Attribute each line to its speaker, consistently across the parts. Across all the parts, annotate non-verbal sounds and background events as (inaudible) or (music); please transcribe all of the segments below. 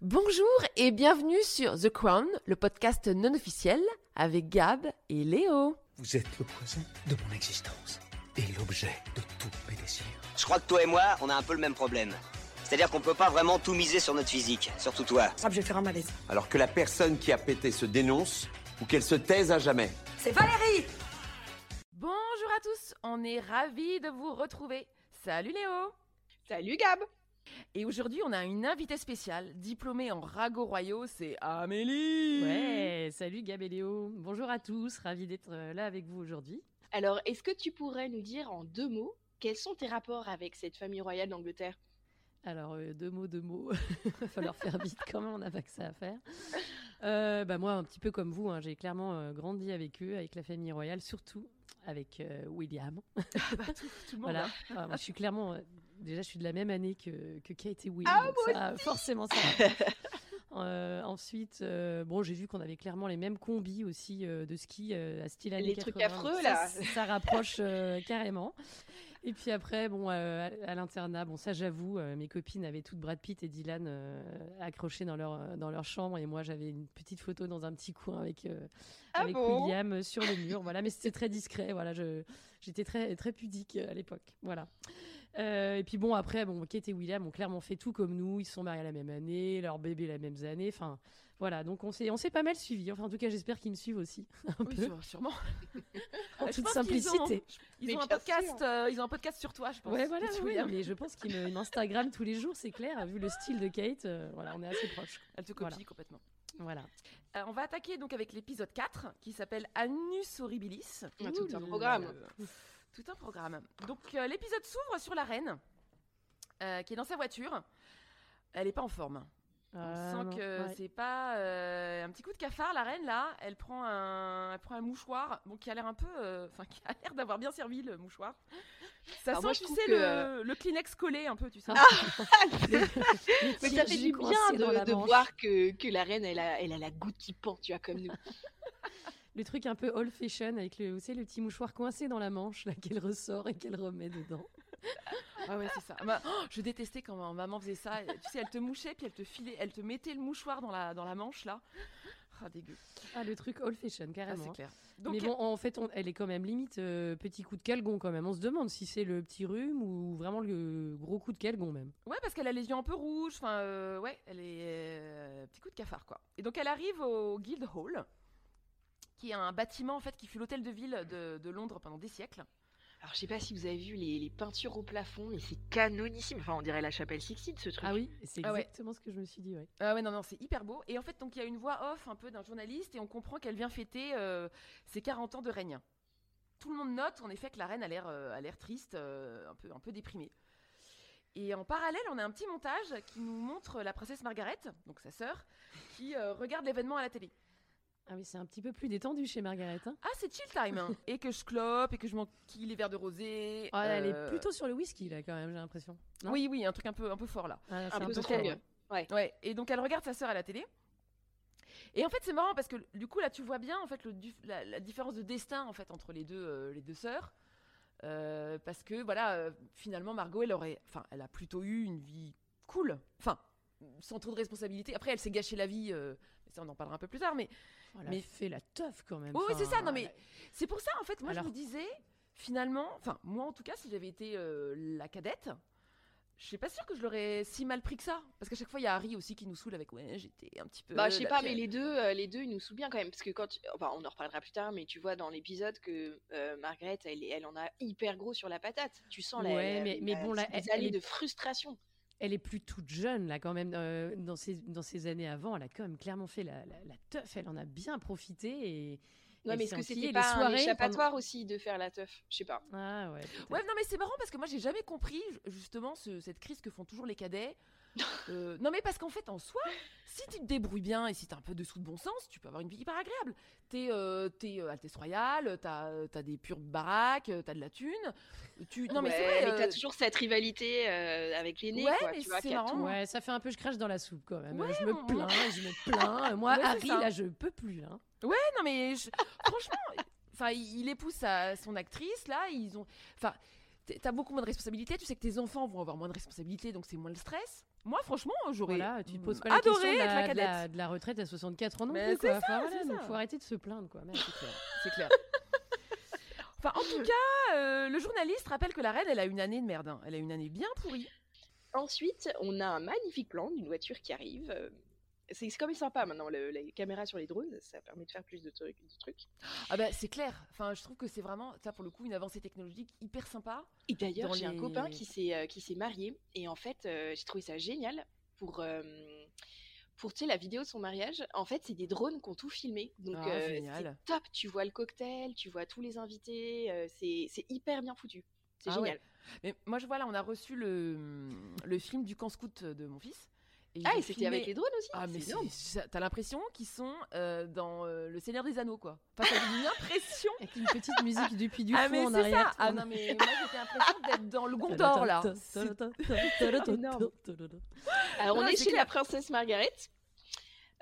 Speaker 1: Bonjour et bienvenue sur The Crown, le podcast non officiel avec Gab et Léo.
Speaker 2: Vous êtes le poison de mon existence et l'objet de tous mes désirs.
Speaker 3: Je crois que toi et moi, on a un peu le même problème. C'est-à-dire qu'on peut pas vraiment tout miser sur notre physique, surtout toi.
Speaker 4: Ça, je vais faire un malaise.
Speaker 5: alors que la personne qui a pété se dénonce ou qu'elle se taise à jamais.
Speaker 4: C'est Valérie
Speaker 1: Bonjour à tous, on est ravis de vous retrouver. Salut Léo
Speaker 6: Salut Gab
Speaker 1: Et aujourd'hui on a une invitée spéciale, diplômée en ragots royaux, c'est Amélie
Speaker 7: Ouais, salut Gab et Léo. Bonjour à tous, ravi d'être euh, là avec vous aujourd'hui.
Speaker 6: Alors, est-ce que tu pourrais nous dire en deux mots quels sont tes rapports avec cette famille royale
Speaker 7: (laughs)
Speaker 6: d'Angleterre
Speaker 7: Alors, euh, deux mots, deux mots. (laughs) Il va falloir faire vite quand même, on n'a pas que ça à faire. Euh, bah, moi, un petit peu comme vous, hein, j'ai clairement euh, grandi avec eux, avec la famille royale, surtout avec euh, William.
Speaker 1: Ah bah, tout, tout le monde
Speaker 7: Voilà.
Speaker 1: a-
Speaker 7: Ah, moi, je suis clairement. euh, déjà, je suis de la même année que, que Kate et Will.
Speaker 6: Ah,
Speaker 7: donc
Speaker 6: moi
Speaker 7: ça, Forcément, ça.
Speaker 6: (laughs)
Speaker 7: rapproche. Euh, ensuite, euh, bon, j'ai vu qu'on avait clairement les mêmes combis aussi euh, de ski euh, à style années
Speaker 6: Les trucs
Speaker 7: 80, donc
Speaker 6: affreux,
Speaker 7: ça,
Speaker 6: là.
Speaker 7: Ça, rapproche euh, carrément. Et puis après, bon, euh, à, à l'internat, bon, ça j'avoue, euh, mes copines avaient toutes Brad Pitt et Dylan euh, accrochés dans leur, euh, dans leur chambre, et moi j'avais une petite photo dans un petit coin avec euh,
Speaker 6: Ah
Speaker 7: avec
Speaker 6: bon
Speaker 7: William euh, sur le mur. Voilà, mais c'était très discret. Voilà, je- j'étais très très pudique euh, à l'époque. Voilà. Euh, et puis bon, après, bon, Kate et William ont clairement fait tout comme nous. Ils se sont mariés la même année, leur bébé la même année. Enfin, voilà. Donc on s'est on s'est pas mal suivis. Enfin, en tout cas, j'espère qu'ils me suivent aussi un
Speaker 1: Oui,
Speaker 7: peu
Speaker 1: sûre- sûrement.
Speaker 7: en
Speaker 1: Ah, Je
Speaker 7: toute
Speaker 1: pense qu'ils ont-
Speaker 7: simplicité.
Speaker 1: Ils
Speaker 6: Mais
Speaker 1: ont, un
Speaker 6: bien
Speaker 1: podcast, euh, ils ont un podcast sur toi, je pense.
Speaker 7: Ouais, voilà.
Speaker 1: Kate
Speaker 7: ouais,
Speaker 1: Williams.
Speaker 7: mais je pense qu'ils me- ils m'instagramment tous les jours, c'est clair. Vu le style de Kate, euh, voilà, on est assez proches.
Speaker 1: Elle te copie
Speaker 7: Voilà.
Speaker 1: complètement.
Speaker 7: Voilà.
Speaker 1: Euh, on va attaquer donc avec l'épisode 4 qui s'appelle Anus Horribilis.
Speaker 6: Ah, tout un
Speaker 1: Ouh,
Speaker 6: programme.
Speaker 1: euh, Tout un programme. Donc euh, l'épisode s'ouvre sur la reine euh, qui est dans sa voiture. Elle n'est pas en forme. On
Speaker 7: Euh,
Speaker 1: sent
Speaker 7: non,
Speaker 1: que
Speaker 7: ouais.
Speaker 1: c'est pas euh, un petit coup de cafard. La reine là, elle prend un, elle prend un mouchoir, bon qui a l'air un peu, euh, enfin qui a l'air d'avoir bien servi le mouchoir. Ça
Speaker 6: Alors
Speaker 1: sent,
Speaker 6: moi, je
Speaker 1: tu
Speaker 6: trouve
Speaker 1: sais,
Speaker 6: que, euh,
Speaker 1: le, le Kleenex collé un peu, tu
Speaker 7: Ah,
Speaker 1: sais.
Speaker 6: Mais ça fait du bien de, de voir que, que la reine, elle a, elle a la goutte qui pend, tu vois, comme
Speaker 7: (laughs)
Speaker 6: nous.
Speaker 7: Le truc un peu old fashion avec le, vous savez, le petit mouchoir coincé dans la manche là qu'elle ressort et qu'elle remet dedans.
Speaker 1: Ah ouais, c'est ça. Ah bah, oh, je détestais quand ma maman faisait ça. Tu sais, elle te mouchait, puis elle te filait, elle te mettait le mouchoir dans la, dans la manche, là. Ah, dégueu.
Speaker 7: Ah le truc old fashion
Speaker 1: Ah, c'est
Speaker 7: carrément. hein.
Speaker 1: clair. Donc,
Speaker 7: Mais bon, en fait, on- elle est quand même limite euh, petit coup de calgon quand même. On se demande si c'est le petit rhume ou vraiment le gros coup de calgon même.
Speaker 1: ouais, parce qu'elle a les yeux un peu rouges. Enfin, euh, ouais, elle est. euh, petit coup de cafard, quoi. Et donc, elle arrive au Guildhall, qui est un bâtiment, en fait, qui fut l'hôtel de ville de, de Londres pendant des siècles.
Speaker 6: Alors, je sais pas si vous avez vu les, les peintures au plafond, mais c'est canonissime. Enfin, on dirait la chapelle Sixtine, ce truc.
Speaker 7: Ah oui, c'est
Speaker 1: Ah ouais.
Speaker 7: exactement ce que je me suis dit. Ouais.
Speaker 1: Ah ouais, non, non, c'est hyper beau. Et en fait, donc, il y a une voix off un peu d'un journaliste, et on comprend qu'elle vient fêter euh, ses 40 ans de règne. Tout le monde note, en effet, que la reine a l'air euh, a l'air triste, euh, un, peu, un peu déprimée. Et en parallèle, on a un petit montage qui nous montre la princesse Margaret, donc sa sœur, qui euh, regarde l'événement à la télé.
Speaker 7: Ah oui, c'est un petit peu plus détendu chez Margaret. hein.
Speaker 1: Ah, c'est chill time hein. Et que je clope, et que je m'enquille les verres de rosé.
Speaker 7: Ah, Elle
Speaker 1: euh,
Speaker 7: est plutôt sur le whisky là quand même, j'ai l'impression. non
Speaker 1: Oui, oui, un truc un peu, un peu fort, là.
Speaker 7: Ah, c'est
Speaker 6: Un peu
Speaker 7: trop,
Speaker 6: strong.
Speaker 7: ouais.
Speaker 1: Ouais, et donc elle regarde sa sœur à la télé. Et en fait, c'est marrant parce que du coup, là, tu vois bien en fait le du- la, la différence de destin en fait entre les deux euh, les deux sœurs. Euh, parce que voilà, euh, finalement, Margot, elle aurait, enfin, elle a plutôt eu une vie cool, enfin, sans trop de responsabilité. Après, elle s'est gâchée la vie. euh, mais ça, on en parlera un peu plus tard. Mais
Speaker 7: Oh, elle a
Speaker 1: Mais-
Speaker 7: fait la teuf quand même.
Speaker 1: Oui, oui, c'est ça,
Speaker 7: Enfin,
Speaker 1: non, mais- c'est pour ça, en fait, moi,
Speaker 7: Alors-
Speaker 1: je me disais, finalement, enfin, moi, en tout cas, si j'avais été euh, la cadette, je suis pas sûre que je l'aurais si mal pris que ça. Parce qu'à chaque fois, il y a Harry aussi qui nous saoule avec, ouais, j'étais un petit peu.
Speaker 6: Bah, je sais
Speaker 1: la
Speaker 6: pas,
Speaker 1: pire.
Speaker 6: mais les deux, euh, les deux, ils nous souviennent quand même. Parce que quand. tu- Enfin, on en reparlera plus tard, mais tu vois dans l'épisode que euh, Margaret, elle, elle en a hyper gros sur la patate. Tu sens la.
Speaker 7: Ouais, mais- mais bon, là,
Speaker 6: des
Speaker 7: elle- elle
Speaker 6: allées
Speaker 7: est-
Speaker 6: de frustration.
Speaker 7: Elle est plus toute jeune, là, quand même. euh, dans, ses, dans ses années avant, elle a quand même clairement fait la, la, la teuf. Elle en a bien profité. Et...
Speaker 6: Ouais,
Speaker 7: Elle
Speaker 6: mais est-ce
Speaker 7: s'est
Speaker 6: que c'était
Speaker 7: enquillée les
Speaker 6: pas un
Speaker 7: soirées
Speaker 6: échappatoire aussi de faire la teuf Je sais pas.
Speaker 7: Ah ouais. peut-être.
Speaker 1: Ouais, non, mais c'est marrant parce que moi, j'ai jamais compris ju- justement ce- cette crise que font toujours les (laughs) cadets. Euh, non, mais parce qu'en fait, en soi, si tu te débrouilles bien et si t'as un peu de sous de bon sens, tu peux avoir une vie hyper agréable. T'es euh, t'es, euh, Altesse Royale, t'as euh, t'as des pures baraques, euh, t'as de la thune. Tu... Non, mais c'est
Speaker 6: Ouais,
Speaker 1: vrai.
Speaker 6: mais t'as
Speaker 1: euh,
Speaker 6: toujours cette rivalité euh, avec l'aîné,
Speaker 1: Ouais,
Speaker 6: quoi.
Speaker 1: mais
Speaker 6: Tu vois,
Speaker 1: c'est
Speaker 6: qui a
Speaker 1: marrant.
Speaker 6: tout.
Speaker 7: Ouais, ça fait un peu je crache dans la soupe quand même.
Speaker 1: Ouais,
Speaker 7: je me
Speaker 1: on-
Speaker 7: plains, je me plains. Moi,
Speaker 1: Ouais, c'est
Speaker 7: Harry,
Speaker 1: ça.
Speaker 7: là, je peux plus. Hein.
Speaker 1: Ouais, non, mais je- franchement, enfin, il il épouse sa- son actrice là. Ils ont, enfin, t'es- t'es- t'as beaucoup moins de responsabilités. Tu sais que tes enfants vont avoir moins de responsabilités, donc c'est moins le stress. Moi, franchement, j'aurais
Speaker 7: Voilà, tu te poses
Speaker 1: mm,
Speaker 7: pas la
Speaker 1: adoré
Speaker 7: question de
Speaker 1: être la
Speaker 7: la, de la-
Speaker 1: cadette.
Speaker 7: de la retraite à 64 ans non
Speaker 1: Mais
Speaker 7: plus.
Speaker 1: c'est
Speaker 7: quoi. Enfin,
Speaker 1: ça,
Speaker 7: voilà,
Speaker 1: c'est
Speaker 7: donc
Speaker 1: ça.
Speaker 7: faut arrêter de se plaindre. Quoi. Merde, c'est clair.
Speaker 1: C'est clair. (laughs) Enfin, en tout cas, euh, le journaliste rappelle que la reine, elle a une année de merde. hein. Elle a une année bien pourrie.
Speaker 6: Ensuite, on a un magnifique plan d'une voiture qui arrive. euh, C'est c'est quand même sympa maintenant, le- les caméras sur les drones, ça permet de faire plus de trucs. de trucs.
Speaker 1: Ah bah c'est clair. Enfin, je trouve que c'est vraiment ça pour le coup une avancée technologique hyper sympa.
Speaker 6: Et d'ailleurs,
Speaker 1: Dans
Speaker 6: j'ai un
Speaker 1: les-
Speaker 6: copain qui s'est euh, qui s'est marié et en fait, euh, j'ai trouvé ça génial pour euh, pour tu sais, la vidéo de son mariage. En fait, c'est des drones qui ont tout filmé, donc
Speaker 1: Ah,
Speaker 6: euh,
Speaker 1: génial.
Speaker 6: c'est top. Tu vois le cocktail, tu vois tous les invités, euh, c'est c'est hyper bien foutu. C'est
Speaker 1: Ah
Speaker 6: génial.
Speaker 1: Mais moi je vois là, on a reçu le, mm, le film du camp scout de mon fils.
Speaker 6: Ah,
Speaker 1: ils
Speaker 6: et
Speaker 1: ont
Speaker 6: c'était
Speaker 1: filmé-
Speaker 6: avec les drones aussi.
Speaker 1: Ah mais
Speaker 6: c'est
Speaker 1: c'est-
Speaker 6: énorme.
Speaker 1: ça- t'as l'impression qu'ils sont euh, dans euh, le Seigneur des Anneaux quoi. Enfin, ça donne une (laughs) impression.
Speaker 7: Avec une petite musique depuis du
Speaker 1: ah
Speaker 7: fond
Speaker 1: mais
Speaker 7: en
Speaker 1: c'est
Speaker 7: arrière.
Speaker 1: ça.
Speaker 7: tout
Speaker 1: Ah
Speaker 7: le
Speaker 1: non
Speaker 7: monde-
Speaker 1: mais moi j'étais l'impression d'être dans le Gondor là. C'est-
Speaker 6: Énorme. Alors, on
Speaker 1: Ouais,
Speaker 6: est
Speaker 1: c'est
Speaker 6: chez la princesse Margaret.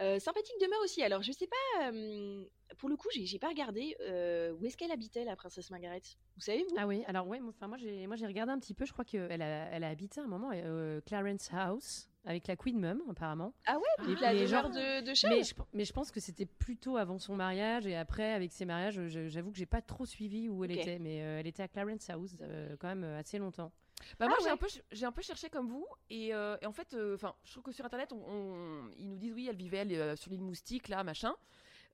Speaker 6: Euh, sympathique demeure aussi. Alors, je sais pas. euh, pour le coup, j'ai j'ai pas regardé euh, où est-ce qu'elle habitait, la princesse Margaret. Vous savez, vous
Speaker 7: Ah oui, alors ouais, moi, enfin, moi j'ai moi j'ai regardé un petit peu, je crois qu'elle a, elle a habité un moment euh, Clarence House avec la Queen Mum apparemment.
Speaker 6: Ah ouais,
Speaker 7: Et
Speaker 6: la
Speaker 7: puis les
Speaker 6: demeure
Speaker 7: gens-
Speaker 6: de, de Charles
Speaker 7: Mais je, mais je pense que c'était plutôt avant son mariage et après avec ses mariages, je- j'avoue que j'ai pas trop suivi où elle
Speaker 6: Ok.
Speaker 7: était, mais euh, elle était à Clarence House euh, quand même euh, assez longtemps.
Speaker 1: Bah moi
Speaker 6: Ah
Speaker 1: j'ai
Speaker 6: ouais.
Speaker 1: un peu ch- j'ai un peu cherché comme vous et, euh, et en fait euh, enfin je trouve que sur internet on, on- ils nous disent oui elle vivait elle, euh, sur l'île moustique là machin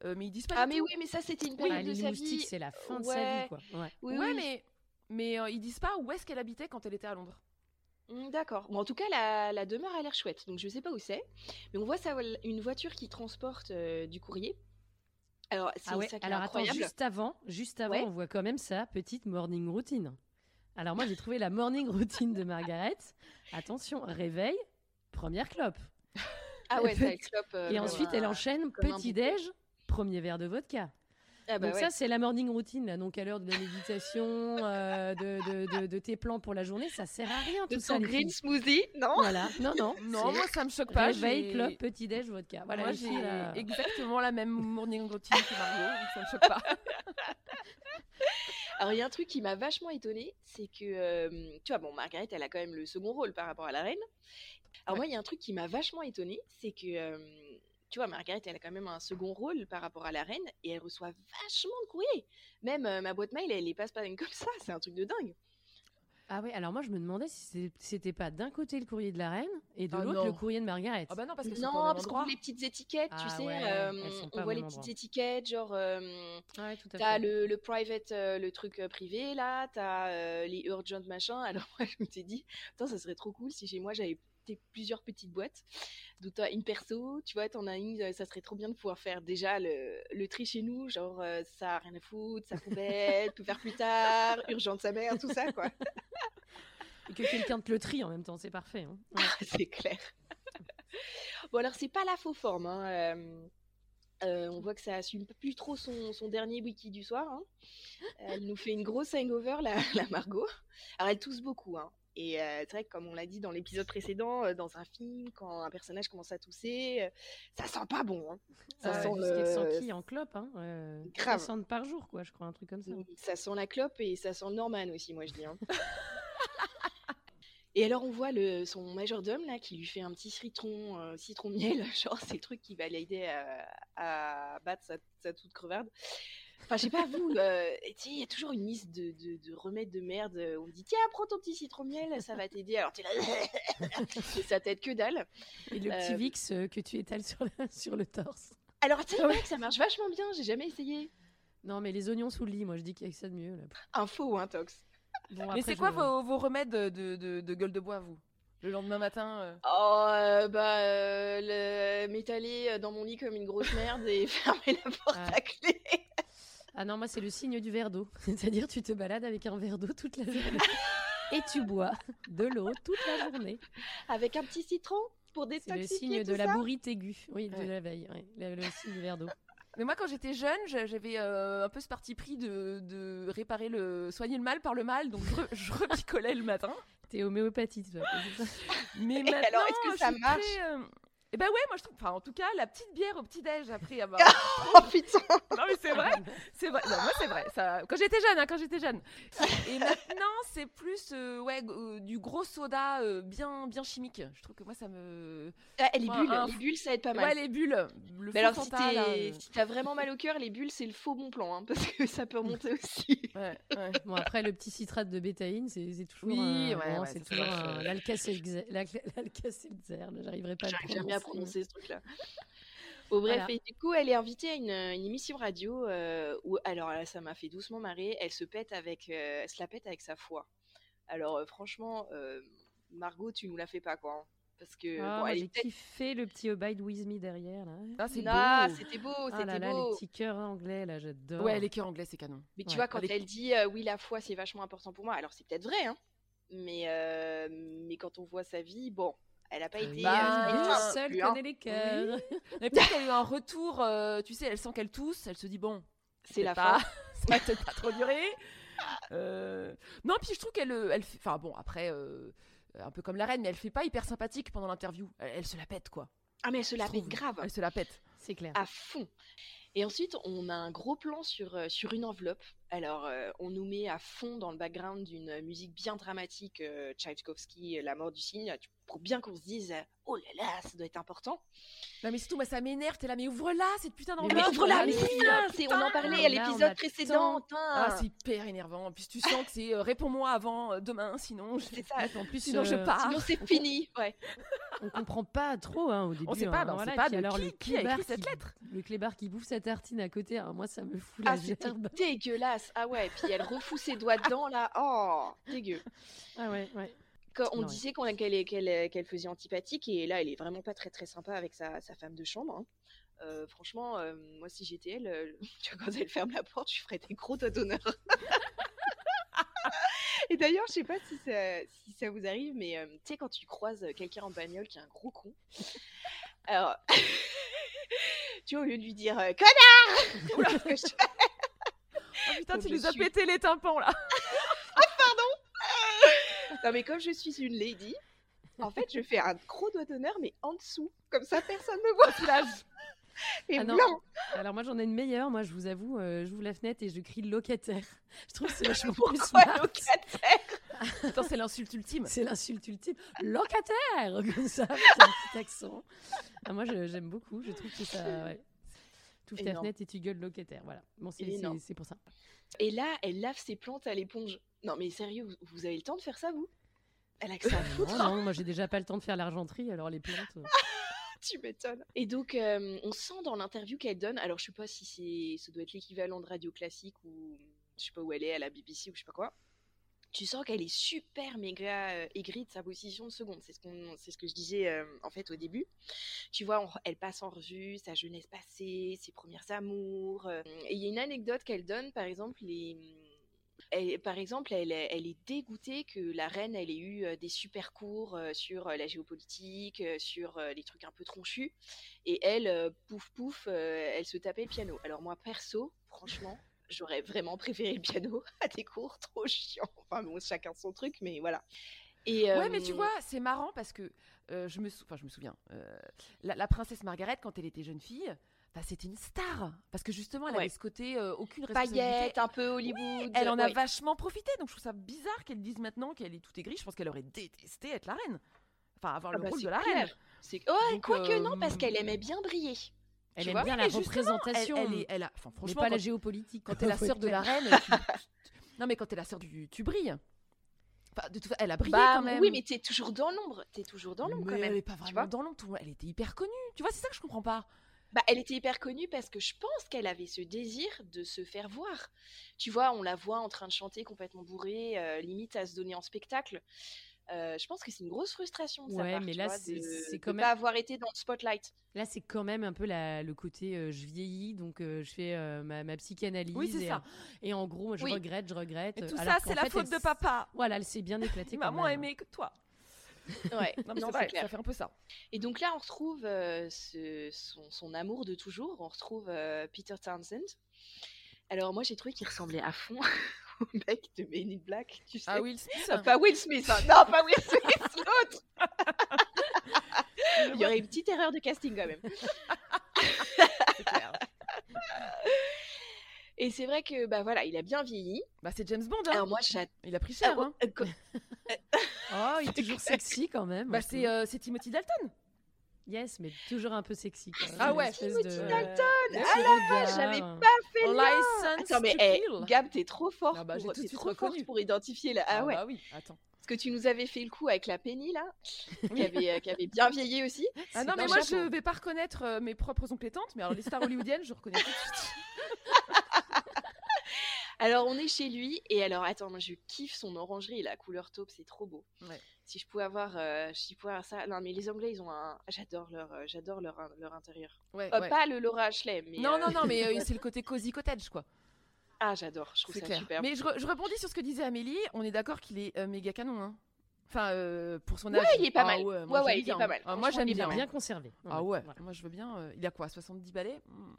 Speaker 1: Euh, mais ils disent pas
Speaker 6: Ah,
Speaker 1: du
Speaker 6: mais
Speaker 1: tout.
Speaker 6: oui, mais ça, c'était une
Speaker 7: Oui,
Speaker 6: période de
Speaker 7: les
Speaker 6: sa
Speaker 7: moustiques,
Speaker 6: vie.
Speaker 7: c'est la fin de sa
Speaker 6: ouais.
Speaker 7: vie quoi. Ouais.
Speaker 6: Oui,
Speaker 1: ouais
Speaker 6: oui.
Speaker 1: mais mais euh, ils disent pas où est-ce qu'elle habitait quand elle était à Londres.
Speaker 6: Mm, D'accord. Bon, en tout cas, la, la demeure a l'air chouette, donc je sais pas où c'est. Mais on voit ça, une voiture qui transporte euh, du courrier. Alors, c'est
Speaker 7: Ah ouais,
Speaker 6: ça qui est
Speaker 7: alors attends,
Speaker 6: incroyable.
Speaker 7: juste avant, juste avant,
Speaker 6: Ouais.
Speaker 7: on voit quand même sa petite morning routine. Alors moi, j'ai trouvé la morning routine de Margaret. Attention, réveil, première clope.
Speaker 6: Ah
Speaker 7: (laughs)
Speaker 6: ouais, ça, elle clope. euh,
Speaker 7: Et
Speaker 6: comme
Speaker 7: ensuite,
Speaker 6: un-
Speaker 7: elle enchaîne
Speaker 6: comme un
Speaker 7: petit déj, premier verre de vodka.
Speaker 6: Ah bah
Speaker 7: donc
Speaker 6: ouais.
Speaker 7: ça, c'est la morning routine, là. Donc à l'heure de la méditation, euh, de, de- de- de tes plans pour la journée, ça sert à rien tout
Speaker 6: de
Speaker 7: ça.
Speaker 6: son
Speaker 7: les
Speaker 6: green
Speaker 7: filles.
Speaker 6: smoothie, non
Speaker 7: Voilà, non,
Speaker 6: (laughs)
Speaker 7: non.
Speaker 1: Non
Speaker 7: c'est
Speaker 1: moi ça me choque pas.
Speaker 7: réveil,
Speaker 1: j'ai-
Speaker 7: clope, petit déj, vodka. Voilà,
Speaker 1: moi
Speaker 7: les filles, euh,
Speaker 1: j'ai
Speaker 7: là.
Speaker 1: exactement la même morning routine que Mario donc ça me choque pas.
Speaker 6: Alors, il y a un truc qui m'a vachement étonnée, c'est que, euh, tu vois, bon, Margaret, elle a quand même le second rôle par rapport à la reine. Alors,
Speaker 1: Ouais.
Speaker 6: moi, il y a un truc qui m'a vachement étonnée, c'est que, euh, tu vois, Margaret, elle a quand même un second rôle par rapport à la reine et elle reçoit vachement de courriers. Même euh, ma boîte mail, elle les passe pas même comme ça, c'est un truc de dingue.
Speaker 7: Ah oui, alors moi, je me demandais si c'était- c'était pas d'un côté le courrier de la reine et de
Speaker 1: Ah
Speaker 7: l'autre le
Speaker 1: non.
Speaker 7: courrier de Margaret.
Speaker 1: Ah bah non parce que c'est
Speaker 6: non,
Speaker 1: pas au même
Speaker 6: parce qu'on
Speaker 1: endroit.
Speaker 6: voit les petites étiquettes, tu
Speaker 7: Ah
Speaker 6: sais,
Speaker 7: ouais,
Speaker 6: euh,
Speaker 7: elles sont pas
Speaker 6: on
Speaker 7: au
Speaker 6: voit les
Speaker 7: même
Speaker 6: petites
Speaker 7: endroit.
Speaker 6: étiquettes, genre. euh,
Speaker 7: Ouais, tout à
Speaker 6: T'as
Speaker 7: fait.
Speaker 6: le, le private, euh, le truc euh, privé là, t'as euh, les urgent machin. (laughs) Alors moi je me suis dit, attends, ça serait trop cool si chez moi j'avais t- plusieurs petites boîtes. Donc t'as une perso, tu vois, t'en as une, euh, ça serait trop bien de pouvoir faire déjà le, le tri chez nous, genre euh, ça a rien à foutre, ça poubelle, tout faire plus tard, urgent de sa mère, tout ça quoi.
Speaker 7: Et que quelqu'un te le trie en même temps, c'est parfait.
Speaker 6: (laughs)
Speaker 7: hein. Ouais.
Speaker 6: c'est clair. bon alors c'est pas la faux forme. hein, euh, euh, on voit que ça assume plus trop son, son dernier wiki du soir. hein. Elle nous fait une grosse hangover, la, (laughs) la Margot. Alors elle tousse beaucoup. hein. Et euh, c'est vrai que comme on l'a dit dans l'épisode précédent, euh, dans un film, quand un personnage commence à tousser, euh, ça sent pas bon. hein. Ça
Speaker 7: Ah ouais,
Speaker 6: sent
Speaker 7: jusqu'à
Speaker 6: le-
Speaker 7: 100 qui en clope, hein. euh,
Speaker 6: Grave.
Speaker 7: 60 par jour, quoi, je crois, un truc comme ça.
Speaker 6: Ça sent la clope et ça sent le Norman aussi, moi je dis. hein. (laughs) et alors on voit le, son majordome là qui lui fait un petit citron, euh, citron miel, (laughs) genre c'est le truc qui va l'aider à, à battre sa, sa toute crevarde. Enfin, je sais pas vous, euh, tu sais, il y a toujours une liste de, de, de remèdes de merde. euh, On dit tiens, prends ton petit citron miel, ça va t'aider. Alors t'es là, (laughs) et ça t'aide que dalle.
Speaker 7: Et le petit
Speaker 6: Euh,
Speaker 7: Vix euh, que tu étales sur, la- sur le (laughs) torse.
Speaker 6: Alors tu sais, mec, ça marche vachement bien. J'ai jamais essayé.
Speaker 7: Non, mais les oignons sous le lit, moi je dis qu'il y a que ça de mieux. là.
Speaker 6: Info ou un tox.
Speaker 7: Bon,
Speaker 1: Mais
Speaker 7: après,
Speaker 1: c'est
Speaker 7: je-
Speaker 1: quoi vos, vos remèdes de, de, de gueule de bois vous le lendemain matin euh
Speaker 6: Oh, euh, bah, euh, le- m'étaler euh, dans mon lit comme une grosse merde et (laughs) fermer la porte
Speaker 7: Ouais.
Speaker 6: à clé.
Speaker 7: Ah non, moi c'est le signe du verre d'eau. (laughs) C'est-à-dire, tu te balades avec un verre d'eau toute
Speaker 1: (laughs)
Speaker 7: la journée. Et tu bois de l'eau toute
Speaker 1: (laughs)
Speaker 7: la journée.
Speaker 6: Avec un petit citron pour
Speaker 7: C'est le
Speaker 6: détoxifier
Speaker 7: signe
Speaker 6: tout
Speaker 7: de la
Speaker 6: ça.
Speaker 7: bourrite aiguë, oui, de
Speaker 1: Ouais.
Speaker 7: la veille. ouais. Le, le signe du verre d'eau.
Speaker 1: Mais moi, quand j'étais jeune, j'a- j'avais euh, un peu ce parti pris de, de réparer le, soigner le mal par le mal, donc je, re- je repicolais le matin.
Speaker 7: T'es homéopathie, toi. c'est ça
Speaker 1: Mais
Speaker 6: alors,
Speaker 1: maintenant,
Speaker 6: est-ce que
Speaker 1: je
Speaker 6: ça
Speaker 1: suis
Speaker 6: marche
Speaker 1: très, euh, Et ben ouais, moi je trouve. Enfin, en tout cas, la petite bière au petit-déj après avoir.
Speaker 6: Oh (laughs) putain
Speaker 1: (laughs) non, mais c'est vrai, c'est vrai. Non, moi c'est vrai. Ça... Quand j'étais jeune, hein, quand j'étais jeune. Et maintenant, c'est plus euh, ouais, g- euh, du gros soda euh, bien, bien chimique. Je trouve que moi ça me.
Speaker 6: Ah, et les
Speaker 1: Moi,
Speaker 6: bulles,
Speaker 1: un
Speaker 6: les
Speaker 1: fou-
Speaker 6: bulles, ça aide pas mal.
Speaker 1: Ouais, les bulles. Le
Speaker 6: Mais
Speaker 1: faux
Speaker 6: alors, si
Speaker 1: Fanta, là, euh,
Speaker 6: t'es- si t'as vraiment mal au cœur, les bulles, c'est le faux bon plan, hein, (laughs) parce que ça peut (laughs) remonter aussi.
Speaker 1: euh, ouais, ouais.
Speaker 7: Bon, après, le petit citrate de bétaïne, c'est c'est toujours.
Speaker 1: Oui,
Speaker 7: un-
Speaker 1: ouais,
Speaker 7: bon,
Speaker 1: ouais,
Speaker 7: c'est
Speaker 1: ça, ça
Speaker 7: toujours
Speaker 1: marche,
Speaker 7: un-
Speaker 1: euh.
Speaker 7: l'alka-seltzer- l'alka- l'alka-seltzer, là, J'arriverai pas à le
Speaker 6: J'arrive jamais à
Speaker 7: prononcer.
Speaker 6: prononcer ce
Speaker 7: (laughs)
Speaker 6: truc-là. Bon, bref,
Speaker 7: Voilà.
Speaker 6: et du coup, elle est invitée à une, une émission radio euh, où, alors là, ça m'a fait doucement marrer, elle se, pète avec, euh, elle se la pète avec sa foi. Alors, euh, franchement, euh, Margot, tu nous la fais pas, quoi. hein, parce que,
Speaker 7: Ah,
Speaker 6: bon,
Speaker 7: moi,
Speaker 6: elle
Speaker 7: j'ai
Speaker 6: est peut-être-
Speaker 7: kiffé le petit Abide With Me derrière. Là.
Speaker 1: Ah, c'est
Speaker 6: Ah,
Speaker 1: beau.
Speaker 6: c'était beau,
Speaker 7: Ah là
Speaker 6: c'était
Speaker 7: là,
Speaker 6: beau.
Speaker 7: les petits cœurs anglais, là, j'adore.
Speaker 1: Ouais, les cœurs anglais, c'est canon.
Speaker 6: Mais tu
Speaker 7: Ouais,
Speaker 6: vois, quand
Speaker 1: avec-
Speaker 6: elle dit euh, oui, la foi, c'est vachement important pour moi, alors c'est peut-être vrai, hein, mais, euh, mais quand on voit sa vie, bon, elle a pas
Speaker 7: Ah,
Speaker 6: été.
Speaker 1: Bah,
Speaker 6: euh,
Speaker 1: oui,
Speaker 6: médecin non
Speaker 7: seul
Speaker 6: plus, hein.
Speaker 7: connaît les cœurs.
Speaker 1: Mais peut-être qu'elle a eu un retour, euh, tu sais, elle sent qu'elle tousse, elle se dit bon,
Speaker 6: C'est la
Speaker 1: pas,
Speaker 6: fin.
Speaker 1: (laughs) ça va peut-être pas trop durer. Euh, Non, puis je trouve qu'elle, euh, elle, fait- enfin bon, après, euh, un peu comme la reine, mais elle fait pas hyper sympathique pendant l'interview. Elle, elle se la pète quoi.
Speaker 6: Ah, mais elle se
Speaker 1: Je
Speaker 6: la pète
Speaker 1: trouve.
Speaker 6: grave.
Speaker 1: Elle se la pète.
Speaker 7: C'est clair.
Speaker 6: à fond. Et ensuite, on a un gros plan sur, euh, sur une enveloppe. Alors, euh, on nous met à fond dans le background d'une euh, musique bien dramatique, euh, Tchaïkovski, euh, La mort du cygne, tu- pour bien qu'on se dise euh, Oh là là, ça doit être important.
Speaker 1: Non mais surtout, moi ça m'énerve. T'es là, mais ouvre-la cette putain
Speaker 7: Mais
Speaker 1: d'enveloppe.
Speaker 7: oui, ouvre-la,
Speaker 1: Ah,
Speaker 7: mais
Speaker 1: putain,
Speaker 6: putain, hein, c'est- on en parlait à
Speaker 7: Ah, là, on
Speaker 6: l'épisode
Speaker 7: attend.
Speaker 6: précédent. putain.
Speaker 1: Ah, c'est hyper énervant. En plus, tu sens que c'est euh, réponds-moi avant euh, demain, sinon
Speaker 6: (laughs)
Speaker 1: je...
Speaker 6: c'est
Speaker 7: (laughs)
Speaker 6: ça.
Speaker 7: En plus,
Speaker 1: sinon je
Speaker 7: euh,
Speaker 1: pars.
Speaker 6: Sinon, c'est fini. Ouais.
Speaker 7: on comprend pas trop hein, au début.
Speaker 1: On sait
Speaker 7: hein,
Speaker 1: pas, ben, on
Speaker 7: voilà,
Speaker 1: sait
Speaker 7: et
Speaker 1: pas
Speaker 7: puis
Speaker 1: de
Speaker 7: alors,
Speaker 1: qui,
Speaker 7: le
Speaker 1: qui a écrit
Speaker 7: clébard
Speaker 1: cette
Speaker 7: qui-
Speaker 1: lettre.
Speaker 7: Le clébard qui bouffe sa tartine à côté, hein, moi, ça me fout
Speaker 6: Ah,
Speaker 7: la
Speaker 6: c'était
Speaker 7: gerbe.
Speaker 6: dégueulasse. Ah ouais, puis elle refoule ses doigts dedans là. Oh, dégueu.
Speaker 7: Ah ouais, ouais.
Speaker 6: Quand on
Speaker 7: Non,
Speaker 6: disait qu'on- qu'elle est- qu'elle est- qu'elle faisait antipathique et là elle est vraiment pas très très sympa avec sa, sa femme de chambre. hein. Euh, franchement, euh, moi si j'étais elle, euh, (laughs) tu vois, quand elle ferme la porte, je ferais des gros doigts d'honneur. (laughs) et d'ailleurs, je sais pas si ça, si ça vous arrive, mais euh, tu sais quand tu croises quelqu'un en bagnole qui est un gros con, (laughs) alors (laughs) tu vois au lieu de lui dire euh, connard, (laughs) Oula, que je-
Speaker 1: Oh putain,
Speaker 6: Comme
Speaker 1: tu
Speaker 6: je
Speaker 1: nous as
Speaker 6: suis.
Speaker 1: pété les tympans là.
Speaker 6: Non, mais comme je suis une lady, en fait, je fais un gros doigt d'honneur, mais en dessous. Comme ça, personne me voit. Et
Speaker 7: Ah non.
Speaker 6: blanc.
Speaker 7: Alors moi j'en ai une meilleure, moi je vous avoue, euh, j'ouvre la fenêtre et je crie locataire. (laughs) Je trouve
Speaker 1: (laughs)
Speaker 7: que c'est vachement plus
Speaker 6: Pourquoi
Speaker 7: smart.
Speaker 6: locataire
Speaker 1: Attends, c'est l'insulte (laughs) ultime.
Speaker 7: C'est l'insulte ultime. Locataire (laughs) Comme ça, avec un petit accent. Ah, moi je- j'aime beaucoup, je trouve que ça... Ouais. Tu ta
Speaker 6: Énorme.
Speaker 7: fenêtre et tu gueules locataire, voilà. Bon, c'est-
Speaker 6: Énorme.
Speaker 7: c'est c'est pour ça.
Speaker 6: Et là, elle lave ses plantes à l'éponge. Non, mais sérieux, vous, vous avez le temps de faire ça, vous Elle a que ça à
Speaker 7: Non,
Speaker 6: foutre.
Speaker 7: hein, non, moi j'ai déjà pas le temps de faire l'argenterie, alors les plantes... euh.
Speaker 6: (laughs)
Speaker 1: Ah,
Speaker 6: Tu m'étonnes. Et donc, euh, on sent dans l'interview qu'elle donne, alors je sais pas si c'est, ça doit être l'équivalent de radio classique ou je sais pas où elle est, à la BBC ou je sais pas quoi. Tu sens qu'elle est super méga euh, aigrie de sa position de seconde. C'est ce, qu'on, c'est ce que je disais euh, en fait au début. Tu vois, on- elle passe en revue sa jeunesse passée, ses premières amours. euh, et il y a une anecdote qu'elle donne, par exemple, les. Elle- par exemple, elle, est- elle est dégoûtée que la reine, elle ait eu euh, des super cours euh, sur euh, la géopolitique, euh, sur euh, les trucs un peu tronchus. Et elle, euh, pouf pouf, euh, elle se tapait le piano. Alors moi, perso, franchement, j'aurais vraiment préféré le piano (laughs) à des cours trop chiants. Enfin bon, chacun son truc, mais voilà. Et,
Speaker 1: Ouais, mais tu
Speaker 6: euh,
Speaker 1: vois, c'est marrant parce que euh, je, me sou- enfin, je me souviens, euh, la, la princesse Margaret, quand elle était jeune fille, bah, c'était une star. Parce que justement, elle
Speaker 6: Ouais.
Speaker 1: avait ce côté euh, aucune responsabilité.
Speaker 6: paillettes, un peu Hollywood.
Speaker 1: Elle en a
Speaker 6: ouais.
Speaker 1: vachement profité. Donc je trouve ça bizarre qu'elle dise maintenant qu'elle est toute aigrie. Je pense qu'elle aurait détesté être la reine. Enfin, avoir
Speaker 6: Ah
Speaker 1: le
Speaker 6: bah,
Speaker 1: rôle
Speaker 6: c'est
Speaker 1: de la
Speaker 6: clair.
Speaker 1: reine.
Speaker 6: C'est... Ouais,
Speaker 1: Donc,
Speaker 6: quoique
Speaker 1: euh,
Speaker 6: non, parce qu'elle aimait bien briller.
Speaker 7: Elle
Speaker 6: Tu
Speaker 7: aime
Speaker 6: vois
Speaker 7: bien
Speaker 1: Oui,
Speaker 7: la
Speaker 1: mais justement, Elle,
Speaker 7: représentation,
Speaker 1: elle est, elle a... enfin,
Speaker 7: mais
Speaker 1: franchement,
Speaker 7: pas la
Speaker 1: quand,
Speaker 7: géopolitique.
Speaker 1: quand
Speaker 6: (laughs)
Speaker 1: t'es la
Speaker 7: faut
Speaker 1: sœur
Speaker 7: être
Speaker 1: de la
Speaker 7: clair.
Speaker 1: reine, tu- non mais quand t'es la sœur du, tu brilles. Enfin, de toute façon, elle a brillé
Speaker 6: Bah,
Speaker 1: quand même.
Speaker 6: Oui, mais t'es toujours dans l'ombre. T'es toujours dans l'ombre
Speaker 1: Mais
Speaker 6: quand même.
Speaker 1: elle est pas
Speaker 6: tu
Speaker 1: vraiment
Speaker 6: vois
Speaker 1: dans l'ombre. tout le monde- Elle était hyper connue. Tu vois, c'est ça que je comprends pas.
Speaker 6: Bah, elle était hyper connue parce que je pense qu'elle avait ce désir de se faire voir. Tu vois, on la voit en train de chanter complètement bourrée, euh, limite à se donner en spectacle. Euh, je pense que c'est une grosse frustration de sa
Speaker 7: Ouais,
Speaker 6: part,
Speaker 7: mais
Speaker 6: tu
Speaker 7: là,
Speaker 6: vois,
Speaker 7: c'est-
Speaker 6: de-
Speaker 7: c'est
Speaker 6: de
Speaker 7: quand
Speaker 6: pas
Speaker 7: même-
Speaker 6: avoir été dans le spotlight.
Speaker 7: Là, c'est quand même un peu la- le côté euh, je vieillis, donc euh, je fais euh, ma, ma psychanalyse.
Speaker 1: Oui, c'est
Speaker 7: et,
Speaker 1: ça.
Speaker 7: et en gros, je
Speaker 6: Oui.
Speaker 7: regrette, je regrette.
Speaker 1: Et
Speaker 7: euh,
Speaker 1: tout
Speaker 7: alors
Speaker 1: ça,
Speaker 7: qu'en
Speaker 1: c'est la
Speaker 7: fait,
Speaker 1: faute
Speaker 7: elle
Speaker 1: de
Speaker 7: s-
Speaker 1: papa.
Speaker 7: Voilà, elle s'est bien éclatée.
Speaker 1: Il
Speaker 7: quand
Speaker 1: m'a moins
Speaker 7: même.
Speaker 1: aimé que toi.
Speaker 6: Ouais,
Speaker 1: Non, mais
Speaker 6: (laughs) non,
Speaker 1: c'est
Speaker 6: c'est
Speaker 1: vrai,
Speaker 6: clair.
Speaker 1: ça fait un peu ça.
Speaker 6: Et donc là, on retrouve euh, ce- son, son amour de toujours, on retrouve euh, Peter Townsend. Alors moi, j'ai trouvé qu'il ressemblait à fond (laughs) au mec de Men in Black, tu sais.
Speaker 1: Ah Will Smith
Speaker 6: (laughs)
Speaker 1: (laughs)
Speaker 6: Ah, pas Will Smith, hein. non, pas Will Smith, l'autre Il y aurait une petite erreur de casting quand même.
Speaker 1: c'est clair.
Speaker 6: (laughs) Et c'est vrai que bah voilà, il a bien vieilli.
Speaker 1: Bah, c'est James Bond. hein.
Speaker 6: Alors Ah, moi, j'attends.
Speaker 1: Il a pris cher.
Speaker 6: Ah,
Speaker 1: hein.
Speaker 6: euh, co-
Speaker 7: Oh, il est
Speaker 6: C'est
Speaker 7: toujours
Speaker 6: clair.
Speaker 7: sexy quand même. hein,
Speaker 1: Bah,
Speaker 7: je
Speaker 1: c'est
Speaker 7: trouve.
Speaker 1: euh, c'est Timothy Dalton.
Speaker 7: Yes, mais toujours un peu sexy. quoi.
Speaker 1: Ah
Speaker 7: Une
Speaker 1: ouais.
Speaker 7: espèce
Speaker 6: Timothy
Speaker 7: de-
Speaker 6: Dalton,
Speaker 7: de
Speaker 6: ah
Speaker 7: regard.
Speaker 6: j'avais pas Fais-le
Speaker 1: License
Speaker 6: Attends, mais
Speaker 1: to
Speaker 6: eh,
Speaker 1: Kill.
Speaker 6: Gab, t'es trop fort.
Speaker 1: Ah bah, j'ai
Speaker 6: pour,
Speaker 1: tout de
Speaker 6: t'es
Speaker 1: suite
Speaker 6: trop forte
Speaker 1: reconnu.
Speaker 6: pour identifier la. Ah, ouais.
Speaker 1: bah oui,
Speaker 6: (laughs)
Speaker 1: attends.
Speaker 6: Parce que tu nous avais fait le coup avec la
Speaker 1: (laughs)
Speaker 6: Penny là, qui avait, euh, qui avait bien vieilli aussi.
Speaker 1: Ah
Speaker 7: C'est
Speaker 1: non, mais
Speaker 7: un
Speaker 1: moi,
Speaker 7: chapeau.
Speaker 1: je vais pas reconnaître euh, mes propres oncles et tantes, mais alors les
Speaker 6: (laughs)
Speaker 1: stars hollywoodiennes, je reconnais tout de suite.
Speaker 6: Alors on est chez lui et alors attends, moi je kiffe son orangerie, la couleur taupe, c'est trop beau.
Speaker 1: Ouais.
Speaker 6: Si je pouvais avoir, euh, si je pouvais avoir ça. Non mais les Anglais ils ont un, j'adore leur, euh, j'adore leur, in- leur intérieur.
Speaker 1: Ouais,
Speaker 6: Euh,
Speaker 1: ouais.
Speaker 6: Pas le Laura Ashley, mais
Speaker 1: Non,
Speaker 6: euh,
Speaker 1: non, non,
Speaker 6: (laughs)
Speaker 1: mais euh, c'est le côté cozy cottage, quoi.
Speaker 6: ah j'adore, je trouve
Speaker 1: C'est
Speaker 6: ça
Speaker 1: clair.
Speaker 6: super.
Speaker 1: Mais je, re- je rebondis sur ce que disait Amélie. On est d'accord qu'il est euh, méga canon, hein. Enfin, euh, pour son
Speaker 6: Ouais,
Speaker 1: âge.
Speaker 6: il est pas
Speaker 1: Ah
Speaker 6: mal.
Speaker 1: Ouais,
Speaker 6: Ouais,
Speaker 1: moi,
Speaker 6: ouais,
Speaker 1: j'aime
Speaker 6: il est
Speaker 1: bien.
Speaker 6: pas mal.
Speaker 1: Ah, moi,
Speaker 6: Franchement,
Speaker 1: j'aime
Speaker 6: il est
Speaker 1: bien.
Speaker 6: pas
Speaker 7: Bien conservé.
Speaker 1: Ah ouais,
Speaker 7: voilà.
Speaker 1: moi je veux bien. euh, il a quoi 70 balais Hmm.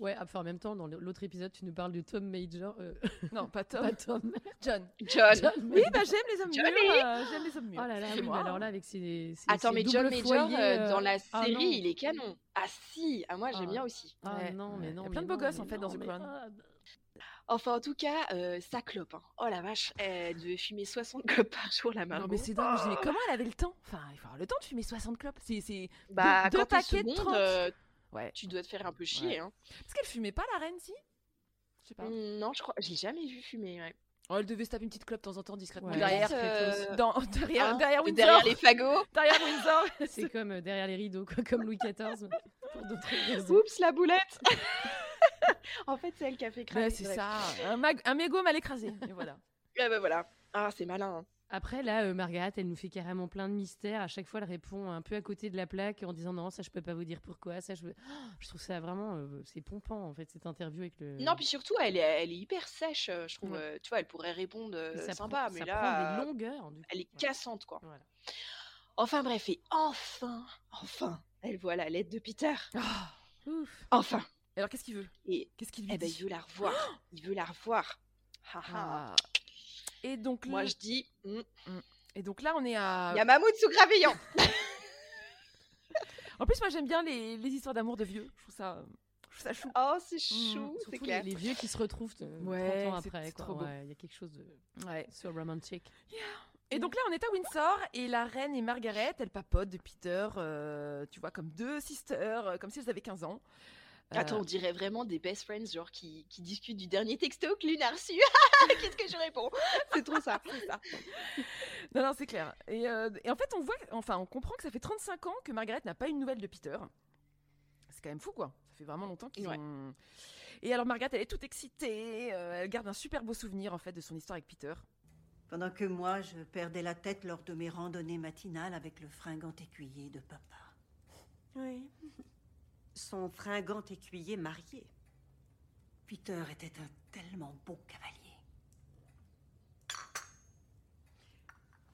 Speaker 7: Ouais, enfin, en même temps, dans l'autre épisode, tu nous parles de Tom Major. euh,
Speaker 1: Non, pas (laughs) Tom.
Speaker 7: pas Tom.
Speaker 1: John.
Speaker 6: John.
Speaker 7: John
Speaker 1: Oui,
Speaker 7: Major.
Speaker 1: bah j'aime les hommes
Speaker 6: Johnny.
Speaker 1: mûrs. euh, j'aime les hommes mûrs.
Speaker 7: Oh là là, oui,
Speaker 1: Excusez-moi.
Speaker 7: bah alors là, avec ses. ses-
Speaker 6: Attends
Speaker 7: ses
Speaker 6: mais John
Speaker 7: doubles
Speaker 6: Major
Speaker 7: foyers,
Speaker 6: euh,
Speaker 7: euh,
Speaker 6: dans la
Speaker 7: ah
Speaker 6: série,
Speaker 7: non.
Speaker 6: il est canon. Ah si, ah moi
Speaker 7: Ah.
Speaker 6: j'aime bien aussi.
Speaker 7: Ah
Speaker 1: Ouais.
Speaker 7: non, mais
Speaker 1: Ouais.
Speaker 7: non.
Speaker 1: Il y a
Speaker 7: mais
Speaker 1: plein de
Speaker 7: non,
Speaker 1: beaux gosses,
Speaker 7: mais
Speaker 1: en fait,
Speaker 7: non,
Speaker 1: dans The
Speaker 7: mais-
Speaker 1: Crown.
Speaker 7: ah,
Speaker 6: Enfin en tout cas, euh, ça clope. hein. Oh la vache, euh, de fumer 60 clopes par jour la
Speaker 1: Non,
Speaker 6: Margot.
Speaker 1: mais c'est dingue. Je dis, mais comment elle avait le temps Enfin, il faut avoir le temps de fumer 60 clopes. C'est, c'est... deux-
Speaker 6: Bah
Speaker 1: deux
Speaker 6: quand t'es
Speaker 1: paquets de
Speaker 6: seconde,
Speaker 1: 30.
Speaker 6: euh,
Speaker 1: Ouais.
Speaker 6: tu dois te faire un peu chier.
Speaker 1: Ouais.
Speaker 6: hein.
Speaker 1: Parce qu'elle fumait pas, la reine, si Je sais pas.
Speaker 6: Mm, Non, je crois, j'ai jamais vu fumer. ouais.
Speaker 1: Oh, elle devait se taper une petite clope de temps en temps discrètement.
Speaker 7: Ouais.
Speaker 1: Derrière,
Speaker 6: Peut-être, euh,
Speaker 1: dans, derrière,
Speaker 6: Hein,
Speaker 1: derrière
Speaker 6: de
Speaker 1: Windsor.
Speaker 6: derrière les
Speaker 1: (laughs)
Speaker 6: fagots.
Speaker 1: derrière Windsor.
Speaker 7: C'est comme euh, derrière les rideaux, quoi, comme Louis XIV, mais (laughs) pour
Speaker 1: (laughs)
Speaker 7: d'autres raisons.
Speaker 6: Oups, la boulette. en fait, c'est elle qui a fait craquer.
Speaker 1: Ouais, c'est ça. Un, mag... un mégot mal (laughs) écrasé. Et voilà.
Speaker 6: Ah bah voilà. Ah, c'est malin. hein.
Speaker 7: Après, là, euh, Margaret, elle nous fait carrément plein de mystères. À chaque fois, elle répond un peu à côté de la plaque en disant non, ça, je peux pas vous dire pourquoi. Ça, je, veux- (gasps) Oh, je trouve ça vraiment, euh, c'est pompant en fait cette interview avec le.
Speaker 6: Non, puis surtout, elle est, elle est hyper sèche, euh, je trouve.
Speaker 1: Ouais.
Speaker 6: euh, Tu vois, elle pourrait répondre euh,
Speaker 7: Et ça
Speaker 6: sympa,
Speaker 7: prend-
Speaker 6: mais
Speaker 7: ça
Speaker 6: là, euh,
Speaker 7: prend des longueurs. du coup.
Speaker 6: elle est
Speaker 7: Ouais.
Speaker 6: cassante, quoi.
Speaker 7: Voilà.
Speaker 6: Enfin bref, et enfin, enfin, elle voit la lettre de Peter.
Speaker 1: Ah.
Speaker 7: Ouf.
Speaker 6: Enfin.
Speaker 1: Alors, qu'est-ce qu'il veut
Speaker 6: Et
Speaker 1: Qu'est-ce qu'il lui
Speaker 6: eh ben,
Speaker 1: dit
Speaker 6: il veut la revoir. Il veut la revoir. Ha, ha.
Speaker 1: Ah. Et donc,
Speaker 6: Moi,
Speaker 1: le-
Speaker 6: je dis, mm,
Speaker 1: Et donc là, on est à.
Speaker 6: Yamamoud sous graveillant.
Speaker 1: En plus, moi, j'aime bien les, les histoires d'amour de vieux. Je trouve ça, euh, je trouve ça chou.
Speaker 6: Oh, c'est chou,
Speaker 7: Surtout
Speaker 6: c'est
Speaker 7: les-
Speaker 6: clair.
Speaker 7: Les, vieux qui se retrouvent euh,
Speaker 1: Ouais,
Speaker 7: 30 ans
Speaker 1: c'est-
Speaker 7: après.
Speaker 1: c'est
Speaker 7: quoi.
Speaker 1: trop beau.
Speaker 7: Ouais, Il y a quelque chose de
Speaker 1: Ouais.
Speaker 7: sur romantique.
Speaker 1: Et donc là, on est à Windsor et la reine et Margaret, elles papotent de Peter, euh, tu vois, comme deux sisters, euh, comme si elles avaient 15 ans. Euh,
Speaker 6: Attends, on dirait vraiment des best friends, genre qui, qui discutent du dernier texto que l'une a reçu. (laughs) Qu'est-ce que je réponds (laughs) C'est trop ça.
Speaker 1: (laughs) c'est ça. non, non, c'est clair. Et, euh, et en fait, on voit, enfin, on comprend que ça fait 35 ans que Margaret n'a pas eu de nouvelles de Peter. C'est quand même fou, quoi. Ça fait vraiment longtemps qu'ils
Speaker 6: Ouais.
Speaker 1: ont. Et alors, Margaret, elle est toute excitée. euh, elle garde un super beau souvenir, en fait, de son histoire avec Peter.
Speaker 4: Pendant que moi, je perdais la tête lors de mes randonnées matinales avec le fringant écuyer de papa. Oui. Son fringant écuyer marié. Peter était un tellement beau cavalier.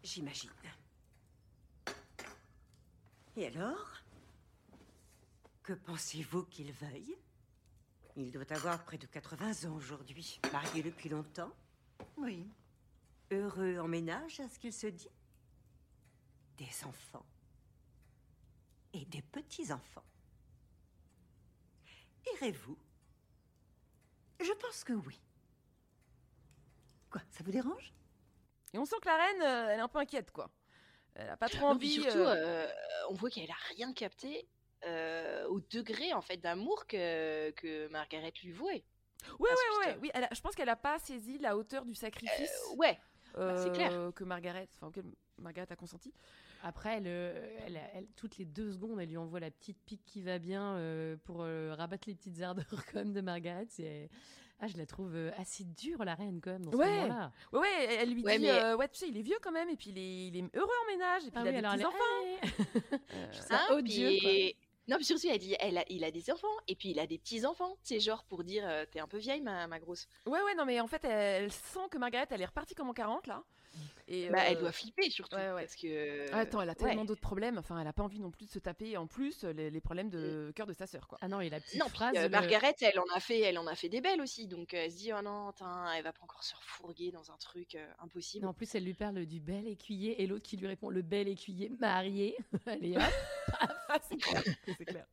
Speaker 4: J'imagine. Et alors Que pensez-vous qu'il veuille Il doit avoir près de 80 ans aujourd'hui, marié depuis longtemps. Oui, Heureux en ménage, à ce qu'il se dit Des enfants. Et des petits-enfants. Irez-vous Je pense que oui. Quoi, ça vous dérange
Speaker 1: Et on sent que la reine, euh, elle est un peu inquiète, quoi. Elle a pas trop
Speaker 6: Non, puis
Speaker 1: envie.
Speaker 6: surtout,
Speaker 1: euh,
Speaker 6: euh, on voit qu'elle a rien capté euh, au degré en fait d'amour que, que Margaret lui vouait.
Speaker 1: Ouais,
Speaker 6: Ah,
Speaker 1: ouais, ouais.
Speaker 6: putain.
Speaker 1: Oui, elle a- je pense qu'elle a pas saisi la hauteur du sacrifice
Speaker 6: Ouais, bah, c'est
Speaker 1: euh,
Speaker 6: clair.
Speaker 1: que Margaret, enfin, auquel Margaret a consenti.
Speaker 7: Après, elle, euh, elle, elle- toutes les deux secondes, elle lui envoie la petite pique qui va bien euh, pour euh, rabattre les petites ardeurs (laughs) quand même de Margaret. C'est- Ah, je la trouve euh, assez dure, la reine, quand même, dans
Speaker 1: Ouais.
Speaker 7: ce moment-là.
Speaker 1: Ouais, ouais, elle- elle lui
Speaker 6: Ouais,
Speaker 1: dit,
Speaker 6: mais- Ah
Speaker 1: euh, ouais, tu sais, il est vieux quand même, et puis il est, il est heureux en ménage, et puis il a des Euh, petits enfants.
Speaker 7: ça
Speaker 6: Hein,
Speaker 7: odieux, quoi.
Speaker 6: puis- Non, puis surtout, elle dit, elle a- il a des enfants et puis il a des petits enfants. C'est genre pour dire, euh, t'es un peu vieille, ma, ma grosse.
Speaker 1: Ouais, ouais, non, mais en fait, elle, elle sent que Margaret, elle est repartie comme en 40, là. Et,
Speaker 6: Bah, elle
Speaker 1: euh,
Speaker 6: doit flipper surtout
Speaker 1: ouais, ouais.
Speaker 6: parce que.
Speaker 1: ah, Attends, elle a tellement
Speaker 6: ouais.
Speaker 1: d'autres problèmes. Enfin, elle a pas envie non plus de se taper en plus les, les problèmes de
Speaker 6: Mm.
Speaker 1: cœur de sa sœur, quoi.
Speaker 7: Ah non, et la petite
Speaker 6: Non, puis,
Speaker 7: phrase.
Speaker 6: euh,
Speaker 7: le-
Speaker 6: Margaret, elle en a fait, elle en a fait des belles aussi, donc euh, elle se dit oh non, tain, elle va pas encore se refourguer dans un truc euh, impossible.
Speaker 7: Non, en plus, elle lui parle du bel écuyer et l'autre qui lui répond le bel écuyer marié. (laughs) Allez, hop.
Speaker 1: (laughs) c'est clair, c'est clair.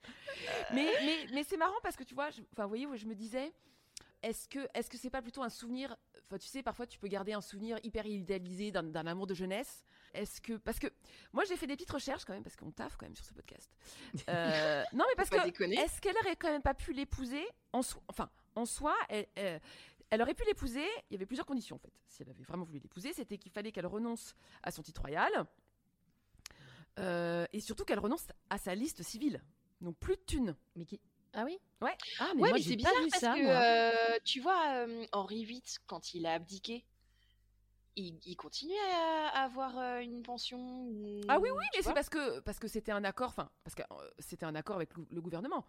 Speaker 1: Mais, mais, mais c'est marrant parce que tu vois, je, enfin, vous voyez, ouais, je me disais, est-ce que est-ce que c'est pas plutôt un souvenir Enfin, tu sais, parfois tu peux garder un souvenir hyper idéalisé d'un, d'un amour de jeunesse. Est-ce que parce que moi j'ai fait des petites recherches quand même parce qu'on taffe quand même sur ce podcast. Euh, non, mais parce
Speaker 6: Faut pas
Speaker 1: que
Speaker 6: déconner.
Speaker 1: est-ce qu'elle aurait quand même pas pu l'épouser en soi Enfin, en soi, elle, euh, elle aurait pu l'épouser. Il y avait plusieurs conditions en fait. Si elle avait vraiment voulu l'épouser, c'était qu'il fallait qu'elle renonce à son titre royal euh, et surtout qu'elle renonce à sa liste civile. Donc plus de thunes.
Speaker 7: Mais qui... Ah oui
Speaker 1: Ouais.
Speaker 7: Ah, mais
Speaker 6: ouais,
Speaker 7: moi,
Speaker 6: mais c'est
Speaker 7: j'ai
Speaker 6: bizarre
Speaker 7: pas vu
Speaker 6: parce
Speaker 7: ça.
Speaker 6: que
Speaker 7: moi.
Speaker 6: euh, tu vois, euh, Henri VIII, quand il a abdiqué, il, il continuait à avoir euh, une pension. ou-
Speaker 1: Ah oui, oui,
Speaker 6: tu
Speaker 1: mais c'est
Speaker 6: vois.
Speaker 1: parce que parce que c'était un accord. Enfin, parce que euh, c'était un accord avec le, le gouvernement.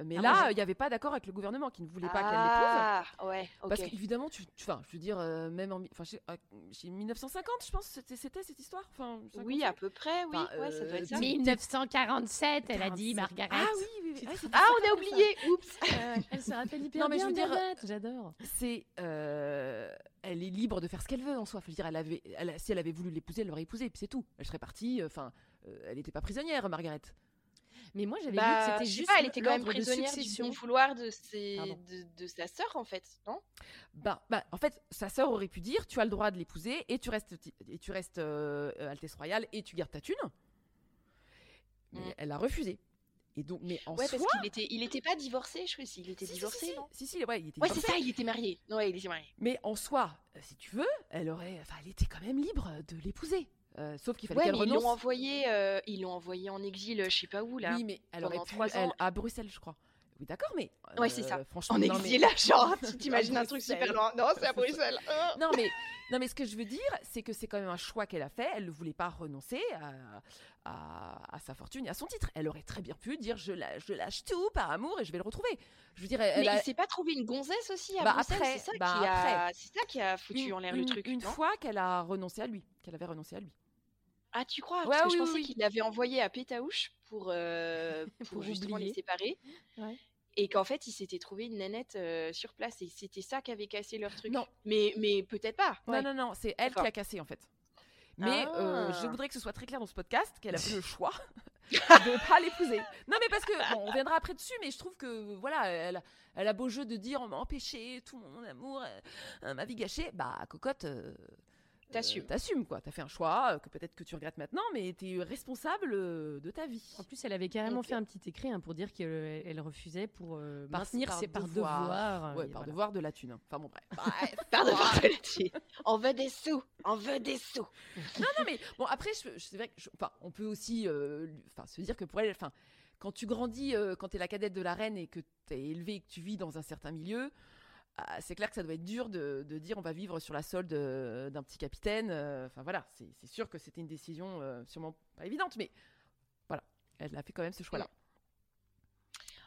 Speaker 1: Euh, Mais
Speaker 7: Ah, moi,
Speaker 1: là,
Speaker 7: j'ai-
Speaker 1: il n'y avait pas d'accord avec le gouvernement qui ne voulait pas qu'elle l'épouse.
Speaker 6: Ah, ouais, ok.
Speaker 1: Parce qu'évidemment, tu, tu- enfin, je veux dire, euh, même en, mi- enfin, chez, euh, chez 1950, je pense, c'était, c'était cette histoire. Enfin,
Speaker 6: Oui,
Speaker 1: 55.
Speaker 6: à peu près, oui.
Speaker 1: Enfin,
Speaker 6: ouais, ça doit être ça.
Speaker 1: euh,
Speaker 7: 1947, elle a dit,
Speaker 1: 47.
Speaker 7: Margaret.
Speaker 1: Ah oui, oui, oui. Ah, c'était
Speaker 6: Ah, on
Speaker 1: 55,
Speaker 6: a oublié Oups
Speaker 7: Elle se rappelle hyper
Speaker 1: Non, mais je
Speaker 7: bien
Speaker 1: veux
Speaker 7: de
Speaker 1: dire-
Speaker 7: la date, J'adore.
Speaker 1: (laughs) c'est euh, elle est libre de faire ce qu'elle veut en soi. Faut le dire, elle avait, elle a- si elle avait voulu l'épouser, elle l'aurait épousé, puis c'est tout. Elle serait partie. euh, Enfin, elle n'était pas prisonnière, Margaret.
Speaker 7: Mais moi, j'avais
Speaker 6: Bah,
Speaker 7: vu que
Speaker 6: je
Speaker 7: c'était
Speaker 6: sais
Speaker 7: juste.
Speaker 6: pas, elle était quand même
Speaker 7: l'ordre de
Speaker 6: prisonnière du
Speaker 7: succession.
Speaker 6: bon vouloir de, ses-
Speaker 7: Pardon.
Speaker 6: de, de sa sœur, en fait, non
Speaker 1: Bah, bah, en fait, sa sœur aurait pu dire, tu as le droit de l'épouser et tu restes, ti- et tu restes euh, euh, Altesse Royale et tu gardes ta thune. Mais
Speaker 6: Mm.
Speaker 1: elle a refusé. Et donc, mais en
Speaker 6: Ouais,
Speaker 1: soi,
Speaker 6: parce qu'il était, il était pas divorcé, je crois. s'il était
Speaker 1: si, si,
Speaker 6: divorcé,
Speaker 1: si, si.
Speaker 6: non
Speaker 1: Si, si, ouais, il était
Speaker 6: Ouais, c'est
Speaker 1: divorcé.
Speaker 6: ça, il était marié. Ouais, il était marié.
Speaker 1: Mais en soi, euh, si tu veux, elle aurait, enfin, elle était quand même libre de l'épouser. Euh, sauf qu'il fallait
Speaker 6: Ouais,
Speaker 1: qu'elle
Speaker 6: mais ils l'ont
Speaker 1: renonce.
Speaker 6: envoyé, euh, ils l'ont envoyé en exil, euh, je sais pas où là.
Speaker 1: Oui, mais elle
Speaker 6: pendant
Speaker 1: aurait pu,
Speaker 6: trois
Speaker 1: elle,
Speaker 6: ans.
Speaker 1: à Bruxelles, je crois. Oui, d'accord, mais euh,
Speaker 6: Ouais, c'est ça.
Speaker 1: Franchement,
Speaker 6: En
Speaker 1: non, mais-
Speaker 6: exil, là, genre,
Speaker 1: (laughs)
Speaker 6: tu t'imagines
Speaker 1: À
Speaker 6: un truc super
Speaker 1: Bruxelles.
Speaker 6: loin. Non,
Speaker 1: (laughs)
Speaker 6: c'est à Bruxelles. Ah.
Speaker 1: Non mais, non, mais ce que je veux dire, c'est que c'est quand même un choix qu'elle a fait. Elle ne voulait pas renoncer à, à, à sa fortune et à son titre. Elle aurait très bien pu dire je, la- je lâche tout par amour et je vais le retrouver. Je veux dire, elle
Speaker 6: Mais
Speaker 1: a
Speaker 6: il s'est pas trouvé une gonzesse aussi à
Speaker 1: Bah,
Speaker 6: Bruxelles.
Speaker 1: après,
Speaker 6: C'est ça,
Speaker 1: bah,
Speaker 6: qui a...
Speaker 1: après.
Speaker 6: c'est ça qui a foutu
Speaker 1: une,
Speaker 6: en l'air le
Speaker 1: une-
Speaker 6: truc.
Speaker 1: une
Speaker 6: non
Speaker 1: fois qu'elle a renoncé à lui, qu'elle avait renoncé à lui.
Speaker 6: ah, tu crois
Speaker 1: Ouais,
Speaker 6: Parce que
Speaker 1: oui,
Speaker 6: je
Speaker 1: oui,
Speaker 6: pensais
Speaker 1: oui.
Speaker 6: qu'il l'avait envoyé à Pétaouche pour,
Speaker 1: (laughs)
Speaker 6: euh, pour,
Speaker 7: Pour
Speaker 6: justement les
Speaker 7: oublier.
Speaker 6: séparer.
Speaker 7: Ouais.
Speaker 6: Et qu'en fait, il s'était trouvé une nanette euh, sur place et c'était ça qui avait cassé leur truc.
Speaker 1: Non.
Speaker 6: Mais, mais peut-être pas.
Speaker 7: Ouais.
Speaker 1: Non, non, non, c'est elle qui
Speaker 6: D'accord.
Speaker 1: a cassé en fait. Mais
Speaker 6: Ah.
Speaker 1: euh, je voudrais que ce soit très clair dans ce podcast qu'elle a fait
Speaker 6: (laughs)
Speaker 1: le choix de pas l'épouser. Non, mais parce que, bon, on viendra après dessus, mais je trouve que, voilà, elle, a- elle a beau jeu de dire on m'a empêché, tout mon amour, euh, euh, ma vie gâchée. Bah, cocotte, euh,
Speaker 6: T'assumes.
Speaker 1: euh, T'assumes, quoi. T'as fait un choix euh, que peut-être que tu regrettes maintenant, mais t'es responsable euh, de ta vie.
Speaker 6: Oh,
Speaker 7: En plus, elle avait carrément
Speaker 6: Ok.
Speaker 7: fait un petit écrit hein, pour dire qu'elle euh, elle refusait pour euh,
Speaker 1: Par-
Speaker 7: maintenir
Speaker 1: par
Speaker 7: ses par
Speaker 1: devoir.
Speaker 7: devoir.
Speaker 1: ouais,
Speaker 7: et
Speaker 1: par
Speaker 7: voilà.
Speaker 1: devoir de la thune. hein. Enfin, bon, bref.
Speaker 6: (laughs)
Speaker 1: Bref.
Speaker 6: Pardon, on veut des sous. On veut des sous.
Speaker 1: Non, mais bon, après, je, je- c'est vrai que je- enfin, on peut aussi euh, lui- enfin, se dire que pour elle, enfin, quand tu grandis, euh, quand tu es la cadette de la reine et que tu es élevée et que tu vis dans un certain milieu, ah, c'est clair que ça doit être dur de, de dire on va vivre sur la solde euh, d'un petit capitaine. euh, Enfin, voilà, c'est c'est sûr que c'était une décision euh, sûrement pas évidente, mais voilà, elle a fait quand même ce choix-là.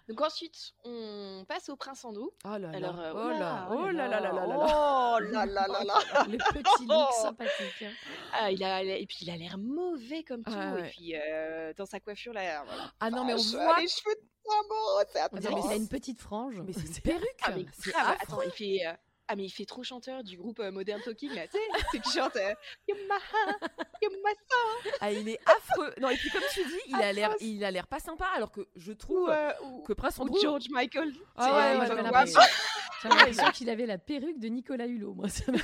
Speaker 6: Donc ensuite, on passe au prince Andrew.
Speaker 1: Oh là
Speaker 6: Alors,
Speaker 1: là,
Speaker 6: euh,
Speaker 1: oh
Speaker 6: oula,
Speaker 1: là, oh là là là là là.
Speaker 6: Oh là là
Speaker 1: (laughs)
Speaker 6: là là.
Speaker 7: Le petit look sympathique. hein.
Speaker 6: Ah, il a, il a- et puis il a l'air mauvais comme tout.
Speaker 1: Ah ouais.
Speaker 6: Et puis euh, dans sa coiffure là. voilà.
Speaker 1: Ah non, mais on
Speaker 6: Ah, je-
Speaker 1: voit.
Speaker 6: Les cheveux de Rambo, c'est
Speaker 7: On dirait qu'il a
Speaker 6: atroce.
Speaker 7: une petite frange.
Speaker 1: Mais c'est une perruque,
Speaker 6: Ah, mais
Speaker 1: c'est
Speaker 6: grave,
Speaker 1: affreux.
Speaker 6: attends, il fait. euh, Ah mais il fait trop chanteur du groupe euh, Modern Talking là, tu sais, c'est qui chante euh, You're my heart, you're my soul.
Speaker 1: Ah, il est affreux. Non, et puis comme tu dis, il a l'air,
Speaker 6: Atroce.
Speaker 1: il a l'air pas sympa, alors que je
Speaker 6: ou,
Speaker 1: trouve
Speaker 6: euh, ou-
Speaker 1: que Prince
Speaker 6: ou
Speaker 1: Andrew.
Speaker 6: George Michael. tu
Speaker 1: Ah
Speaker 6: sais,
Speaker 1: ouais,
Speaker 6: il
Speaker 1: ouais,
Speaker 6: fait
Speaker 1: j'avais
Speaker 6: un
Speaker 1: l'impression.
Speaker 7: (laughs)
Speaker 6: rap.
Speaker 7: J'avais l'impression qu'il avait la perruque de Nicolas Hulot. Moi, ça m'a-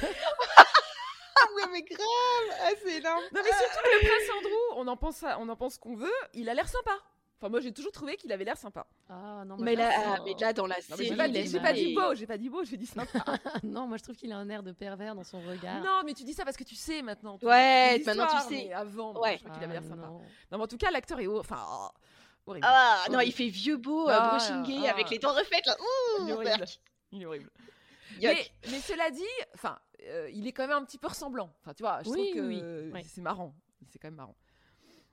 Speaker 6: Ah ouais mais grave, ah, c'est énorme.
Speaker 1: Non mais surtout que le prince Andrew, on en pense, à- on en pense qu'on veut, il a l'air sympa. Enfin moi j'ai toujours trouvé qu'il avait l'air sympa.
Speaker 7: Ah non, moi,
Speaker 6: Mais
Speaker 7: je trouve
Speaker 6: là,
Speaker 7: ça-
Speaker 6: ah, mais là dans la
Speaker 1: Non,
Speaker 6: série,
Speaker 1: mais j'ai
Speaker 7: C'est
Speaker 1: pas,
Speaker 7: lui,
Speaker 1: dit-
Speaker 7: il
Speaker 1: j'ai
Speaker 7: est
Speaker 1: pas dit
Speaker 7: marié.
Speaker 1: beau, j'ai pas dit beau, j'ai dit sympa.
Speaker 7: (laughs) non, moi je trouve qu'il a un air de pervers dans son regard.
Speaker 1: non mais tu dis ça parce que tu sais maintenant. tout-
Speaker 6: Ah. Ouais,
Speaker 1: toute
Speaker 6: maintenant, tu
Speaker 1: l'histoire,
Speaker 6: sais.
Speaker 1: mais avant, moi,
Speaker 6: Ouais.
Speaker 1: je trouvais qu'il avait l'air
Speaker 7: Ah,
Speaker 1: sympa. Non.
Speaker 7: non.
Speaker 1: mais en tout cas l'acteur est haut, enfin oh, horrible.
Speaker 6: Ah non,
Speaker 1: Horrible.
Speaker 6: il fait vieux beau, euh,
Speaker 1: Oh. Ah,
Speaker 6: brushing gay
Speaker 1: ah.
Speaker 6: avec les dents refaites là. Ouh,
Speaker 1: Il est horrible.
Speaker 6: berk.
Speaker 1: Il est horrible.
Speaker 6: Yuck.
Speaker 1: Mais, mais cela dit, enfin euh, il est quand même un petit peu ressemblant. Enfin tu vois, je
Speaker 7: Oui,
Speaker 1: trouve que
Speaker 7: oui,
Speaker 1: euh,
Speaker 7: oui.
Speaker 1: c'est marrant. C'est quand même marrant.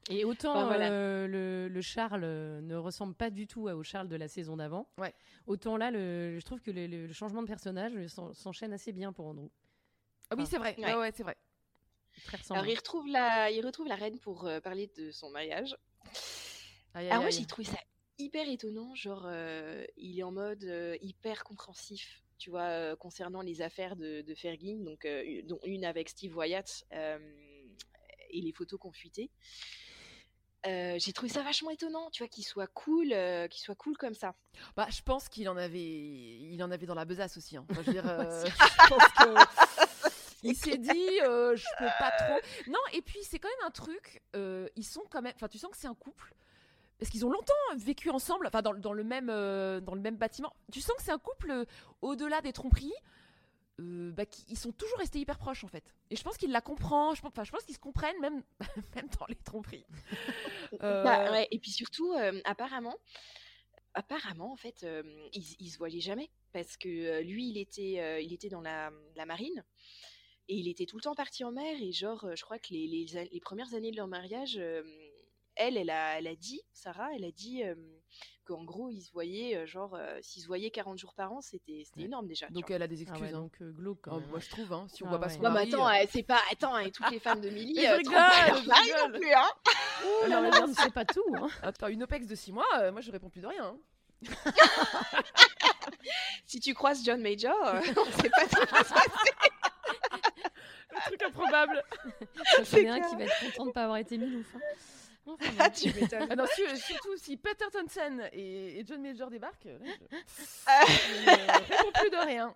Speaker 7: Et autant
Speaker 6: Bah, voilà.
Speaker 7: euh, le, le Charles euh, ne ressemble pas du tout à- au Charles de la saison d'avant,
Speaker 1: Ouais.
Speaker 7: autant là, le- je trouve que le, le- le changement de personnage s'en- s'enchaîne assez bien pour Andrew.
Speaker 1: Ah oui
Speaker 7: Ah.
Speaker 1: c'est vrai.
Speaker 6: Ouais.
Speaker 1: Ouais ouais c'est vrai.
Speaker 7: Très ressemblant.
Speaker 6: Alors, il retrouve la, il retrouve la reine pour euh, parler de son mariage.
Speaker 1: Aïe,
Speaker 6: Ah
Speaker 1: aïe,
Speaker 6: moi,
Speaker 1: aïe.
Speaker 6: j'ai trouvé ça hyper étonnant. Genre, euh, il est en mode euh, hyper compréhensif, tu vois, euh, concernant les affaires de, de Fergie, donc, euh, une- dont une avec Steve Wyatt euh, et les photos qu'on fuitait. Euh, j'ai trouvé ça vachement étonnant, tu vois, qu'il soit cool, euh, qu'il soit cool comme ça.
Speaker 1: Bah, je pense qu'il en avait, il en avait dans la besace aussi. hein. Enfin, je veux
Speaker 6: (laughs)
Speaker 1: dire, euh, je pense que- Il s'est dit, euh, je peux pas trop. Non, et puis c'est quand même un truc. euh, ils sont quand même. Enfin, tu sens que c'est un couple parce qu'ils ont longtemps vécu ensemble. Enfin, dans, dans le même, euh, dans le même bâtiment. Tu sens que c'est un couple euh, au-delà des tromperies. euh, bah, qui- ils sont toujours restés hyper proches en fait. Et je pense qu'il la comprend. Je pense, enfin, je pense qu'ils se comprennent même, (laughs) même dans les tromperies. Euh,
Speaker 6: Bah, ouais, Et puis surtout, euh, apparemment, apparemment, en fait, euh, ils, ils se voyaient jamais parce que euh, lui, il était, euh, il était dans la, la marine et il était tout le temps parti en mer. Et genre, euh, je crois que les, les a- les premières années de leur mariage, euh, elle, elle a, elle a dit, Sarah, elle a dit euh, qu'en gros, ils se voyaient, euh, genre, euh, s'ils se voyaient 40 jours par an, c'était c'était
Speaker 1: Ouais.
Speaker 6: énorme déjà. tu
Speaker 1: Donc
Speaker 6: vois.
Speaker 1: elle a des
Speaker 7: Ah ouais,
Speaker 1: excuses. hein.
Speaker 7: donc euh, glauque quand
Speaker 1: Oh,
Speaker 7: même.
Speaker 1: moi je trouve, hein, si on
Speaker 7: Ah
Speaker 1: voit pas
Speaker 7: ouais.
Speaker 1: son
Speaker 6: Ouais, mais
Speaker 1: mari,
Speaker 6: attends,
Speaker 1: euh,
Speaker 6: euh, c'est pas, attends, hein, toutes les
Speaker 1: (laughs)
Speaker 6: femmes de Millie,
Speaker 1: Mais je
Speaker 6: euh, trompent pas
Speaker 1: rigole,
Speaker 6: leur
Speaker 1: je
Speaker 6: mari (laughs) non
Speaker 1: rigole.
Speaker 6: plus, hein.
Speaker 7: Oh là là, on ne sait pas tout. hein.
Speaker 1: Ah, tu as une OPEX de 6 mois, euh, moi je réponds plus de rien. hein.
Speaker 6: Si tu croises John Major, euh, (laughs) on
Speaker 1: (laughs)
Speaker 6: sait pas ce qui va se passer.
Speaker 1: Le truc improbable.
Speaker 7: Il y en a un qui va être content de ne pas avoir été Milouf. hein. Enfin,
Speaker 6: (laughs)
Speaker 7: bon.
Speaker 6: Tu m'étonnes.
Speaker 1: (laughs) Ah non, su- euh, surtout si Peter Thompson et, et John Major débarquent, euh, là, je...
Speaker 6: (laughs)
Speaker 1: je ne réponds plus de rien.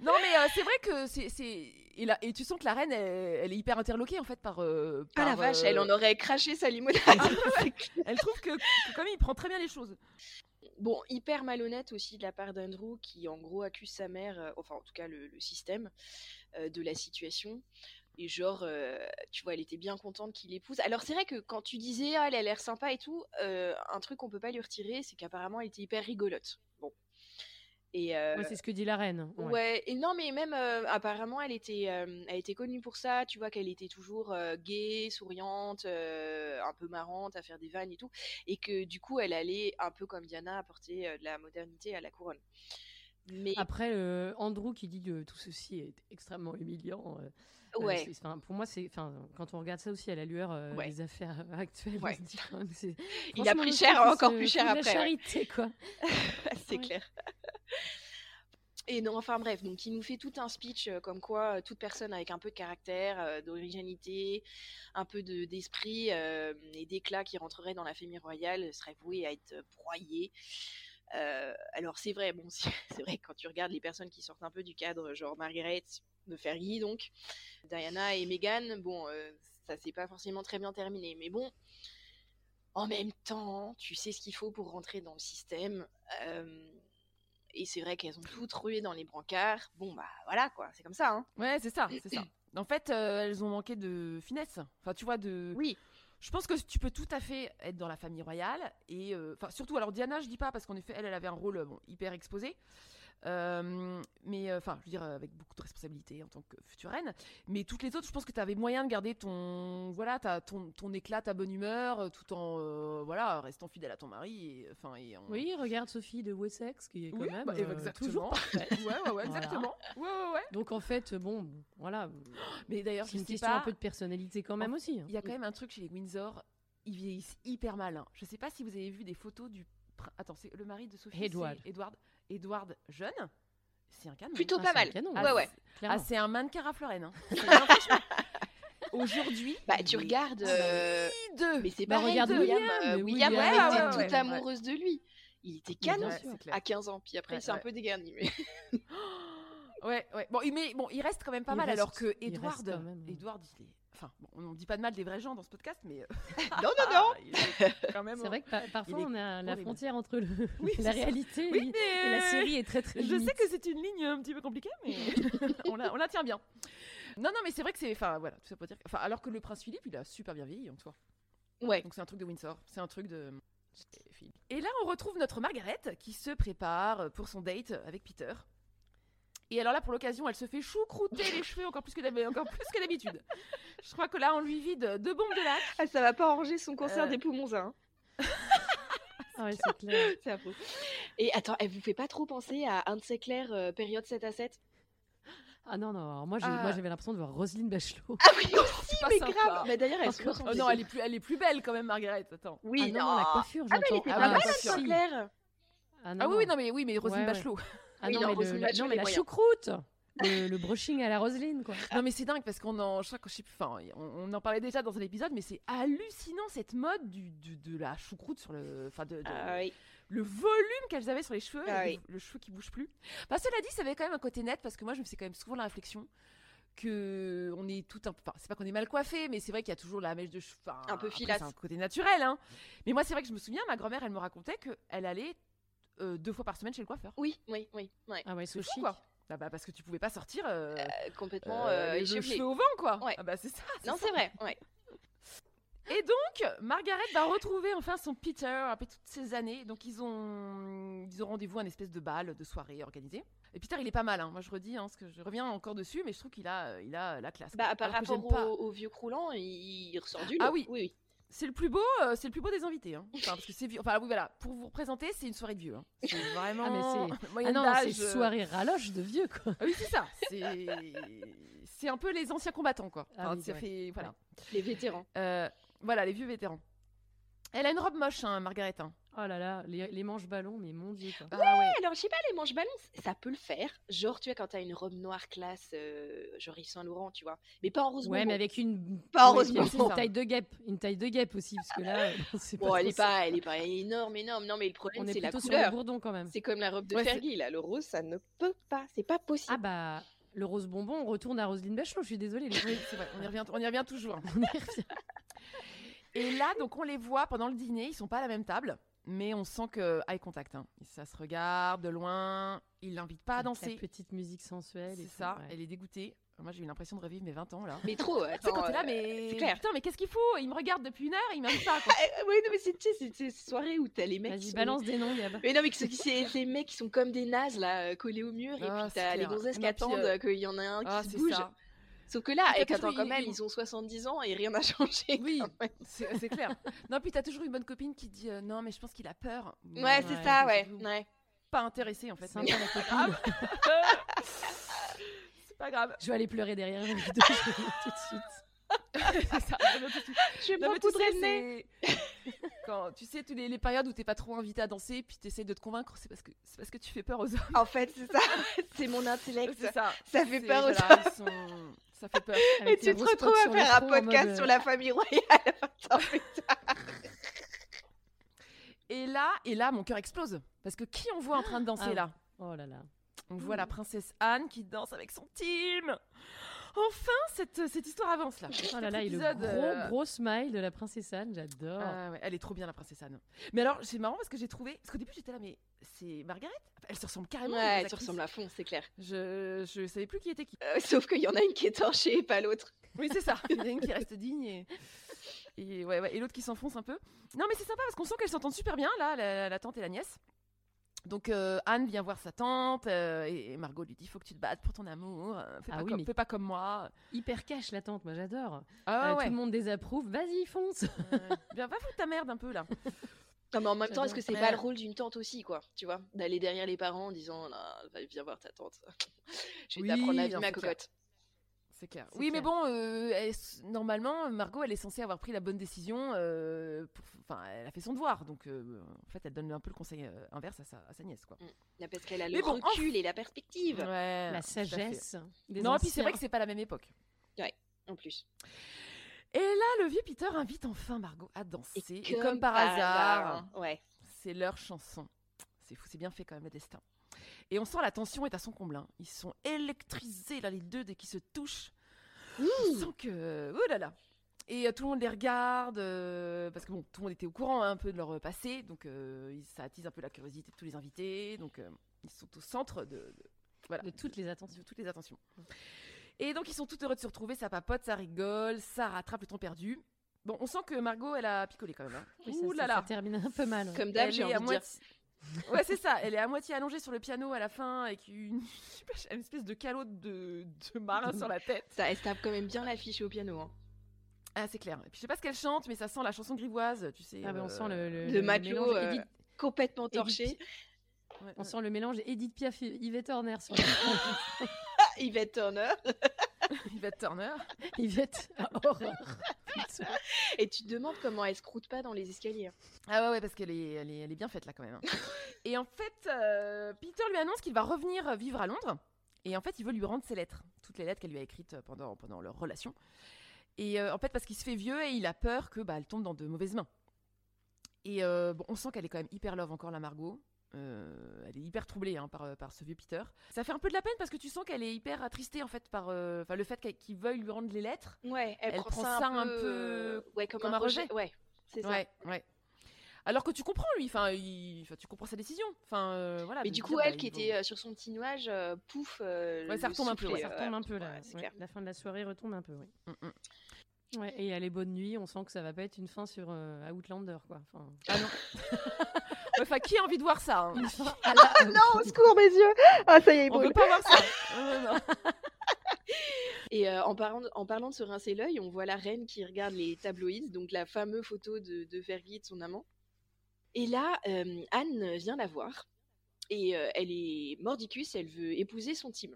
Speaker 1: Non mais euh, c'est vrai que c'est... c'est- Et, là, et tu sens que la reine, elle, elle est hyper interloquée en fait par... euh,
Speaker 6: Ah la
Speaker 1: par,
Speaker 6: vache,
Speaker 1: euh, (laughs)
Speaker 6: elle en aurait craché sa limonade.
Speaker 1: Elle trouve que, que quand même il prend très bien les choses.
Speaker 6: (laughs) bon, hyper malhonnête aussi de la part d'Andrew qui en gros accuse sa mère, euh, enfin en tout cas le, le système, euh, de la situation. Et genre, euh, tu vois, elle était bien contente qu'il épouse. Alors c'est vrai que quand tu disais, ah, elle a l'air sympa et tout, euh, un truc qu'on peut pas lui retirer, c'est qu'apparemment elle était hyper rigolote. Bon. Et euh,
Speaker 7: Ouais, c'est ce que dit la reine.
Speaker 6: Ouais.
Speaker 7: ouais.
Speaker 6: et non, mais même euh, apparemment, elle était, euh, elle était connue pour ça, tu vois, qu'elle était toujours euh, gaie, souriante, euh, un peu marrante à faire des vannes et tout, et que du coup, elle allait, un peu comme Diana, apporter euh, de la modernité à la couronne. Mais
Speaker 7: Après, euh, Andrew qui dit que tout ceci est extrêmement humiliant. euh, euh,
Speaker 6: ouais,
Speaker 7: c'est- enfin, pour moi, c'est enfin, quand on regarde ça aussi à la lueur euh,
Speaker 6: Ouais.
Speaker 7: des affaires euh, actuelles,
Speaker 6: Ouais.
Speaker 7: on se dit quand même, c'est-
Speaker 6: Il a
Speaker 7: franchement,
Speaker 6: pris
Speaker 7: le
Speaker 6: cher,
Speaker 7: truc, il
Speaker 6: encore
Speaker 7: se
Speaker 6: plus cher
Speaker 7: fout de
Speaker 6: après, hein.
Speaker 7: La
Speaker 6: ouais.
Speaker 7: charité, quoi.
Speaker 6: (laughs) c'est
Speaker 7: ouais.
Speaker 6: clair. Et non, enfin bref, donc il nous fait tout un speech euh, comme quoi euh, toute personne avec un peu de caractère, euh, d'originalité, un peu de- d'esprit euh, et d'éclat qui rentrerait dans la famille royale serait vouée à être broyée. Euh, alors c'est vrai, bon, (laughs) si- c'est vrai que quand tu regardes les personnes qui sortent un peu du cadre, genre Margaret de Fergie donc, Diana et Meghan, bon, euh, ça s'est pas forcément très bien terminé, mais bon. En même temps, tu sais ce qu'il faut pour rentrer dans le système. euh, et c'est vrai qu'elles ont toutes rué dans les brancards. Bon, bah voilà quoi, c'est comme ça. Hein.
Speaker 1: Ouais, c'est ça, c'est ça. En fait, euh, elles ont manqué de finesse. Enfin, tu vois, de...
Speaker 6: Oui.
Speaker 1: Je pense que tu peux tout à fait être dans la famille royale et euh, enfin surtout alors Diana je dis pas parce qu'en effet elle elle avait un rôle euh, bon, hyper exposé Euh, mais euh, enfin je veux dire euh, avec beaucoup de responsabilités en tant que future reine mais toutes les autres je pense que tu avais moyen de garder ton voilà ta ton, ton éclat ta bonne humeur euh, tout en euh, voilà restant fidèle à ton mari et enfin et en-
Speaker 7: Oui, regarde Sophie de Wessex qui est quand
Speaker 1: Oui,
Speaker 7: même
Speaker 1: bah,
Speaker 7: euh,
Speaker 1: exactement.
Speaker 7: toujours parfaite.
Speaker 1: ouais (laughs) ouais ouais
Speaker 7: Voilà.
Speaker 1: exactement ouais ouais ouais
Speaker 7: (laughs) Donc en fait, bon, voilà.
Speaker 1: mais d'ailleurs
Speaker 7: C'est
Speaker 1: je
Speaker 7: une
Speaker 1: sais
Speaker 7: question
Speaker 1: pas
Speaker 7: un peu de personnalité quand même aussi. hein.
Speaker 1: Il y a quand même un truc chez les Windsor, ils vieillissent hyper mal. hein. Je sais pas si vous avez vu des photos du. pr- Attends, c'est le mari de Sophie. c'est
Speaker 7: Edward.
Speaker 1: Edward. Edward jeune. C'est un canon. hein.
Speaker 6: Plutôt
Speaker 7: Ah,
Speaker 6: pas
Speaker 7: c'est un
Speaker 6: mal.
Speaker 7: canon,
Speaker 6: ouais, ouais.
Speaker 1: Ah,
Speaker 7: clairement.
Speaker 1: c'est un mannequin à Florène. hein. C'est l'impression. Aujourd'hui.
Speaker 6: (laughs) Bah tu
Speaker 1: il est
Speaker 6: regardes. euh,
Speaker 1: hideux.
Speaker 6: Mais c'est
Speaker 7: Bah,
Speaker 6: pareil
Speaker 7: regarde
Speaker 6: de
Speaker 7: William,
Speaker 6: William. euh,
Speaker 7: mais
Speaker 6: William,
Speaker 7: William,
Speaker 6: elle
Speaker 1: ouais,
Speaker 6: était
Speaker 1: ouais, ouais,
Speaker 6: toute
Speaker 1: ouais.
Speaker 6: amoureuse de lui. Il était canon
Speaker 1: Ouais, c'est clair.
Speaker 6: à 15 ans. Puis après,
Speaker 1: Ouais,
Speaker 6: il s'est un
Speaker 1: ouais.
Speaker 6: peu dégarni. Mais...
Speaker 1: Ouais, ouais. Bon, il- mais bon, il reste quand même pas
Speaker 7: Il
Speaker 1: mal,
Speaker 7: reste-
Speaker 1: alors que
Speaker 7: il
Speaker 1: Edward,
Speaker 7: reste quand même, ouais.
Speaker 1: Edward, il est. Enfin, bon, on ne dit pas de mal des vrais gens dans ce podcast, mais. euh, ah,
Speaker 6: non, non,
Speaker 1: (laughs)
Speaker 6: non.
Speaker 1: il est quand même.
Speaker 7: C'est vrai que par- parfois
Speaker 1: est
Speaker 7: on a la
Speaker 1: horrible.
Speaker 7: frontière entre le-
Speaker 1: (laughs) Oui, c'est
Speaker 7: (laughs) la
Speaker 1: ça.
Speaker 7: réalité
Speaker 1: Oui,
Speaker 7: et- et la
Speaker 1: mais-
Speaker 7: série est très très
Speaker 1: Je
Speaker 7: limite.
Speaker 1: sais que c'est une ligne un petit peu compliquée, mais on, la, on la tient bien. Non, non, mais c'est vrai que c'est. Enfin, voilà, tout ça pour dire. que- Enfin, alors que le prince Philippe, il a super bien vieilli en soi.
Speaker 6: Ouais.
Speaker 1: Donc c'est un truc de Windsor, c'est un truc de. Et là, on retrouve notre Margaret qui se prépare pour son date avec Peter. Et alors là, pour l'occasion, elle se fait choucrouter les cheveux encore plus que d'hab- encore plus que d'habitude. Je crois que là, on lui vide deux bombes de lac.
Speaker 6: Ah, ça va pas arranger son cancer
Speaker 1: Euh.
Speaker 6: des poumons, ça. hein.
Speaker 7: Ah ouais, c'est clair.
Speaker 6: C'est affreux. Et attends, elle vous fait pas trop penser à un de ses clairs euh, période 7 à 7
Speaker 7: Ah non, non, alors moi j'ai-
Speaker 6: Ah.
Speaker 7: moi, j'avais l'impression de voir Roselyne Bachelot.
Speaker 6: Ah oui, aussi,
Speaker 1: C'est pas
Speaker 6: mais
Speaker 1: sympa.
Speaker 6: grave. Bah, D'ailleurs, elle se
Speaker 7: Encore.
Speaker 1: Oh
Speaker 6: ressemble.
Speaker 1: non, elle est plus, elle est plus belle quand même, Margaret. Attends.
Speaker 7: Ah
Speaker 6: Oui,
Speaker 7: non, non, la
Speaker 6: non. Ah,
Speaker 7: coiffure,
Speaker 6: mais elle
Speaker 7: j'entends.
Speaker 6: était
Speaker 1: Ah,
Speaker 6: pas
Speaker 1: la
Speaker 6: mal,
Speaker 1: coiffure.
Speaker 6: Anne Sinclair.
Speaker 7: Ah
Speaker 1: Ah oui, oui, non mais oui, mais Roselyne
Speaker 7: Ouais, ouais.
Speaker 1: Bachelot.
Speaker 7: Ah
Speaker 6: Oui,
Speaker 7: non,
Speaker 6: non,
Speaker 7: mais, le-
Speaker 6: Roselyne
Speaker 7: la-
Speaker 6: Bachelot,
Speaker 7: non,
Speaker 6: les
Speaker 7: mais la
Speaker 6: moyens.
Speaker 7: choucroute le, le brushing à la Roselyne, quoi.
Speaker 1: Non mais c'est dingue parce qu'on en, je crois que je sais plus, enfin, on, on en parlait déjà dans un épisode, mais c'est hallucinant cette mode du, du- de la choucroute sur le, enfin de, de-
Speaker 6: Ah oui.
Speaker 1: le volume qu'elles avaient sur les cheveux,
Speaker 6: Ah
Speaker 1: et
Speaker 6: oui.
Speaker 1: le, le cheveu qui bouge plus. Enfin cela dit, ça avait quand même un côté net parce que moi je me fais quand même souvent la réflexion que on est tout un, enfin c'est pas qu'on est mal coiffé, mais c'est vrai qu'il y a toujours la mèche de cheveux, enfin,
Speaker 6: Un peu
Speaker 1: après,
Speaker 6: filasse.
Speaker 1: c'est un côté naturel, hein. Mais moi c'est vrai que je me souviens, ma grand-mère elle me racontait que elle allait euh, deux fois par semaine chez le coiffeur.
Speaker 6: Oui, oui, oui. ouais.
Speaker 7: Ah ouais,
Speaker 1: C'est
Speaker 7: so
Speaker 1: fou,
Speaker 7: chic.
Speaker 1: quoi. Ah bah, parce que tu pouvais pas sortir. euh,
Speaker 6: Euh, complètement.
Speaker 1: euh,
Speaker 6: euh,
Speaker 1: les
Speaker 6: j'ai
Speaker 1: deux
Speaker 6: oublié.
Speaker 1: cheveux au vent, quoi.
Speaker 6: Ouais.
Speaker 1: Ah bah, c'est ça. c'est
Speaker 6: Non,
Speaker 1: ça.
Speaker 6: c'est vrai. Ouais.
Speaker 1: Et donc, Margaret va retrouver enfin son Peter après toutes ces années. Donc, ils ont, ils ont rendez-vous à une espèce de bal, de soirée organisée. Et Peter, il est pas mal. hein. Moi, je redis, hein, parce que je reviens encore dessus, mais je trouve qu'il a, euh, il a la classe.
Speaker 6: Bah,
Speaker 1: quoi.
Speaker 6: par
Speaker 1: Alors que
Speaker 6: rapport
Speaker 1: j'aime pas-
Speaker 6: au, au vieux croulant, il, il ressort du lot.
Speaker 1: Ah oui.
Speaker 6: oui, oui.
Speaker 1: C'est le plus beau, euh, c'est le plus beau des invités. hein. Enfin, parce que c'est vieux. Enfin, oui, voilà. Pour vous représenter, c'est une soirée de vieux. hein. C'est vraiment.
Speaker 7: mais Ah
Speaker 1: moyen
Speaker 7: non,
Speaker 1: d'âge,
Speaker 7: c'est
Speaker 1: euh,
Speaker 7: soirée raloche de vieux, quoi.
Speaker 1: Ah oui, c'est ça. C'est, c'est un peu les anciens combattants, quoi.
Speaker 7: Ah
Speaker 1: Enfin,
Speaker 7: oui,
Speaker 1: ça
Speaker 7: ouais.
Speaker 1: fait, voilà.
Speaker 6: Les vétérans.
Speaker 1: Euh, voilà, les vieux vétérans. Elle a une robe moche, hein, Margaret. hein.
Speaker 7: Oh là là, les, les manches ballons, mais mon dieu, quoi.
Speaker 1: Ah ouais.
Speaker 6: Alors, je sais pas, les manches ballons, c- ça peut le faire. Genre, tu vois, quand t'as une robe noire classe, euh, genre Yves Saint Laurent, tu vois. Mais pas en rose
Speaker 7: Ouais,
Speaker 6: bonbon.
Speaker 7: mais avec une.
Speaker 6: Pas
Speaker 7: ouais, puis
Speaker 6: heureusement.
Speaker 7: aussi Une taille de guêpe, une taille de guêpe aussi, parce que là, euh, (laughs) c'est pas.
Speaker 6: Bon, elle
Speaker 7: trop
Speaker 6: est pas, elle est pas énorme, énorme. Non, mais le
Speaker 7: ça. On
Speaker 6: problème,
Speaker 7: est
Speaker 6: c'est la
Speaker 7: plutôt sur le
Speaker 6: couleur.
Speaker 7: bourdon quand même.
Speaker 6: C'est comme la robe de
Speaker 1: Ouais, c'est-
Speaker 6: Fergie, là. Le rose, ça ne peut pas. C'est pas
Speaker 7: Ah
Speaker 6: possible.
Speaker 7: bah, le rose bonbon, on retourne à Roselyne Bachelot, je suis désolée. les-
Speaker 1: Oui, c'est vrai, on y revient, on y revient toujours.
Speaker 7: (laughs) on y revient.
Speaker 1: Et là, donc, on les voit pendant le dîner, ils sont pas à la même table, mais on sent que eye contact. hein. Ça se regarde de loin, il l'invite pas à
Speaker 7: Avec
Speaker 1: danser.
Speaker 7: La petite musique sensuelle. et
Speaker 1: C'est
Speaker 7: tout,
Speaker 1: ça,
Speaker 7: ouais.
Speaker 1: elle est dégoûtée. Moi, j'ai eu l'impression de revivre mes 20 ans là.
Speaker 6: Mais trop.
Speaker 1: (laughs) Tu sais,
Speaker 6: attends,
Speaker 1: quand t'es là,
Speaker 6: euh,
Speaker 1: mais.
Speaker 6: c'est clair.
Speaker 1: Putain, mais qu'est-ce qu'il faut Il me regarde depuis une heure, il m'invite pas.
Speaker 6: (laughs)
Speaker 1: quoi.
Speaker 6: Ah Ouais, non, mais c'est, tu sais, c'est, c'est ces soirées où t'as les mecs. qui
Speaker 7: Vas-y,
Speaker 6: sont-
Speaker 7: balance des noms, Gab.
Speaker 6: Mais non, mais que c'est, c'est les mecs qui sont comme des nazes, là, euh, collés au mur, et
Speaker 1: Ah,
Speaker 6: puis
Speaker 1: c'est
Speaker 6: t'as les
Speaker 1: clair.
Speaker 6: gonzesses qui
Speaker 1: Non, puis,
Speaker 6: attendent
Speaker 1: euh,
Speaker 6: euh, qu'il y en a un qui
Speaker 1: Ah,
Speaker 6: se
Speaker 1: c'est
Speaker 6: bouge. (laughs)
Speaker 1: ça.
Speaker 6: Sauf que là,
Speaker 1: Puis
Speaker 6: et
Speaker 1: t'as
Speaker 6: quand
Speaker 1: toujours
Speaker 6: Ah, quand
Speaker 1: une-
Speaker 6: même,
Speaker 1: une-
Speaker 6: ils ont 70 ans et rien n'a (laughs) changé.
Speaker 1: Oui.
Speaker 6: quand même.
Speaker 1: C'est c'est clair. Non, puis t'as toujours une bonne copine qui te dit euh, Non, mais je pense qu'il a peur.
Speaker 6: Ouais,
Speaker 1: Moi,
Speaker 6: c'est
Speaker 7: Ouais,
Speaker 6: ça,
Speaker 1: je
Speaker 6: ouais.
Speaker 1: suis
Speaker 6: ouais.
Speaker 1: Pas intéressée en fait. mais-
Speaker 7: Sympa,
Speaker 1: (laughs)
Speaker 7: la copine.
Speaker 1: C'est pas grave.
Speaker 7: Je vais aller pleurer derrière les deux, je vais tout de suite.
Speaker 1: C'est ça, vraiment tout de suite.
Speaker 6: Je
Speaker 1: (laughs)
Speaker 6: vais
Speaker 1: Non,
Speaker 6: me
Speaker 1: mais tu
Speaker 6: poudrer
Speaker 1: sais,
Speaker 6: le nez.
Speaker 1: c'est- Quand tu sais, toutes les, les périodes où t'es pas trop invité à danser, puis t'essayes de te convaincre, c'est parce que c'est parce que tu fais peur aux hommes.
Speaker 6: En fait, c'est ça. (laughs) c'est mon intellect.
Speaker 1: (laughs) C'est ça.
Speaker 6: Ça fait
Speaker 1: C'est-
Speaker 6: peur aux
Speaker 1: voilà, ils sont- Ça fait peur.
Speaker 6: Et
Speaker 7: Avec
Speaker 6: tu
Speaker 7: tes
Speaker 6: te
Speaker 7: grosses
Speaker 6: retrouves
Speaker 7: potes
Speaker 6: à
Speaker 7: sur le
Speaker 6: faire un
Speaker 7: front en
Speaker 6: podcast
Speaker 7: mode,
Speaker 6: sur la famille royale. (laughs) Attends, mais-
Speaker 1: Et là, et là, mon cœur explose parce que qui on voit en train de danser
Speaker 7: Ah.
Speaker 1: là
Speaker 7: Oh là là.
Speaker 1: On voit la princesse Anne qui danse avec son team. Enfin, cette, cette histoire avance là.
Speaker 7: Oh là
Speaker 1: Cet
Speaker 7: là, et le
Speaker 1: épisode,
Speaker 7: gros,
Speaker 1: euh,
Speaker 7: gros smile de la princesse Anne, j'adore.
Speaker 1: Ah ouais, elle est trop bien la princesse Anne. Mais alors, c'est marrant parce que j'ai trouvé. Parce qu'au début, j'étais là, mais c'est Margaret Elle se ressemble carrément. les deux
Speaker 6: Ouais, tu
Speaker 1: actrices.
Speaker 6: ressembles à fond, c'est clair.
Speaker 1: Je, je savais plus qui était qui.
Speaker 6: Euh, sauf qu'il y en a une qui est torchée et pas l'autre.
Speaker 1: Oui, c'est ça. Il y en a une qui reste digne et, et, ouais, ouais, et l'autre qui s'enfonce un peu. Non, mais c'est sympa parce qu'on sent qu'elles s'entendent super bien, là, la, la- la tante et la nièce. Donc euh, Anne vient voir sa tante euh, et, et Margot lui dit faut que tu te battes pour ton amour, euh, fais,
Speaker 7: Ah
Speaker 1: pas,
Speaker 7: oui,
Speaker 1: comme,
Speaker 7: mais-
Speaker 1: fais pas comme moi.
Speaker 7: Hyper cash la tante, moi j'adore.
Speaker 1: Ah
Speaker 7: Euh,
Speaker 1: ouais,
Speaker 7: Tout le monde désapprouve, vas-y fonce.
Speaker 1: euh, bien, va foutre ta merde un peu là.
Speaker 6: Non, mais en même temps, est-ce que c'est pas
Speaker 1: Ouais.
Speaker 6: le rôle d'une tante aussi, quoi Tu vois D'aller derrière les parents en disant Là, va- viens voir ta tante. (laughs) Je vais
Speaker 1: Oui,
Speaker 6: t'apprendre la vie,
Speaker 1: non,
Speaker 6: ma
Speaker 1: c'est clair.
Speaker 6: cocotte.
Speaker 1: C'est clair.
Speaker 7: C'est
Speaker 1: oui, mais
Speaker 7: clair.
Speaker 1: bon, euh, elle s- normalement, Margot, elle est censée avoir pris la bonne décision. euh, pour- Enfin, elle a fait son devoir. Donc, euh, en fait, elle donne un peu le conseil euh, inverse à sa, à sa nièce, quoi.
Speaker 6: Là, parce qu'elle a le
Speaker 1: Mais bon,
Speaker 6: recul et la perspective,
Speaker 1: Ouais, Ah, tout à
Speaker 7: la
Speaker 1: fait.
Speaker 7: sagesse. Des
Speaker 1: Non, puis c'est
Speaker 7: anciens.
Speaker 1: vrai que c'est pas la même époque.
Speaker 6: en plus.
Speaker 1: Et là, le vieux Peter E invite enfin Margot à danser. Et, comme, par hasard,
Speaker 6: hasard, hein. Ouais.
Speaker 1: c'est leur chanson. C'est fou, c'est bien fait quand même le destin. Et on sent la tension est à son comble. hein. Ils sont électrisés là les deux dès qu'ils se touchent. On sent que oh là là. Et euh, tout le monde les regarde euh, parce que bon, tout le monde était au courant hein, un peu de leur euh, passé, donc euh, ils- ça attise un peu la curiosité de tous les invités. Donc euh, ils sont au centre de, de- voilà,
Speaker 7: De toutes les attentions.
Speaker 1: de toutes les attentions. Et donc ils sont tout heureux de se retrouver, ça papote, ça rigole, ça rattrape le temps perdu. Bon, on sent que Margot, elle a picolé quand même. hein.
Speaker 7: Oui, ça-
Speaker 1: Ouh
Speaker 7: ça-
Speaker 1: là
Speaker 7: ça
Speaker 1: là.
Speaker 7: termine un peu mal. ouais.
Speaker 6: Comme d'hab,
Speaker 1: Elle
Speaker 6: j'ai
Speaker 1: est
Speaker 6: envie
Speaker 1: à
Speaker 6: de dire.
Speaker 1: moitié. (laughs) Ouais, c'est ça. Elle est à moitié allongée sur le piano à la fin avec une, je sais pas, une espèce de calot de, de marin sur la
Speaker 7: (laughs)
Speaker 1: tête.
Speaker 6: Ça, elle se tape quand même bien l'affiche au piano. hein.
Speaker 1: Ah, c'est clair. Et puis je sais pas ce qu'elle chante, mais ça sent la chanson grivoise, tu sais.
Speaker 7: Ah, bah,
Speaker 1: euh,
Speaker 7: on sent le, le,
Speaker 6: de
Speaker 7: le
Speaker 6: Matelot,
Speaker 7: mélange
Speaker 6: euh,
Speaker 7: Edith-
Speaker 6: Complètement
Speaker 7: Edith
Speaker 6: torchée.
Speaker 7: Pi-
Speaker 1: ouais,
Speaker 7: on
Speaker 1: ouais.
Speaker 7: sent le mélange Edith Piaf et Yvette Horner sur le-
Speaker 6: (laughs) Yvette Turner.
Speaker 1: (laughs) Yvette Turner.
Speaker 7: (laughs) Yvette, ah,
Speaker 1: (laughs)
Speaker 7: horreur. Putain.
Speaker 6: Et tu te demandes comment elle se croûte pas dans les escaliers. hein.
Speaker 1: Ah ouais, ouais parce qu'elle est, elle est, elle est bien faite là quand même. hein. et en fait, euh, Peter lui annonce qu'il va revenir euh, vivre à Londres. Et en fait, il veut lui rendre ses lettres, toutes les lettres qu'elle lui a écrites euh, pendant, pendant leur relation. Et euh, en fait, parce qu'il se fait vieux et il a peur que bah, elle tombe dans de mauvaises mains. Et euh, bon, on sent qu'elle est quand même hyper love encore la Margot. Euh, elle est hyper troublée hein, par, euh, par ce vieux Peter. Ça fait un peu de la peine parce que tu sens qu'elle est hyper attristée en fait par euh, enfin, le fait qu'elle- qu'ils veuillent lui rendre les lettres.
Speaker 6: Ouais, elle,
Speaker 1: Elle prend
Speaker 6: ça,
Speaker 1: ça
Speaker 6: un
Speaker 1: un
Speaker 6: peu,
Speaker 1: peu
Speaker 6: euh, ouais, comme,
Speaker 1: comme
Speaker 6: un
Speaker 1: un
Speaker 6: rejet.
Speaker 1: rejet.
Speaker 6: Ouais, c'est ça.
Speaker 1: Ouais, ouais. Alors que tu comprends lui, enfin, il- enfin, tu comprends sa décision. Enfin, euh, voilà.
Speaker 6: Mais
Speaker 1: de
Speaker 6: du
Speaker 1: se
Speaker 6: coup,
Speaker 1: dire,
Speaker 6: elle
Speaker 1: bah,
Speaker 6: qui
Speaker 1: ils vont-
Speaker 6: était euh, sur son petit nuage, euh, pouf. euh,
Speaker 1: Ouais, ça
Speaker 6: le
Speaker 1: retombe un peu,
Speaker 6: soufflet,
Speaker 1: ouais,
Speaker 7: Ça
Speaker 6: euh,
Speaker 7: retombe un peu là.
Speaker 6: ouais, c'est
Speaker 7: ouais.
Speaker 6: clair.
Speaker 7: La fin de la soirée retombe un peu. ouais.
Speaker 1: Mm, mm.
Speaker 7: Ouais, et elle est bonne nuit. On sent que ça va pas être une fin sur euh, Outlander quoi. Enfin,
Speaker 1: Ah non. (laughs) Enfin, qui a envie de voir ça hein (laughs)
Speaker 7: une fin à la-
Speaker 6: (laughs) Ah non, au secours, mes yeux Ah, ça y est, il
Speaker 1: On
Speaker 8: Oh,
Speaker 6: brûle.
Speaker 1: veut pas
Speaker 6: (laughs)
Speaker 1: voir ça. Non, non, non.
Speaker 6: Et euh, en, parlant de, en parlant de se rincer l'œil, on voit la reine qui regarde les tabloïds, donc la fameuse photo de, de Fergie et de son amant. Et là, euh, Anne vient la voir. Et euh, elle est mordicus, elle veut épouser son Tim.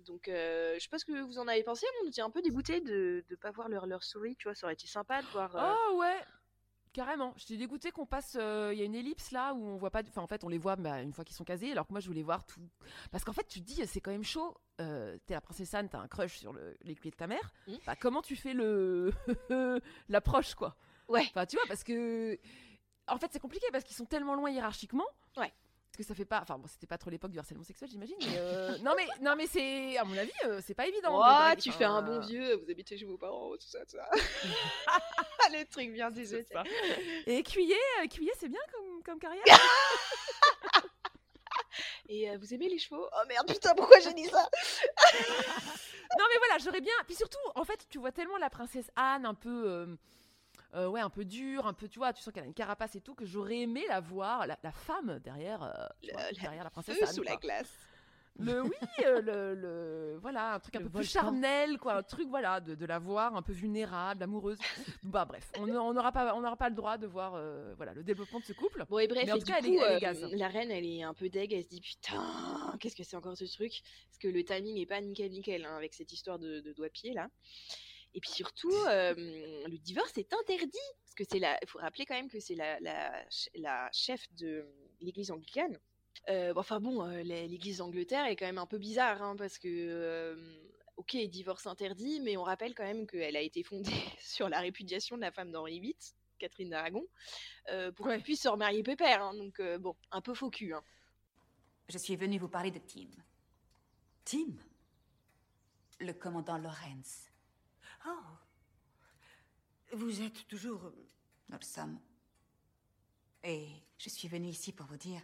Speaker 6: Donc, euh, je sais pas ce que vous en avez pensé, mais on était un peu dégoûtés de ne pas voir leur, leur souris, tu vois, ça aurait été sympa de voir. euh,
Speaker 1: Oh ouais. Carrément. J'étais dégoûtée qu'on passe. euh, Il y a une ellipse là où on voit pas. Enfin, en fait, on les voit bah, une fois qu'ils sont casés. Alors que moi, je voulais voir tout. Parce qu'en fait, tu te dis, c'est quand même chaud. Euh, t'es la princesse Anne, t'as un crush sur le- les clés de ta mère.
Speaker 6: Mhm.
Speaker 1: Bah, comment tu fais le (laughs) l'approche quoi
Speaker 6: Oh, Ouais.
Speaker 1: Enfin, tu vois, parce que. En fait, c'est compliqué parce qu'ils sont tellement loin hiérarchiquement.
Speaker 6: Ouais.
Speaker 1: Parce que ça fait pas. Enfin, bon, c'était pas trop l'époque du harcèlement sexuel, j'imagine. mais, euh, non, mais, non, mais c'est. À mon avis, euh, c'est pas évident. de draguer-
Speaker 6: Ouah, Oh, tu fais un
Speaker 1: enfin,
Speaker 6: bon vieux, vous habitez chez vos parents, tout ça, (laughs) tout ça. Les trucs bien déjetés.
Speaker 1: Et écuyer, euh, écuyer, c'est bien comme, comme
Speaker 6: (laughs)
Speaker 1: carrière.
Speaker 6: Et euh, vous aimez les chevaux Oh (laughs) merde, putain, pourquoi j'ai dit ça
Speaker 1: non, mais voilà, j'aurais bien. Puis surtout, en fait, tu vois tellement la princesse Anne un peu. euh, euh, ouais, un peu dure, un peu, tu vois, tu sens qu'elle a une carapace et tout, que j'aurais aimé la voir, la, la femme derrière, euh, tu
Speaker 6: Le-
Speaker 1: vois,
Speaker 6: la-
Speaker 1: derrière la princesse
Speaker 6: Feu
Speaker 1: Anne.
Speaker 6: sous la
Speaker 1: quoi.
Speaker 6: glace.
Speaker 1: Le oui, euh, le, le- voilà, un truc un
Speaker 7: Le
Speaker 1: peu plus
Speaker 7: volcan.
Speaker 1: charnel, quoi, un truc voilà, de, de la voir un peu vulnérable, amoureuse. bah bref, on on n'aura pas, on n'aura pas le droit de voir, euh, voilà, le développement de ce couple.
Speaker 6: Bon et bref,
Speaker 1: Mais en
Speaker 6: et
Speaker 1: tout
Speaker 6: du
Speaker 1: cas, elle est-
Speaker 6: coup,
Speaker 1: elle est
Speaker 6: euh,
Speaker 1: gaze.
Speaker 6: la reine, elle est un peu deg, elle se dit putain, qu'est-ce que c'est encore ce truc Parce que le timing est pas nickel nickel hein, avec cette histoire de, de doigt pied là. Et puis surtout, euh, le divorce est interdit parce que c'est la. Il faut rappeler quand même que c'est la, la, ch- la chef de l'Église anglicane. Euh, bon, enfin bon, euh, la- l'Église d'Angleterre est quand même un peu bizarre hein, parce que. euh, Ok, divorce interdit, mais on rappelle quand même qu'elle a été fondée (laughs) sur la répudiation de la femme d'Henri VIII, Catherine d'Aragon, euh, pour
Speaker 1: Ouais.
Speaker 6: qu'il puisse se remarier pépère. hein, donc euh, bon, un peu faux cul. hein.
Speaker 8: Je suis venue vous parler de Tim,
Speaker 4: Tim
Speaker 8: le commandant Lawrence.
Speaker 4: Oh Vous êtes toujours. euh,
Speaker 8: Nous le sommes. Et je suis venue ici pour vous dire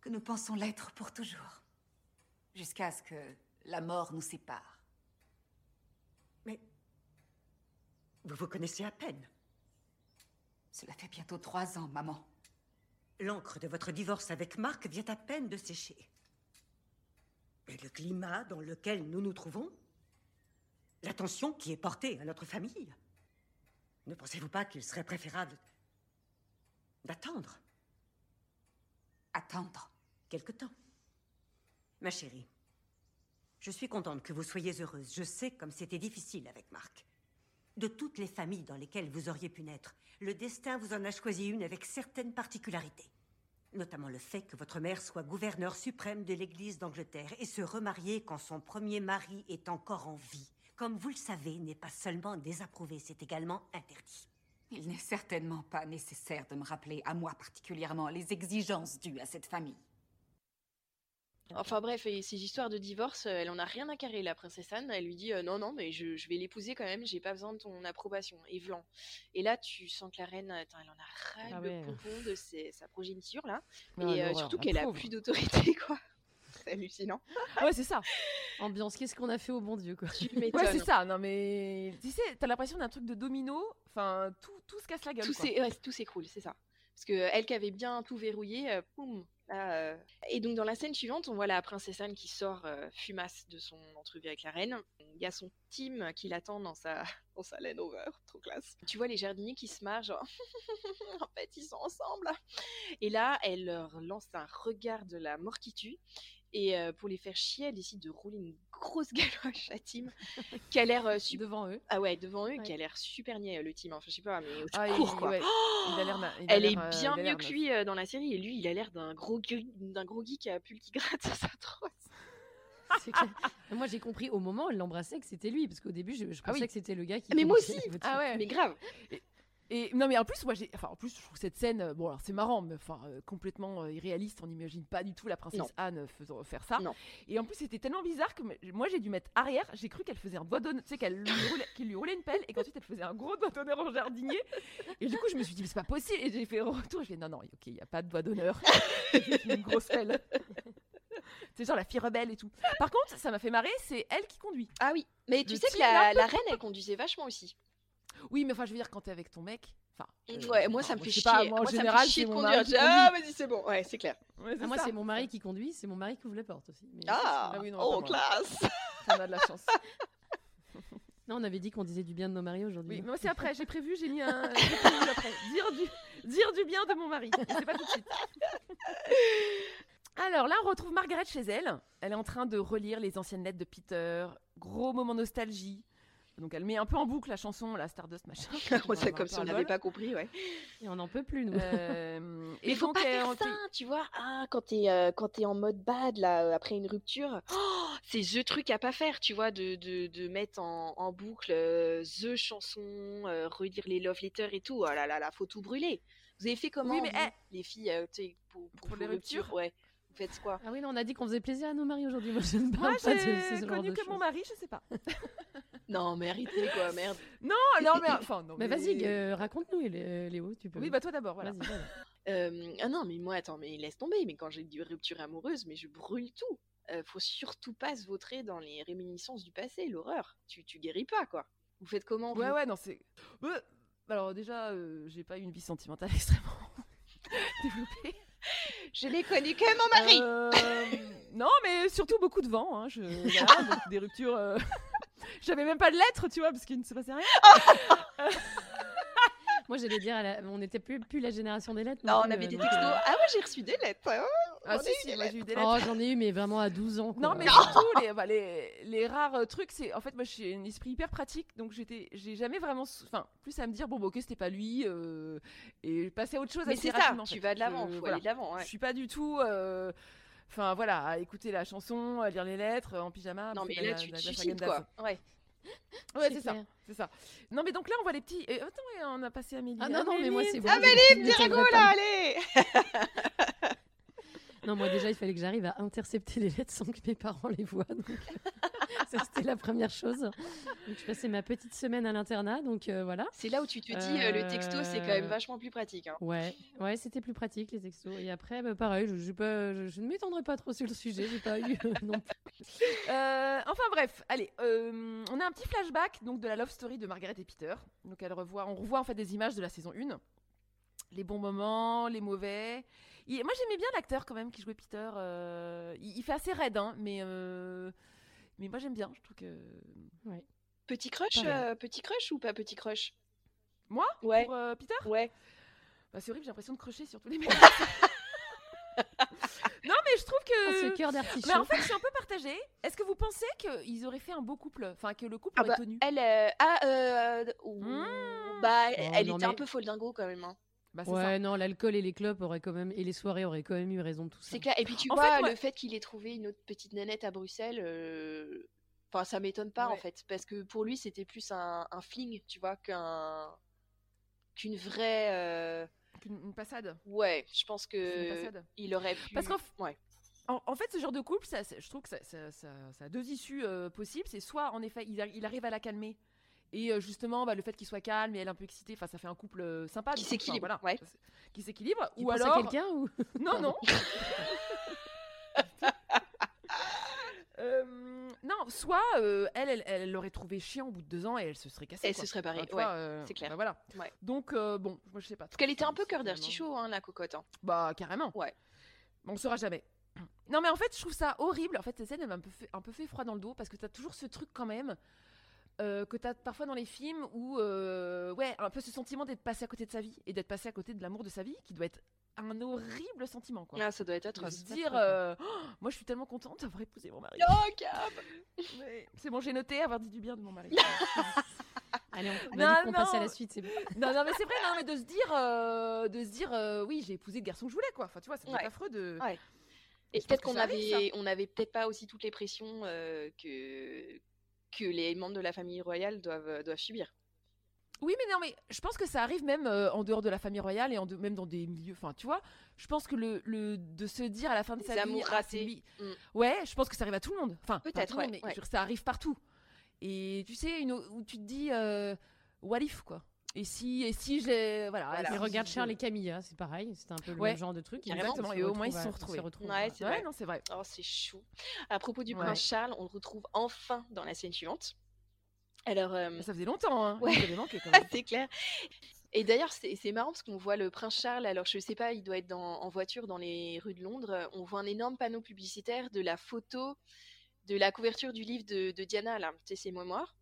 Speaker 8: que nous pensons l'être pour toujours. Jusqu'à ce que la mort nous sépare.
Speaker 4: Mais. Vous vous connaissez à peine.
Speaker 8: Cela fait bientôt trois ans, maman.
Speaker 4: L'encre de votre divorce avec Marc vient à peine de sécher. Mais le climat dans lequel nous nous trouvons, l'attention qui est portée à notre famille, ne pensez-vous pas qu'il serait préférable d'attendre
Speaker 8: Attendre.
Speaker 4: quelque temps Ma chérie, je suis contente que vous soyez heureuse. Je sais comme c'était difficile avec Marc. De toutes les familles dans lesquelles vous auriez pu naître, le destin vous en a choisi une avec certaines particularités. Notamment le fait que votre mère soit gouverneur suprême de l'Église d'Angleterre et se remarier quand son premier mari est encore en vie. Comme vous le savez, n'est pas seulement désapprouvé, c'est également interdit.
Speaker 8: Il n'est certainement pas nécessaire de me rappeler, à moi particulièrement, les exigences dues à cette famille.
Speaker 6: Enfin bref, et ces histoires de divorce, euh, elle en a rien à carrer, la princesse Anne. Elle lui dit euh, non, non, mais je, je vais l'épouser quand même, j'ai pas besoin de ton approbation. Et vlan. Et là, tu sens que la reine, euh, attends, elle en a ras
Speaker 7: Ah
Speaker 6: le
Speaker 7: ouais.
Speaker 6: pompon de ses- sa progéniture là.
Speaker 1: Ah,
Speaker 6: et euh,
Speaker 1: l'horreur,
Speaker 6: surtout
Speaker 1: la
Speaker 6: qu'elle a
Speaker 1: pauvre.
Speaker 6: plus d'autorité, quoi. (laughs) C'est hallucinant.
Speaker 1: Ah ouais, c'est ça.
Speaker 7: Ambiance. Qu'est-ce qu'on a fait au bon Dieu quoi
Speaker 6: Tu
Speaker 1: Ouais,
Speaker 6: m'étonnes.
Speaker 1: c'est ça. Non, mais tu sais, t'as l'impression d'un truc de domino. Enfin, tout, tout se casse la gueule.
Speaker 6: tout
Speaker 1: quoi.
Speaker 6: s'é- ouais, tout s'écroule, c'est ça. Parce que euh, elle qui avait bien tout verrouillé, euh, poum. là, euh. Et donc dans la scène suivante, on voit la princesse Anne qui sort euh, fumace de son entrevue avec la reine. Il y a son team qui l'attend dans sa (laughs) dans sa Land Rover, trop classe. Tu vois les jardiniers qui se marrent, genre (laughs) en fait ils sont ensemble. Et là, elle leur lance un regard de la mort qui tue. Et euh, pour les faire chier, elle décide de rouler une grosse (laughs) galoche à Tim, qui a l'air euh, super.
Speaker 7: (laughs) devant eux.
Speaker 6: Ah ouais, devant eux,
Speaker 7: Ouais.
Speaker 6: qui a l'air super niais, le Tim. Enfin, je sais pas, mais au
Speaker 1: Ah, il,
Speaker 6: secours, quoi. Oh
Speaker 1: ouais, il a l'air na- il a
Speaker 6: Elle est
Speaker 1: l'air, euh,
Speaker 6: bien
Speaker 1: il a
Speaker 6: mieux
Speaker 1: l'air
Speaker 6: que
Speaker 1: neuf.
Speaker 6: lui euh, dans la série et lui il a l'air d'un gros gue- d'un gros geek à pull qui gratte (laughs) sur sa trosse.
Speaker 7: C'est
Speaker 6: (laughs)
Speaker 7: clair. moi, j'ai compris au moment où elle l'embrassait que c'était lui, parce qu'au début, je, je
Speaker 1: Ah oui.
Speaker 7: pensais que c'était le gars qui.
Speaker 6: Mais moi
Speaker 7: conduisait
Speaker 6: aussi.
Speaker 7: la voiture.
Speaker 1: Ah ouais.
Speaker 6: Mais grave.
Speaker 1: Et non mais en plus moi j'ai enfin en plus je trouve cette scène euh, bon alors c'est marrant mais enfin euh, complètement euh, irréaliste on n'imagine pas du tout la princesse
Speaker 6: Non.
Speaker 1: Anne euh, faisant faire ça
Speaker 6: Non.
Speaker 1: et en plus c'était tellement bizarre que m- moi j'ai dû mettre arrière j'ai cru qu'elle faisait un doigt d'honneur tu sais qu'elle lui roulait, qu'il lui roulait une pelle et qu'ensuite elle faisait un gros doigt d'honneur au jardinier et du coup je me suis dit mais c'est pas possible et j'ai fait un retour je fais non non ok il y a pas de doigt d'honneur (laughs) C'est une grosse pelle c'est genre la fille rebelle et tout par contre ça m'a fait marrer c'est elle qui conduit
Speaker 6: Ah oui. Mais tu
Speaker 1: Le
Speaker 6: sais que
Speaker 1: type,
Speaker 6: la,
Speaker 1: là,
Speaker 6: la reine elle conduisait vachement aussi.
Speaker 1: oui mais enfin je veux dire quand t'es avec ton mec enfin euh,
Speaker 6: ouais, moi ça
Speaker 1: enfin,
Speaker 6: me fait
Speaker 1: je sais
Speaker 6: chier.
Speaker 1: pas, moi, en
Speaker 6: ça me fait
Speaker 1: général
Speaker 6: chier
Speaker 1: c'est
Speaker 6: de
Speaker 1: mon
Speaker 6: conduire.
Speaker 1: mari
Speaker 6: Je
Speaker 1: qui
Speaker 6: dis, Ah vas-y c'est bon. Ouais c'est clair.
Speaker 1: conduit. Ouais,
Speaker 7: Ah, moi,
Speaker 1: ça.
Speaker 7: c'est mon mari qui conduit, c'est mon mari qui ouvre la porte aussi. Mais
Speaker 6: Ah,
Speaker 1: Ah oui, non,
Speaker 6: oh
Speaker 1: pas moi.
Speaker 6: classe. (laughs)
Speaker 1: Ça m'a de la chance.
Speaker 7: (laughs) Non, on avait dit qu'on disait du bien de nos maris aujourd'hui. hein.
Speaker 1: Oui, mais moi, c'est après, j'ai prévu, j'ai mis un. j'ai prévu après. Dire du, dire du bien de mon mari. Mais C'est pas tout de suite. Alors là, on retrouve Margaret chez elle. Elle est en train de relire les anciennes lettres de Peter. Gros moment nostalgie. Donc elle met un peu en boucle la chanson, la Stardust machin.
Speaker 6: Moi,
Speaker 1: On
Speaker 6: c'est
Speaker 1: va
Speaker 6: comme si
Speaker 1: pas
Speaker 6: on
Speaker 1: le
Speaker 6: n'avait
Speaker 1: bol.
Speaker 6: pas compris ouais.
Speaker 7: Et on n'en peut plus, nous.
Speaker 1: Euh,
Speaker 6: Mais faut
Speaker 1: donc,
Speaker 6: pas
Speaker 1: elle-
Speaker 6: faire
Speaker 1: on-
Speaker 6: ça, tu vois. Ah, quand t'es euh, quand t'es en mode bad là euh, après une rupture, oh, c'est the truc à pas faire, tu vois, de, de, de mettre en, en boucle euh, the chanson, euh, relire les love letters et tout. Ah là là là, faut tout brûler. Vous avez fait comment
Speaker 1: mais
Speaker 6: vous,
Speaker 1: eh.
Speaker 6: les filles euh, tu sais, pour, pour,
Speaker 1: Pour les
Speaker 6: vos ruptures,
Speaker 1: ruptures
Speaker 6: Ouais. Vous faites quoi
Speaker 7: Ah oui, non, on a dit qu'on faisait plaisir à nos maris aujourd'hui. Moi, je ne parle
Speaker 1: Moi,
Speaker 7: pas de ce
Speaker 1: j'ai
Speaker 7: genre
Speaker 1: connu
Speaker 7: de
Speaker 1: que mon
Speaker 7: choses.
Speaker 1: mari, je sais pas.
Speaker 6: (laughs) Non, mais arrêtez quoi, merde.
Speaker 1: Oh, non, (laughs) mais enfin, non.
Speaker 7: Mais vas-y, euh, raconte-nous, Hélé- euh, Léo, tu peux.
Speaker 1: Oui, bah toi d'abord, voilà.
Speaker 7: Vas-y, vas-y.
Speaker 6: Euh, ah non, mais moi, attends, mais laisse tomber. Mais quand j'ai des ruptures amoureuses, mais je brûle tout. Euh, faut surtout pas se vautrer dans les réminiscences du passé, l'horreur. Tu, tu guéris pas, quoi. Vous faites comment vous
Speaker 1: Ouais, ouais, non, c'est. Euh, alors déjà, euh, j'ai pas eu une vie sentimentale (laughs) extrêmement développée.
Speaker 6: Je l'ai connu que mon mari
Speaker 1: Euh, non, mais surtout beaucoup de vent.
Speaker 6: (laughs)
Speaker 1: hein, je- voilà, donc des ruptures. euh, (laughs) J'avais même pas de lettres, tu vois, parce qu'il ne se passait rien.
Speaker 7: Moi, j'allais dire, à la- on n'était plus, plus la génération des lettres.
Speaker 6: Non,
Speaker 7: plus,
Speaker 6: on avait
Speaker 7: euh,
Speaker 6: des
Speaker 7: donc, euh,
Speaker 6: textos. Ah ouais, j'ai reçu des lettres. hein.
Speaker 1: Ah,
Speaker 6: On
Speaker 1: si,
Speaker 6: a eu
Speaker 1: si,
Speaker 6: des
Speaker 1: moi, j'ai eu des lettres.
Speaker 7: Oh, j'en ai eu, mais vraiment à 12 ans.
Speaker 1: Non,
Speaker 7: quoi.
Speaker 1: mais surtout, les, bah, les, les rares euh, trucs, c'est. En fait, moi, j'ai un esprit hyper pratique, donc j'étais, j'ai jamais vraiment. sou- Enfin, plus à me dire, bon, bah, ok, c'était pas lui, euh, et passer à autre chose
Speaker 6: Mais
Speaker 1: assez
Speaker 6: c'est ça,
Speaker 1: rapidement. en
Speaker 6: tu
Speaker 1: fait.
Speaker 6: vas de l'avant,
Speaker 1: Je-
Speaker 6: faut
Speaker 1: voilà.
Speaker 6: aller de l'avant. ouais.
Speaker 1: Je suis pas du tout. euh, Enfin voilà, à écouter la chanson, à lire les lettres euh, en pyjama.
Speaker 6: Non, mais
Speaker 1: bouffer de
Speaker 6: là,
Speaker 1: la-
Speaker 6: tu
Speaker 1: de la
Speaker 6: te
Speaker 1: glace à
Speaker 6: suicides,
Speaker 1: Gandalf.
Speaker 6: quoi. Ouais.
Speaker 1: Ouais, c'est
Speaker 7: C'est
Speaker 1: ça,
Speaker 7: clair.
Speaker 1: c'est ça. Non, mais donc là, on voit les petits. et attends, et on a passé Amélie.
Speaker 7: Ah non, non, mais moi, c'est bon.
Speaker 6: Amélie,
Speaker 7: je- je m'étonnerais
Speaker 6: Dirago,
Speaker 7: pas.
Speaker 6: là, allez
Speaker 7: Non, moi, déjà, il fallait que j'arrive à intercepter les lettres sans que mes parents les voient. Donc, (laughs) ça, c'était la première chose. Donc, je passais ma petite semaine à l'internat, donc euh, voilà.
Speaker 6: C'est là où tu te dis, euh, le texto, c'est quand même
Speaker 7: Euh,
Speaker 6: vachement plus pratique. hein.
Speaker 7: Ouais, ouais, c'était plus pratique les textos. Et après, bah, pareil, je, je, pas, je, je ne m'étendrai pas trop sur le sujet. J'ai pas eu euh, non plus.
Speaker 1: Euh, enfin bref, allez, euh, on a un petit flashback donc de la love story de Margaret et Peter. Donc elle revoit, on revoit en fait des images de la saison 1. Les bons moments, les mauvais. Il- moi j'aimais bien l'acteur quand même qui jouait Peter. euh, il, il fait assez raide, hein, mais euh, mais moi j'aime bien. Je trouve que
Speaker 6: Petit crush,
Speaker 7: Pareil.
Speaker 6: euh, petit crush ou pas petit crush
Speaker 1: Moi
Speaker 6: Ouais,
Speaker 1: pour euh, Peter,
Speaker 6: ouais.
Speaker 1: bah, c'est horrible. J'ai l'impression de crocher sur tous les
Speaker 7: (laughs)
Speaker 1: mecs. non mais je trouve
Speaker 7: Ah,
Speaker 1: que
Speaker 7: ce cœur d'artichaut.
Speaker 1: Mais en fait, je suis un peu partagée. Est-ce que vous pensez qu'ils auraient fait un beau couple Enfin, que le couple
Speaker 6: Ah
Speaker 1: aurait
Speaker 6: bah,
Speaker 1: tenu
Speaker 6: Elle, euh, ah, euh, ouh,
Speaker 1: Mmh.
Speaker 6: bah,
Speaker 7: Oh,
Speaker 6: elle
Speaker 7: non,
Speaker 6: était un
Speaker 7: mais-
Speaker 6: peu folle dingo quand même. hein.
Speaker 1: Bah, c'est
Speaker 7: ouais, non, l'alcool et les clubs auraient quand même et les soirées auraient quand même eu raison de tout ça.
Speaker 6: C'est clair. Et puis tu
Speaker 1: En
Speaker 6: vois,
Speaker 1: fait, ouais.
Speaker 6: le fait qu'il ait trouvé une autre petite nanette à Bruxelles, euh, enfin, ça m'étonne pas en
Speaker 1: Ouais.
Speaker 6: fait, parce que pour lui, c'était plus un, un fling, tu vois, qu'un qu'une vraie. euh,
Speaker 1: ça. Qu'une- Une passade.
Speaker 6: Ouais, je pense
Speaker 1: C'est une
Speaker 6: que
Speaker 1: passade.
Speaker 6: il aurait pu.
Speaker 1: Parce qu'en f-
Speaker 6: ouais.
Speaker 1: Euh, En, en fait, ce genre de couple, ça, c'est- je trouve que ça, ça- ça- ça a deux issues euh, possibles. C'est soit, en effet, il, a- il arrive à la calmer. Et euh, justement, bah, le fait qu'il soit calme et elle un peu excitée, enfin, ça fait un couple euh, sympa.
Speaker 6: Qui
Speaker 1: donc,
Speaker 6: s'équilibre,
Speaker 1: enfin,
Speaker 6: ouais.
Speaker 1: Qui s'équilibre.
Speaker 7: Tu
Speaker 1: Ou
Speaker 7: penses
Speaker 1: alors.
Speaker 7: à quelqu'un
Speaker 1: (laughs)
Speaker 7: ou
Speaker 1: Non, non.
Speaker 6: (laughs)
Speaker 1: Euh, non, soit euh, elle, elle, elle l'aurait trouvé chiant au bout de deux ans et elle se serait cassée.
Speaker 6: Elle
Speaker 1: quoi.
Speaker 6: se serait barrée,
Speaker 1: Enfin, tu
Speaker 6: ouais,
Speaker 1: vois, euh,
Speaker 6: c'est clair.
Speaker 1: bah voilà.
Speaker 6: Ouais.
Speaker 1: Donc euh, bon, moi je sais pas.
Speaker 6: Parce qu'elle était un peu cœur d'artichaut, hein, la cocotte. hein.
Speaker 1: Bah carrément.
Speaker 6: Ouais.
Speaker 1: Mais On saura jamais. Non mais en fait je trouve ça horrible. En fait cette scène elle m'a un peu fait, un peu fait froid dans le dos parce que t'as toujours ce truc quand même euh, que t'as parfois dans les films où euh, ouais un peu ce sentiment d'être passé à côté de sa vie et d'être passé à côté de l'amour de sa vie qui doit être un horrible sentiment, quoi.
Speaker 6: Ah, ça doit être
Speaker 1: De se
Speaker 7: Mmh.
Speaker 6: atroce.
Speaker 1: dire, euh, Oh, moi je suis tellement contente d'avoir épousé mon mari.
Speaker 6: Oh, Cap
Speaker 1: Mais C'est bon, j'ai noté avoir dit du bien de mon
Speaker 6: (laughs)
Speaker 1: mari.
Speaker 7: Allez, on, on,
Speaker 1: Non,
Speaker 7: a dit qu'on passe à
Speaker 1: non.
Speaker 7: la suite, c'est bon.
Speaker 1: non, non, mais c'est vrai, non, mais de se dire, euh, de se dire, euh, oui, j'ai épousé le garçon que je voulais, quoi. Enfin, tu vois, c'est
Speaker 6: Ouais.
Speaker 1: affreux de.
Speaker 6: Ouais. Et
Speaker 1: Je pense
Speaker 6: peut-être
Speaker 1: que
Speaker 6: qu'on
Speaker 1: ça arrive,
Speaker 6: avait, on avait peut-être pas aussi toutes les pressions euh, que que les membres de la famille royale doivent euh, doivent subir.
Speaker 1: Oui, mais non, mais je pense que ça arrive même euh, en dehors de la famille royale et en de- même dans des milieux. Enfin, tu vois, je pense que le, le- de se dire à la fin de
Speaker 6: Les
Speaker 1: sa vie,
Speaker 6: amours
Speaker 1: ah,
Speaker 6: ratés.
Speaker 1: c'est lui.
Speaker 6: Mm.
Speaker 1: Ouais, je pense que ça arrive à tout le monde. Enfin, pas à
Speaker 6: Peut-être,
Speaker 1: tout le monde,
Speaker 6: ouais,
Speaker 1: mais
Speaker 6: ouais.
Speaker 1: je veux dire, ça arrive partout. Et tu sais, une, o- où tu te dis, euh, what if quoi Et si, et si j'ai, voilà.
Speaker 6: Voilà.
Speaker 1: et
Speaker 7: Et
Speaker 1: si
Speaker 7: regarde
Speaker 1: je-
Speaker 7: Charles et Camille, hein, c'est pareil, c'est un peu le
Speaker 1: Ouais,
Speaker 7: même genre de truc.
Speaker 6: carrément.
Speaker 1: Exactement, et au moins, ils se sont retrouvés.
Speaker 6: Ouais, c'est
Speaker 1: Ouais,
Speaker 6: vrai.
Speaker 1: non, c'est vrai.
Speaker 6: Oh, c'est chou. À propos du
Speaker 1: Ouais.
Speaker 6: prince Charles, on le retrouve enfin dans la scène suivante. Alors, euh,
Speaker 1: Ça faisait longtemps, hein.
Speaker 6: Ouais.
Speaker 1: Il avait manqué
Speaker 6: (laughs)
Speaker 1: quand même.
Speaker 6: Ah, c'est clair. Et d'ailleurs, c'est c'est marrant parce qu'on voit le prince Charles. Alors, je sais pas, il doit être dans- en voiture dans les rues de Londres. euh, On voit un énorme panneau publicitaire de la photo de la couverture du livre de, de Diana, là, tu sais, ses mémoires.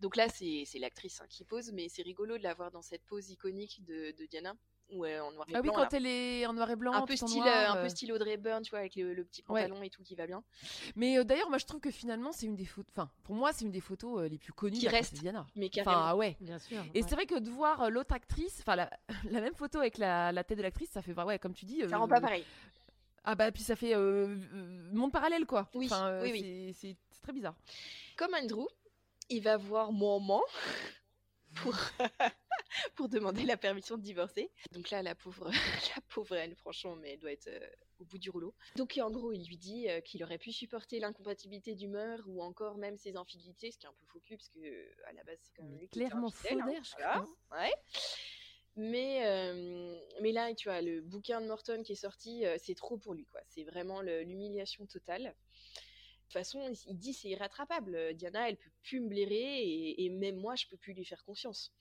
Speaker 6: Donc là, c'est c'est l'actrice hein, qui pose, mais c'est rigolo de la voir dans cette pose iconique de, de Diana, ou en noir et
Speaker 1: Ah oui,
Speaker 6: blanc, là.
Speaker 1: quand elle est en noir et blanc,
Speaker 6: un peu
Speaker 1: tout en
Speaker 6: style,
Speaker 1: noir,
Speaker 6: euh, un
Speaker 1: euh.
Speaker 6: peu style Audrey Hepburn, tu vois, avec le, le petit
Speaker 1: Ouais.
Speaker 6: pantalon et tout qui va bien.
Speaker 1: Mais euh, d'ailleurs, moi, je trouve que finalement, c'est une des photos. Enfin, pour moi, c'est une des photos euh, les plus connues
Speaker 6: Qui
Speaker 1: de la
Speaker 6: reste.
Speaker 1: princesse Diana.
Speaker 6: Mais
Speaker 1: Enfin,
Speaker 6: carrément.
Speaker 1: ah ouais.
Speaker 7: Bien sûr.
Speaker 1: Et
Speaker 7: ouais.
Speaker 1: c'est vrai que de voir euh, l'autre actrice, enfin la, (laughs) la même photo avec la, la tête de l'actrice, ça fait bah ouais, comme tu dis.
Speaker 6: ça
Speaker 1: euh,
Speaker 6: rend pas pareil.
Speaker 1: Ah bah puis ça fait euh, euh, monde parallèle quoi.
Speaker 6: Oui,
Speaker 1: Enfin, euh,
Speaker 6: oui,
Speaker 1: c'est- C'est c'est très bizarre.
Speaker 6: Comme Andrew, il va voir maman pour, (laughs) pour demander la permission de divorcer. Donc là, la pauvre, (laughs) la pauvre Anne, franchement, mais elle doit être euh, au bout du rouleau. Donc en gros, il lui dit euh, qu'il aurait pu supporter l'incompatibilité d'humeur ou encore même ses infidélités, ce qui est un peu faux cul, parce que euh, à la base, c'est quand même
Speaker 7: Mais
Speaker 6: lui qui était
Speaker 7: clairement
Speaker 6: infidèle, hein,
Speaker 7: faux d'air, je
Speaker 6: voilà.
Speaker 7: crois.
Speaker 6: Ouais. Mais, euh, mais là, tu vois, le bouquin de Morton qui est sorti, euh, c'est trop pour lui, quoi. C'est vraiment le- l'humiliation totale. De toute façon, il- il dit c'est irrattrapable. Euh, Diana, elle peut plus me blairer et, et même moi, je peux plus lui faire confiance.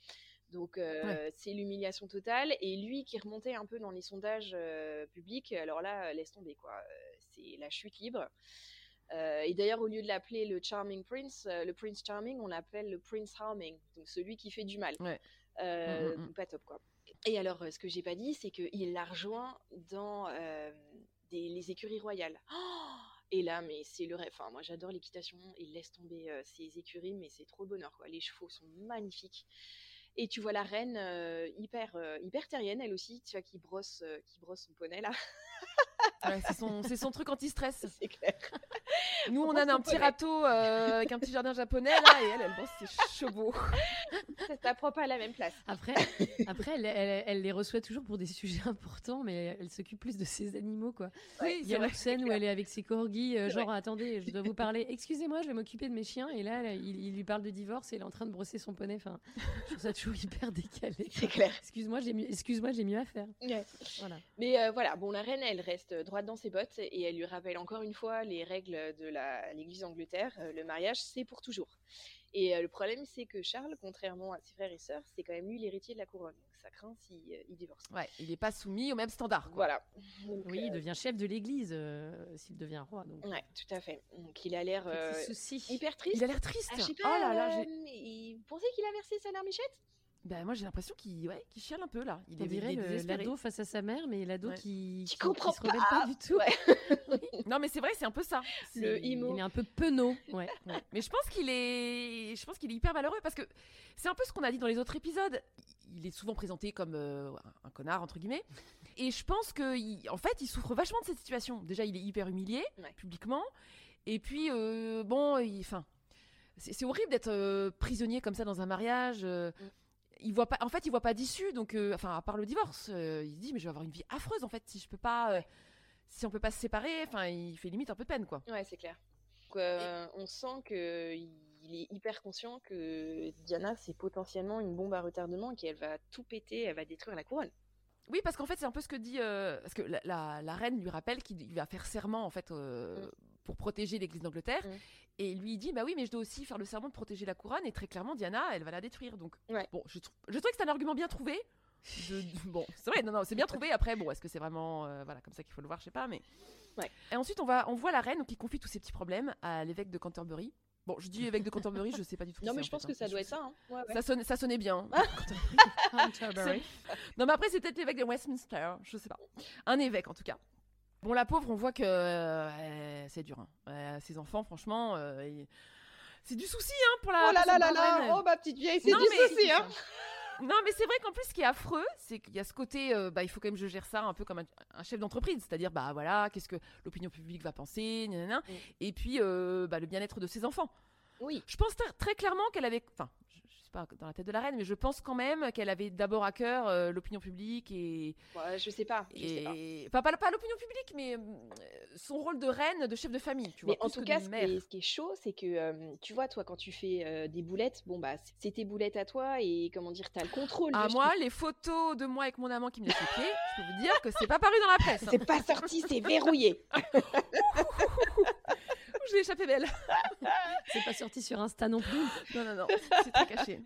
Speaker 6: Donc, euh, c'est l'humiliation totale. Et lui qui remontait un peu dans les sondages euh, publics, alors là, euh, laisse tomber, quoi. Euh, C'est la chute libre. Euh, et d'ailleurs, au lieu de l'appeler le Charming Prince, euh, le Prince Charming, on l'appelle le Prince Harming, donc celui qui fait du mal.
Speaker 1: Ouais.
Speaker 6: Euh,
Speaker 1: Mm, mm, mm.
Speaker 6: donc Pas top, quoi. Et alors, euh, ce que j'ai pas dit, c'est qu'il la rejoint dans euh, des- les écuries royales. Oh et là, mais c'est le rêve. Enfin, moi, j'adore l'équitation et laisse tomber euh, ces écuries, mais c'est trop le bonheur, quoi. Les chevaux sont magnifiques. Et tu vois la reine euh, hyper, euh, hyper terrienne, elle aussi, tu vois, qui brosse, euh, qui brosse son poney, là.
Speaker 1: Ouais, c'est son, c'est son truc anti-stress.
Speaker 6: (laughs) c'est clair. (laughs)
Speaker 1: Nous on
Speaker 6: Comment
Speaker 1: a
Speaker 6: est-ce
Speaker 1: un
Speaker 6: qu'on
Speaker 1: petit
Speaker 6: connaît
Speaker 1: râteau euh, avec un petit jardin japonais là et elle elle pense ses chevaux.
Speaker 6: Ça t'apprend pas à la même place.
Speaker 1: (laughs)
Speaker 7: Après, après elle, elle- elle les reçoit toujours pour des (laughs) sujets importants, mais elle s'occupe plus de ses animaux, quoi.
Speaker 1: Oui,
Speaker 7: Il y
Speaker 1: c'est
Speaker 7: a
Speaker 1: vrai.
Speaker 7: une scène où elle est avec ses corgis, euh,
Speaker 6: C'est
Speaker 7: genre attendez, je dois vous parler. Excusez-moi, je vais m'occuper de mes chiens. Et là, là, il, il lui parle de divorce et elle est en train de brosser son poney. Enfin, je trouve ça toujours (laughs) hyper décalé.
Speaker 6: (laughs) C'est clair.
Speaker 7: Excuse-moi, j'ai mieux, excuse-moi, j'ai mieux à faire.
Speaker 6: Ouais.
Speaker 7: Voilà.
Speaker 6: Mais euh, voilà, bon, la reine, elle reste euh, droite dans ses bottes et elle lui rappelle encore une fois les règles de la- l'Église d'Angleterre. euh, le mariage, c'est pour toujours. Et euh, le problème, c'est que Charles, contrairement à ses frères et sœurs, c'est quand même lui l'héritier de la couronne. Donc ça craint s'il euh, divorce.
Speaker 1: Ouais, il est pas soumis au même standard. Quoi.
Speaker 6: Voilà. Donc,
Speaker 7: Oui, il
Speaker 6: euh,
Speaker 7: devient chef de l'église euh, s'il devient roi. Donc,
Speaker 6: ouais, tout à fait. Donc il a l'air euh,
Speaker 7: petit souci.
Speaker 6: hyper triste.
Speaker 1: Il a l'air triste.
Speaker 6: Ah, je sais pas,
Speaker 1: oh là là,
Speaker 6: euh,
Speaker 1: j'ai-
Speaker 6: il pensait qu'il a versé sa larmichette
Speaker 1: bah, moi j'ai l'impression qu'il ouais, qu'il chiale un peu là. Il
Speaker 7: On
Speaker 1: est, il
Speaker 7: dirait
Speaker 1: est
Speaker 7: le-
Speaker 1: désespéré.
Speaker 7: l'ado face à sa mère, mais l'ado
Speaker 1: Ouais.
Speaker 7: qui,
Speaker 6: Qui
Speaker 7: qui,
Speaker 6: comprend
Speaker 7: se rebelle pas.
Speaker 6: pas.
Speaker 7: du tout. (laughs)
Speaker 6: Ouais.
Speaker 1: Non mais c'est vrai, c'est un peu ça.
Speaker 6: Le
Speaker 1: C'est-
Speaker 6: emo.
Speaker 7: Il est un peu penaud.
Speaker 6: (laughs)
Speaker 7: Ouais.
Speaker 1: Ouais. Mais je pense qu'il est, je pense qu'il est hyper malheureux parce que c'est un peu ce qu'on a dit dans les autres épisodes. Il est souvent présenté comme euh, un connard entre
Speaker 6: (laughs)
Speaker 1: guillemets, et je pense que, il- en fait, il souffre vachement de cette situation. Déjà, il est hyper humilié
Speaker 6: Ouais.
Speaker 1: publiquement, et puis euh, bon, il- enfin, c'est c'est horrible d'être euh, prisonnier comme ça dans un mariage. euh,
Speaker 6: Mm.
Speaker 1: Il voit pas, en fait, il voit pas d'issue. Donc, euh, enfin, à part le divorce, euh, il se dit mais je vais avoir une vie affreuse en fait si je peux pas, euh, si on peut pas se séparer. Enfin, il fait limite un peu de peine quoi.
Speaker 6: Ouais, c'est clair. Donc, euh, On sent que il est hyper conscient que Diana, c'est potentiellement une bombe à retardement et qu'elle va tout péter, elle va détruire la couronne.
Speaker 1: Oui, parce qu'en fait, c'est un peu ce que dit. euh, parce que la, la- la reine lui rappelle qu'il il va faire serment, en fait, euh,
Speaker 6: Mm.
Speaker 1: pour protéger l'Église d'Angleterre.
Speaker 6: Mm.
Speaker 1: Et lui, il dit Bah oui, mais je dois aussi faire le serment de protéger la couronne. Et très clairement, Diana, elle va la détruire. Donc,
Speaker 6: Ouais.
Speaker 1: bon, je, trouve, je trouve que c'est un argument bien trouvé. de- de- (laughs) bon, c'est vrai, non, non, c'est bien trouvé. Après, bon, est-ce que c'est vraiment euh, voilà, comme ça qu'il faut le voir Je sais pas, mais.
Speaker 6: Ouais.
Speaker 1: Et ensuite, on, va, on voit la reine qui confie tous ses petits problèmes à l'évêque de Canterbury. Bon, je dis évêque de Canterbury, je sais pas du tout.
Speaker 6: Non,
Speaker 1: qui
Speaker 6: mais
Speaker 1: c'est,
Speaker 6: je
Speaker 1: en
Speaker 6: pense
Speaker 1: fait,
Speaker 6: que
Speaker 1: hein.
Speaker 6: ça doit être ça. hein. Ouais, ouais.
Speaker 1: Ça sonnait, ça sonnait
Speaker 6: (laughs)
Speaker 1: bien.
Speaker 7: Canterbury.
Speaker 1: non, mais après, c'est peut-être l'évêque de Westminster, hein, je sais pas. Un évêque, en tout cas. Bon, la pauvre, on voit que euh, c'est dur. hein. Euh, ses enfants, franchement, euh, ils- c'est du souci hein, pour la.
Speaker 6: Oh là
Speaker 1: pour
Speaker 6: là
Speaker 1: son
Speaker 6: là
Speaker 1: parrain.
Speaker 6: là, oh ma petite vieille, c'est
Speaker 1: Non,
Speaker 6: du
Speaker 1: mais-
Speaker 6: souci, hein.
Speaker 1: (laughs) Non, mais c'est vrai qu'en plus, ce qui est affreux, c'est qu'il y a ce côté, euh, bah, il faut quand même je gère ça un peu comme un, un chef d'entreprise, c'est-à-dire, bah voilà, qu'est-ce que l'opinion publique va penser, gna, gna, gna.
Speaker 6: Mm.
Speaker 1: et puis euh, bah, le bien-être de ses enfants.
Speaker 6: Oui,
Speaker 1: Je pense tr- très clairement qu'elle avait, enfin, je, je sais pas dans la tête de la reine, mais je pense quand même qu'elle avait d'abord à cœur euh, l'opinion publique et,
Speaker 6: Ouais, je sais pas. je sais pas.
Speaker 1: et- enfin, pas, pas l'opinion publique, mais euh, son rôle de reine, de chef de famille, tu vois,
Speaker 6: Mais en
Speaker 1: plus
Speaker 6: tout
Speaker 1: que
Speaker 6: cas,
Speaker 1: d'une
Speaker 6: ce qui,
Speaker 1: mère.
Speaker 6: est, ce qui est chaud, c'est que euh, tu vois, toi, quand tu fais euh, des boulettes, bon bah, c- c'est tes boulettes à toi et comment dire, t'as le contrôle.
Speaker 1: À
Speaker 6: de ce
Speaker 1: Ah, moi, les photos de moi avec mon amant qui me laisse les pieds, je peux vous dire que c'est pas paru dans la presse.
Speaker 6: qui-
Speaker 1: hein.
Speaker 6: c'est pas sorti, c'est verrouillé.
Speaker 1: Je l'ai échappé belle.
Speaker 7: C'est pas sorti sur Insta non plus.
Speaker 1: (laughs) Non, non, non, c'est très caché.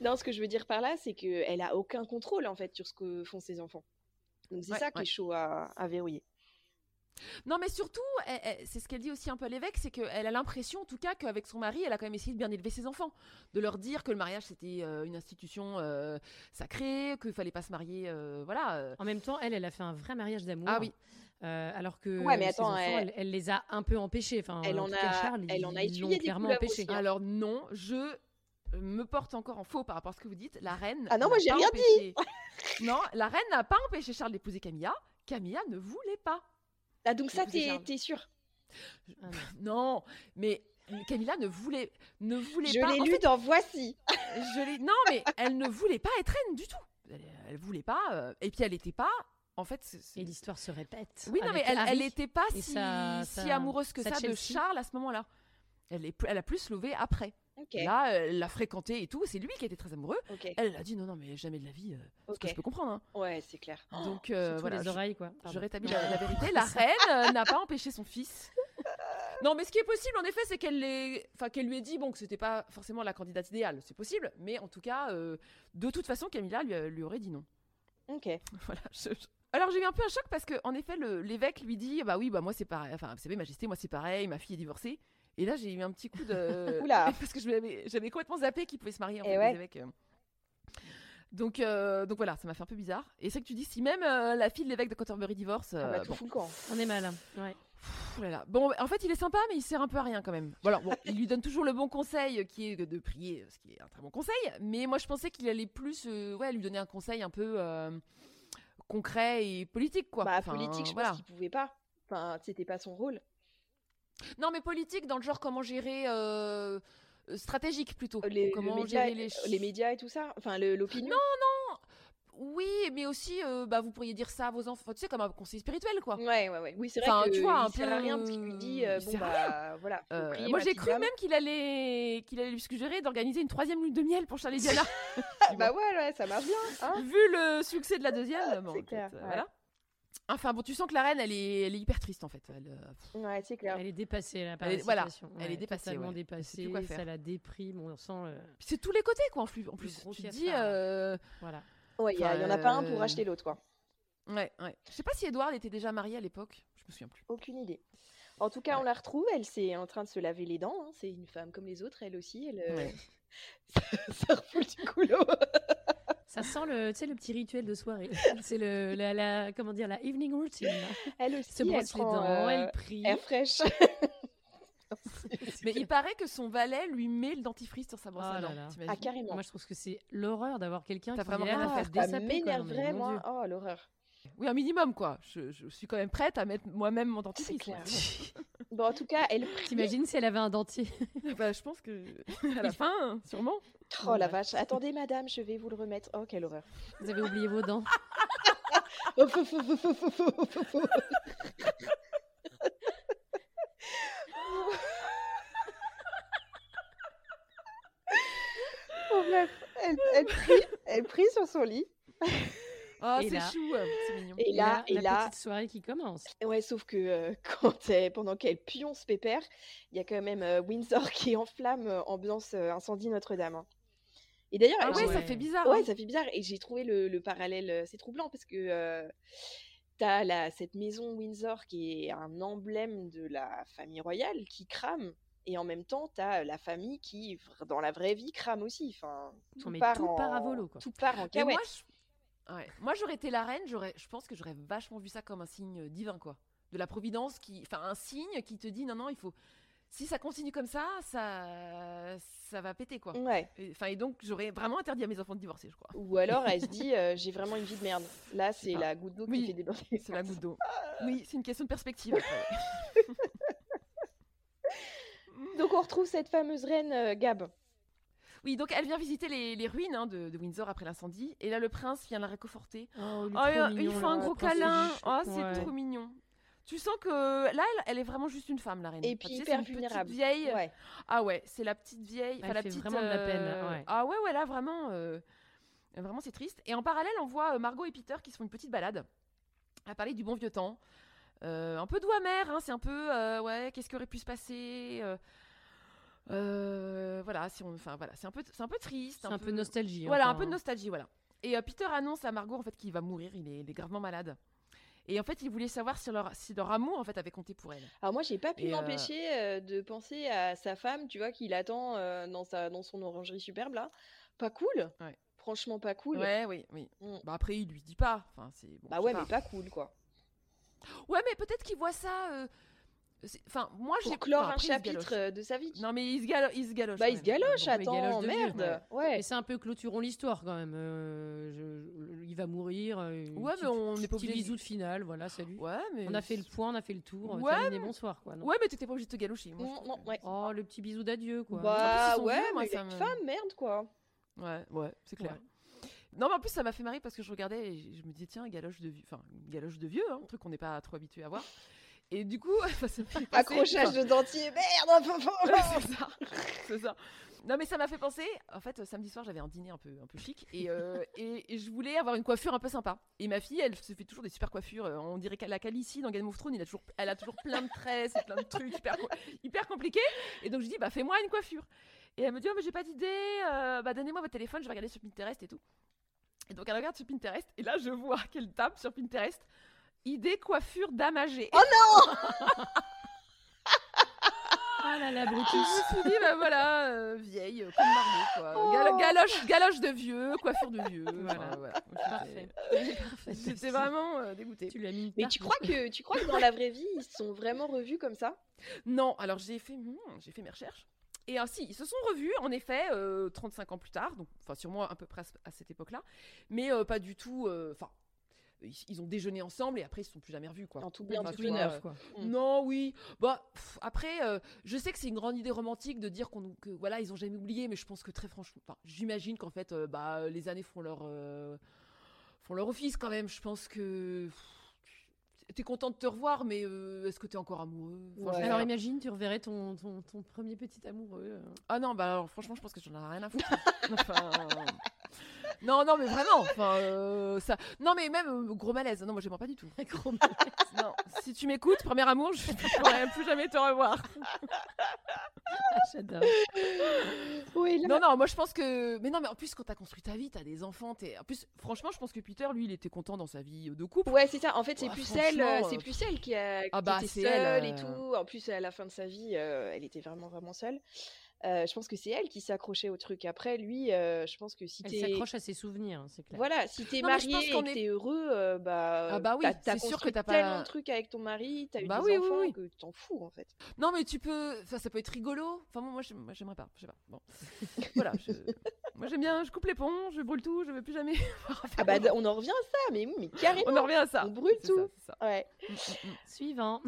Speaker 6: Non, ce que je veux dire par là, c'est que elle a aucun contrôle en fait sur ce que font ses enfants. Donc c'est
Speaker 1: Ouais,
Speaker 6: ça qui
Speaker 1: ouais.
Speaker 6: est chaud à, à verrouiller.
Speaker 1: Non, mais surtout, elle- elle- c'est ce qu'elle dit aussi un peu à l'évêque, c'est qu'elle a l'impression, en tout cas, qu'avec son mari, elle a quand même essayé de bien élever ses enfants, de leur dire que le mariage c'était euh, une institution euh, sacrée, qu'il fallait pas se marier, euh, voilà. euh.
Speaker 7: En même temps, elle, elle a fait un vrai mariage d'amour.
Speaker 1: Ah oui.
Speaker 7: Euh, alors que
Speaker 6: Ouais, mais
Speaker 7: ses
Speaker 6: attends,
Speaker 7: enfants,
Speaker 6: elle-
Speaker 7: elle... elle les a un peu empêchés. Enfin,
Speaker 6: Elle en
Speaker 7: tout cas,
Speaker 6: a-
Speaker 7: Charles,
Speaker 6: elle en a
Speaker 7: ils
Speaker 6: essuyé
Speaker 7: l'ont
Speaker 6: des
Speaker 7: clairement
Speaker 6: couleuvres
Speaker 7: empêché.
Speaker 6: aussi, hein.
Speaker 1: Alors non, je euh, me porte encore en faux par rapport à ce que vous dites. La reine.
Speaker 6: Ah non,
Speaker 1: n'a
Speaker 6: moi, j'ai
Speaker 1: pas
Speaker 6: rien
Speaker 1: empêché-
Speaker 6: (laughs)
Speaker 1: non, la reine n'a pas empêché Charles d'épouser Camilla. Camilla ne voulait pas.
Speaker 6: Ah donc
Speaker 1: J'ai
Speaker 6: ça,
Speaker 1: épousé
Speaker 6: t'es
Speaker 1: Charles.
Speaker 6: t'es sûr
Speaker 7: Ah non.
Speaker 1: Non, mais Camilla ne voulait, ne voulait
Speaker 6: Je
Speaker 1: pas.
Speaker 6: l'ai
Speaker 1: en
Speaker 6: lu
Speaker 1: fait,
Speaker 6: dans Voici.
Speaker 1: Je l'ai- Non,
Speaker 6: (laughs)
Speaker 1: mais elle ne voulait pas être reine du tout. Elle, elle voulait pas. euh, Et puis elle n'était pas. En fait, c'est- c'est-
Speaker 7: Et l'histoire se répète.
Speaker 1: oui, non, mais
Speaker 7: avec
Speaker 1: elle-
Speaker 7: Harry.
Speaker 1: elle n'était pas
Speaker 7: et
Speaker 1: si,
Speaker 7: sa-
Speaker 1: si
Speaker 7: sa-
Speaker 1: amoureuse que
Speaker 7: sa
Speaker 1: ça de
Speaker 7: Chelsea.
Speaker 1: Charles à ce moment-là. Elle, est, elle a plus levé après.
Speaker 6: Ok,
Speaker 1: Là, elle l'a fréquenté et tout. C'est lui qui était très amoureux.
Speaker 6: ok,
Speaker 1: Elle elle a dit non, non, mais jamais de la vie. euh, ce que
Speaker 6: ok.
Speaker 1: je peux comprendre. hein.
Speaker 6: Ouais, c'est clair.
Speaker 1: Donc euh,
Speaker 7: Surtout
Speaker 1: voilà,
Speaker 7: Oh, les
Speaker 1: je-
Speaker 7: oreilles, quoi.
Speaker 1: je,
Speaker 7: Pardon.
Speaker 1: rétablis la,
Speaker 7: (laughs)
Speaker 1: la vérité. La reine euh, n'a pas empêché son fils. Non, mais ce qui est possible, en effet, c'est qu'elle l'ait- enfin, qu'elle lui ait dit bon, que c'était pas forcément la candidate idéale. C'est possible, mais en tout cas, euh, de toute façon, Camilla lui, a- lui aurait dit non.
Speaker 6: Ok.
Speaker 1: (laughs) Voilà, je- je- Alors j'ai eu un peu un choc parce que en effet le- l'évêque lui dit bah oui bah moi c'est pareil enfin vous savez majesté moi c'est pareil ma fille est divorcée et là j'ai eu un petit coup de
Speaker 6: (laughs) Oula.
Speaker 1: (laughs) parce que je l'avais- j'avais complètement zappé qu'ils pouvaient se marier en
Speaker 6: Eh
Speaker 1: fait, les
Speaker 6: ouais.
Speaker 1: évêques, euh. Donc euh, donc voilà ça m'a fait un peu bizarre et c'est que tu dis si même euh, la fille de l'évêque de Canterbury divorce
Speaker 6: Ah bah,
Speaker 1: euh,
Speaker 6: tout
Speaker 1: bon,
Speaker 6: fout le camp.
Speaker 7: On est mal. hein. Ouais.
Speaker 1: pff, là là. Bon, en fait il est sympa mais il sert un peu à rien quand même voilà bon il lui donne toujours le bon conseil euh, qui est de- de prier ce qui est un très bon conseil mais moi je pensais qu'il allait plus euh, ouais lui donner un conseil un peu euh, concret et politique quoi
Speaker 6: Bah,
Speaker 1: Enfin,
Speaker 6: politique, je
Speaker 1: voilà.
Speaker 6: pense qu'il pouvait pas. Enfin, c'était pas son rôle.
Speaker 1: Non, mais politique dans le genre comment gérer euh, euh, stratégique plutôt.
Speaker 6: Les, le
Speaker 1: comment
Speaker 6: média-
Speaker 1: gérer les,
Speaker 6: les médias et tout ça. Enfin, le- l'opinion.
Speaker 1: Oui, mais aussi euh, bah vous pourriez dire ça à vos enfants, tu sais comme un conseil spirituel quoi.
Speaker 6: Ouais, ouais, ouais. Oui, c'est vrai
Speaker 1: Enfin,
Speaker 6: que
Speaker 1: tu vois, un
Speaker 6: il sert à
Speaker 1: peu-
Speaker 6: rien parce qu'il lui dit euh,
Speaker 1: il
Speaker 6: bon
Speaker 1: sert à
Speaker 6: bah voilà. faut
Speaker 1: Euh,
Speaker 6: prier,
Speaker 1: moi
Speaker 6: ma
Speaker 1: j'ai
Speaker 6: petite
Speaker 1: cru
Speaker 6: dame.
Speaker 1: même qu'il allait qu'il allait lui suggérer d'organiser une troisième lune de miel pour
Speaker 6: (laughs)
Speaker 1: Charlie Diana.
Speaker 6: Ah, bah ouais, ouais, ça marche bien.
Speaker 1: (laughs)
Speaker 6: Hein Ah,
Speaker 1: Vu le succès de la deuxième, bon,
Speaker 6: C'est
Speaker 1: en fait,
Speaker 6: clair,
Speaker 1: euh,
Speaker 6: ouais.
Speaker 1: voilà. Enfin bon, tu sens que la reine elle est, elle est hyper triste en fait. Elle, euh, pff,
Speaker 6: ouais, c'est clair.
Speaker 7: Elle est dépassée là, par
Speaker 1: Elle
Speaker 7: la
Speaker 1: est- voilà,
Speaker 7: situation.
Speaker 1: elle est dépassée,
Speaker 7: Totalement
Speaker 1: ouais. Elle sait plus
Speaker 7: dépassée.
Speaker 1: quoi
Speaker 7: Ça
Speaker 1: faire.
Speaker 7: la déprime. On sent. euh,
Speaker 1: puis c'est tous les côtés quoi en plus. En plus
Speaker 7: gros
Speaker 1: tu te
Speaker 7: fiasco,
Speaker 1: dis
Speaker 7: là.
Speaker 1: euh,
Speaker 7: voilà.
Speaker 6: Ouais, il y, a-
Speaker 1: Enfin,
Speaker 6: y en a pas un
Speaker 1: euh,
Speaker 6: pour acheter l'autre quoi.
Speaker 1: ouais ouais. Je sais pas si Edward était déjà marié à l'époque. Je me souviens plus.
Speaker 6: Aucune idée. En tout cas, on la retrouve. Elle c'est en train de se laver les dents. hein, C'est une femme comme les autres. Elle aussi. Elle. euh,
Speaker 1: Ouais.
Speaker 6: (laughs) ça refoule du boulot.
Speaker 7: (laughs)
Speaker 1: (laughs)
Speaker 7: Ça sent le, tu sais, le petit rituel de soirée. (laughs) C'est le, la, la- comment dire, la evening routine. là.
Speaker 6: Elle
Speaker 7: Elle
Speaker 6: aussi.
Speaker 7: se brosse
Speaker 6: elle
Speaker 7: les
Speaker 6: prend,
Speaker 7: dents,
Speaker 6: euh,
Speaker 7: elle prie.
Speaker 6: air
Speaker 7: (laughs)
Speaker 6: fraîche.
Speaker 1: Mais il paraît que son valet lui met le dentifrice sur sa brosse à
Speaker 7: Oh là
Speaker 1: dents.
Speaker 7: là.
Speaker 1: t'imagines
Speaker 6: ah carrément.
Speaker 7: Moi, je trouve que c'est l'horreur d'avoir quelqu'un qui
Speaker 1: T'as
Speaker 7: a
Speaker 1: vraiment
Speaker 7: l'air
Speaker 1: rien
Speaker 7: de
Speaker 1: à
Speaker 6: Ah,
Speaker 7: faire
Speaker 1: faire.
Speaker 7: des
Speaker 6: ça m'énerverait moi. Oh l'horreur.
Speaker 1: Oui, un minimum, quoi. Je, je suis quand même prête à mettre moi-même mon
Speaker 6: C'est
Speaker 1: dentifrice.
Speaker 6: clair.
Speaker 1: quoi.
Speaker 6: Bon en tout cas, elle
Speaker 7: (laughs)
Speaker 6: prie.
Speaker 7: T'imagines si elle avait un dentier (laughs)
Speaker 1: (laughs) Bah, je pense que à
Speaker 6: (laughs)
Speaker 1: la fin, sûrement.
Speaker 6: Oh la
Speaker 7: Ouais.
Speaker 6: vache. Attendez madame, je vais vous le remettre. Oh quelle horreur.
Speaker 7: Vous avez oublié vos dents.
Speaker 6: Oh, fou, fou, fou, fou, fou, fou, fou, fou. Bon, bref, elle, elle prie, elle prie sur son lit.
Speaker 1: Ah,
Speaker 7: Et
Speaker 1: c'est
Speaker 7: là-
Speaker 1: chou, euh, c'est mignon.
Speaker 6: Et là, et
Speaker 7: la
Speaker 6: là,
Speaker 7: petite soirée qui commence.
Speaker 6: ouais, sauf que euh, (laughs) quand elle- pendant qu'elle pionce pépère, il y a quand même euh, Windsor qui est en flamme, euh, ambiance euh, incendie Notre-Dame. hein. Et d'ailleurs,
Speaker 1: Ah
Speaker 6: j'ai-
Speaker 1: ouais, ça
Speaker 7: ouais.
Speaker 1: fait bizarre.
Speaker 6: Ouais,
Speaker 1: hein.
Speaker 6: ça fait bizarre. Et j'ai trouvé le, le parallèle, euh, c'est troublant parce que euh, t'as la, cette maison Windsor qui est un emblème de la famille royale qui crame. Et en même temps, tu as la famille qui, vr- dans la vraie vie, crame aussi. Enfin, tout,
Speaker 7: Mais
Speaker 6: part
Speaker 7: tout
Speaker 6: en...
Speaker 7: part à volo, quoi.
Speaker 6: Tout part en
Speaker 7: Eh
Speaker 1: Mais
Speaker 6: cacahuète.
Speaker 1: Ben, moi, je- ouais. Moi, j'aurais été la reine, j'aurais... je pense que j'aurais vachement vu ça comme un signe euh, divin, quoi. De la providence, qui... enfin un signe qui te dit non, non, il faut. Si ça continue comme ça, ça, ça va péter,
Speaker 7: Mm.
Speaker 1: quoi.
Speaker 6: Ouais.
Speaker 1: Et- Enfin, et, donc, j'aurais vraiment interdit à mes enfants de divorcer, je crois.
Speaker 6: Ou alors elle se dit euh, j'ai vraiment une vie de merde. Là c'est
Speaker 1: pas.
Speaker 6: la goutte d'eau
Speaker 1: Oui,
Speaker 6: qui fait déborder.
Speaker 1: C'est la goutte
Speaker 7: (laughs)
Speaker 1: d'eau. Oui, c'est une question de perspective. après.
Speaker 6: Donc on retrouve cette fameuse reine euh, Gab.
Speaker 1: oui, donc elle vient visiter les, les ruines hein, de, de Windsor après l'incendie, et là, le prince vient la réconforter.
Speaker 7: Oh, il
Speaker 1: Oh,
Speaker 7: est trop
Speaker 1: il
Speaker 7: mignon,
Speaker 1: fait
Speaker 7: là,
Speaker 1: un
Speaker 7: la
Speaker 1: gros
Speaker 7: princesse
Speaker 1: câlin.
Speaker 7: Juche.
Speaker 1: Oh, c'est
Speaker 7: Ouais.
Speaker 1: trop mignon. Tu sens que là, elle, elle est vraiment juste une femme, la reine.
Speaker 6: Et
Speaker 1: Enfin,
Speaker 6: puis
Speaker 1: tu sais,
Speaker 6: hyper
Speaker 1: c'est une petite
Speaker 6: vulnérable.
Speaker 1: Vieille.
Speaker 6: Ouais.
Speaker 1: Ah ouais, c'est la petite vieille. enfin,
Speaker 7: Elle
Speaker 1: la
Speaker 7: fait
Speaker 1: petite,
Speaker 7: vraiment de la peine, là,
Speaker 1: euh,
Speaker 7: ouais.
Speaker 1: Ah ouais, ouais, là, vraiment, euh, vraiment, c'est triste. Et en parallèle, on voit euh, Margot et Peter qui se font une petite balade à parler du bon vieux temps. Euh, un peu doux amer, hein, c'est un peu, euh, ouais, qu'est-ce qui aurait pu se passer euh, euh, voilà, si on, enfin voilà, c'est un peu, c'est un peu triste,
Speaker 7: C'est un peu nostalgie.
Speaker 1: voilà, un
Speaker 7: encore,
Speaker 1: peu de
Speaker 7: hein.
Speaker 1: nostalgie, voilà. Et euh, Peter annonce à Margot en fait qu'il va mourir, il est, il est gravement malade. Et en fait, il voulait savoir si leur, si leur amour en fait avait compté pour elle.
Speaker 6: Alors moi j'ai pas pu
Speaker 1: Et, euh,
Speaker 6: m'empêcher euh, de penser à sa femme, tu vois, qui l'attend euh, dans sa dans son orangerie superbe là. Pas cool.
Speaker 1: Ouais.
Speaker 6: Franchement pas cool.
Speaker 1: Ouais, oui, oui.
Speaker 6: Mm.
Speaker 1: Bah après, il lui dit pas. Enfin, c'est bon,
Speaker 6: Bah
Speaker 1: je
Speaker 6: ouais
Speaker 1: sais
Speaker 6: mais pas cool quoi.
Speaker 1: Ouais, mais peut-être qu'il voit ça. euh, c'est- Enfin, moi, j'ai.
Speaker 6: Pour clore
Speaker 1: enfin,
Speaker 6: un
Speaker 1: après, il se
Speaker 6: chapitre
Speaker 1: galoche.
Speaker 6: euh, de sa vie.
Speaker 1: Non, mais il se, galo- il se galoche.
Speaker 6: bah
Speaker 1: quand
Speaker 6: il se
Speaker 1: même.
Speaker 6: galoche,
Speaker 1: Donc,
Speaker 7: mais il
Speaker 6: attends,
Speaker 7: galoche de vivre,
Speaker 6: merde. Ouais.
Speaker 7: Mais c'est un peu clôturons l'histoire quand même. Euh, je- je- il va mourir. euh, une
Speaker 1: Ouais,
Speaker 7: petite-
Speaker 1: mais on n'est pas
Speaker 7: Petit
Speaker 1: obligé. Ah,
Speaker 7: bisou de finale, voilà, salut.
Speaker 1: Ouais, mais.
Speaker 7: On a fait le point, on a fait le tour.
Speaker 1: Ouais,
Speaker 7: Ouais, mais... bonsoir, quoi. non
Speaker 1: Ouais, mais t'étais pas obligé de te galocher. moi, je
Speaker 6: Non,
Speaker 1: trouve
Speaker 6: non,
Speaker 1: que-
Speaker 6: Mm, ouais.
Speaker 7: Oh, le petit bisou d'adieu, quoi.
Speaker 1: En plus, ils
Speaker 6: Bah
Speaker 1: sont
Speaker 6: ouais,
Speaker 1: vieux, moi,
Speaker 6: mais il
Speaker 1: ça
Speaker 6: a une
Speaker 1: me- Ah,
Speaker 6: femme, merde quoi.
Speaker 1: Ouais, ouais, c'est clair.
Speaker 7: Ouais.
Speaker 1: Non, mais en plus, ça m'a fait marrer parce que je regardais et je me disais, tiens, galoche de vieux. Enfin, galoche de vieux, hein, un truc qu'on n'est pas trop habitué à voir. Et du coup, (laughs) enfin, ça Bah, me fait penser-
Speaker 6: Accrochage
Speaker 1: enfin,
Speaker 6: de dentier, merde.
Speaker 1: ouais,
Speaker 6: (laughs)
Speaker 1: (laughs) c'est ça, c'est ça. Non, mais ça m'a fait penser. En fait, samedi soir, j'avais un dîner un peu, un peu chic et, euh, et, et je voulais avoir une coiffure un peu sympa. Et ma fille, elle se fait toujours des super coiffures. euh, On dirait qu'elle- la Calicie dans Game of Thrones, il a toujours, elle a toujours plein de tresses et plein de trucs hyper, co- hyper compliqués. Et donc, je dis, bah, fais-moi une coiffure. Et elle me dit, oh, mais j'ai pas d'idée. euh, bah, donnez-moi votre téléphone, je vais regarder sur Pinterest et tout. Et donc, elle regarde sur Pinterest et là, je vois qu'elle tape sur Pinterest idée coiffure dame âgée.
Speaker 7: Ah là là,
Speaker 1: Je
Speaker 7: Brutus.
Speaker 1: me suis dit, bah voilà, euh, vieille, euh, comme Margot, quoi. Galo- galoche, galoche de vieux, coiffure de vieux. enfin,
Speaker 7: Oh. Voilà.
Speaker 1: voilà. (laughs)
Speaker 7: Parfait. Parfait.
Speaker 1: J'étais- J'étais vraiment euh, dégoûtée.
Speaker 7: Tu l'as mis. une
Speaker 6: Mais
Speaker 7: tarte.
Speaker 6: tu crois que tu crois que dans la vraie vie ils se sont vraiment revus comme ça
Speaker 1: Non, alors j'ai fait, hmm, j'ai fait mes recherches. Et ainsi, ils se sont revus, en effet, euh, 35 ans plus tard, donc enfin sûrement à peu près à ce- à cette époque-là, mais euh, pas du tout. euh, Enfin, ils, ils ont déjeuné ensemble et après ils se sont plus jamais revus, quoi.
Speaker 6: En tout bien,
Speaker 1: Enfin,
Speaker 6: tout
Speaker 1: tu
Speaker 7: Le
Speaker 1: vois,
Speaker 7: neuf,
Speaker 1: euh,
Speaker 7: quoi.
Speaker 6: Mm.
Speaker 1: Non, oui. Bah pff, après, euh, je sais que c'est une grande idée romantique de dire qu'on nous- que voilà, ils ont jamais oublié, mais je pense que très franchement, enfin, j'imagine qu'en fait, euh, bah euh, les années font leur euh, font leur office quand même. Je pense que pff, t'es content de te revoir, mais euh, est-ce que t'es encore amoureux Enfin, je
Speaker 6: Ouais.
Speaker 1: sais
Speaker 7: Alors
Speaker 1: pas.
Speaker 7: imagine, tu reverrais ton, ton, ton premier petit amoureux. euh.
Speaker 1: ah non, bah alors, franchement, je pense que j'en ai rien à foutre. (laughs) Enfin, non, non, mais vraiment. Enfin, euh, ça. Non, mais même euh, gros malaise. Non, moi, j'aime pas du tout.
Speaker 7: Gros
Speaker 1: (laughs) Non, si tu m'écoutes, premier amour, je (laughs) ne pourrai plus jamais te revoir.
Speaker 7: Ah, J'adore.
Speaker 6: Oui,
Speaker 1: Non, non, moi je pense que. Mais non, mais en plus, quand t'as construit ta vie, t'as des enfants. T'es... En plus, franchement, je pense que Peter, lui, il était content dans sa vie de couple.
Speaker 6: Ouais, c'est ça. En fait, c'est
Speaker 1: Ouais,
Speaker 6: plus elle, euh,
Speaker 1: franchement,
Speaker 6: c'est
Speaker 1: euh,
Speaker 6: plus elle qui, a, qui
Speaker 1: bah,
Speaker 6: était
Speaker 1: c'est
Speaker 6: seule
Speaker 1: elle,
Speaker 6: et
Speaker 1: euh.
Speaker 6: tout. En plus, à la fin de sa vie, euh, elle était vraiment vraiment seule. Euh, je pense que c'est elle qui s'accrochait au truc. Après, lui, euh, je pense que si
Speaker 7: Elle
Speaker 6: t'es
Speaker 7: s'accroche à ses souvenirs, hein, c'est clair.
Speaker 6: voilà, si t'es
Speaker 1: Non, mais je
Speaker 6: marié
Speaker 1: pense
Speaker 6: et
Speaker 1: qu'on
Speaker 6: que
Speaker 1: est-
Speaker 6: t'es heureux, euh, bah
Speaker 1: Ah bah oui,
Speaker 6: t'as- t'as
Speaker 1: c'est sûr que
Speaker 6: construit
Speaker 1: t'as pas-
Speaker 6: tellement de trucs avec ton mari, t'as eu
Speaker 1: Bah
Speaker 6: des
Speaker 1: oui, oui,
Speaker 6: enfants
Speaker 1: oui.
Speaker 6: que t'en fous en
Speaker 1: (laughs)
Speaker 6: fait.
Speaker 1: Non, mais tu peux. Ça, ça peut être rigolo. Enfin, moi, moi, j'aime- moi, j'aimerais pas. Je sais pas.
Speaker 7: (laughs)
Speaker 1: Bon. voilà. je- Moi, j'aime bien. Je coupe les ponts, je brûle tout, je veux plus jamais. (laughs) avoir affaire
Speaker 6: Ah bah
Speaker 1: aux gens.
Speaker 6: on en revient à ça, mais oui, mais carrément.
Speaker 1: (laughs) on en revient à ça.
Speaker 6: on brûle
Speaker 1: C'est
Speaker 6: tout.
Speaker 1: ça,
Speaker 6: Ouais.
Speaker 1: c'est ça. Mm, mm, mm.
Speaker 7: Suivant.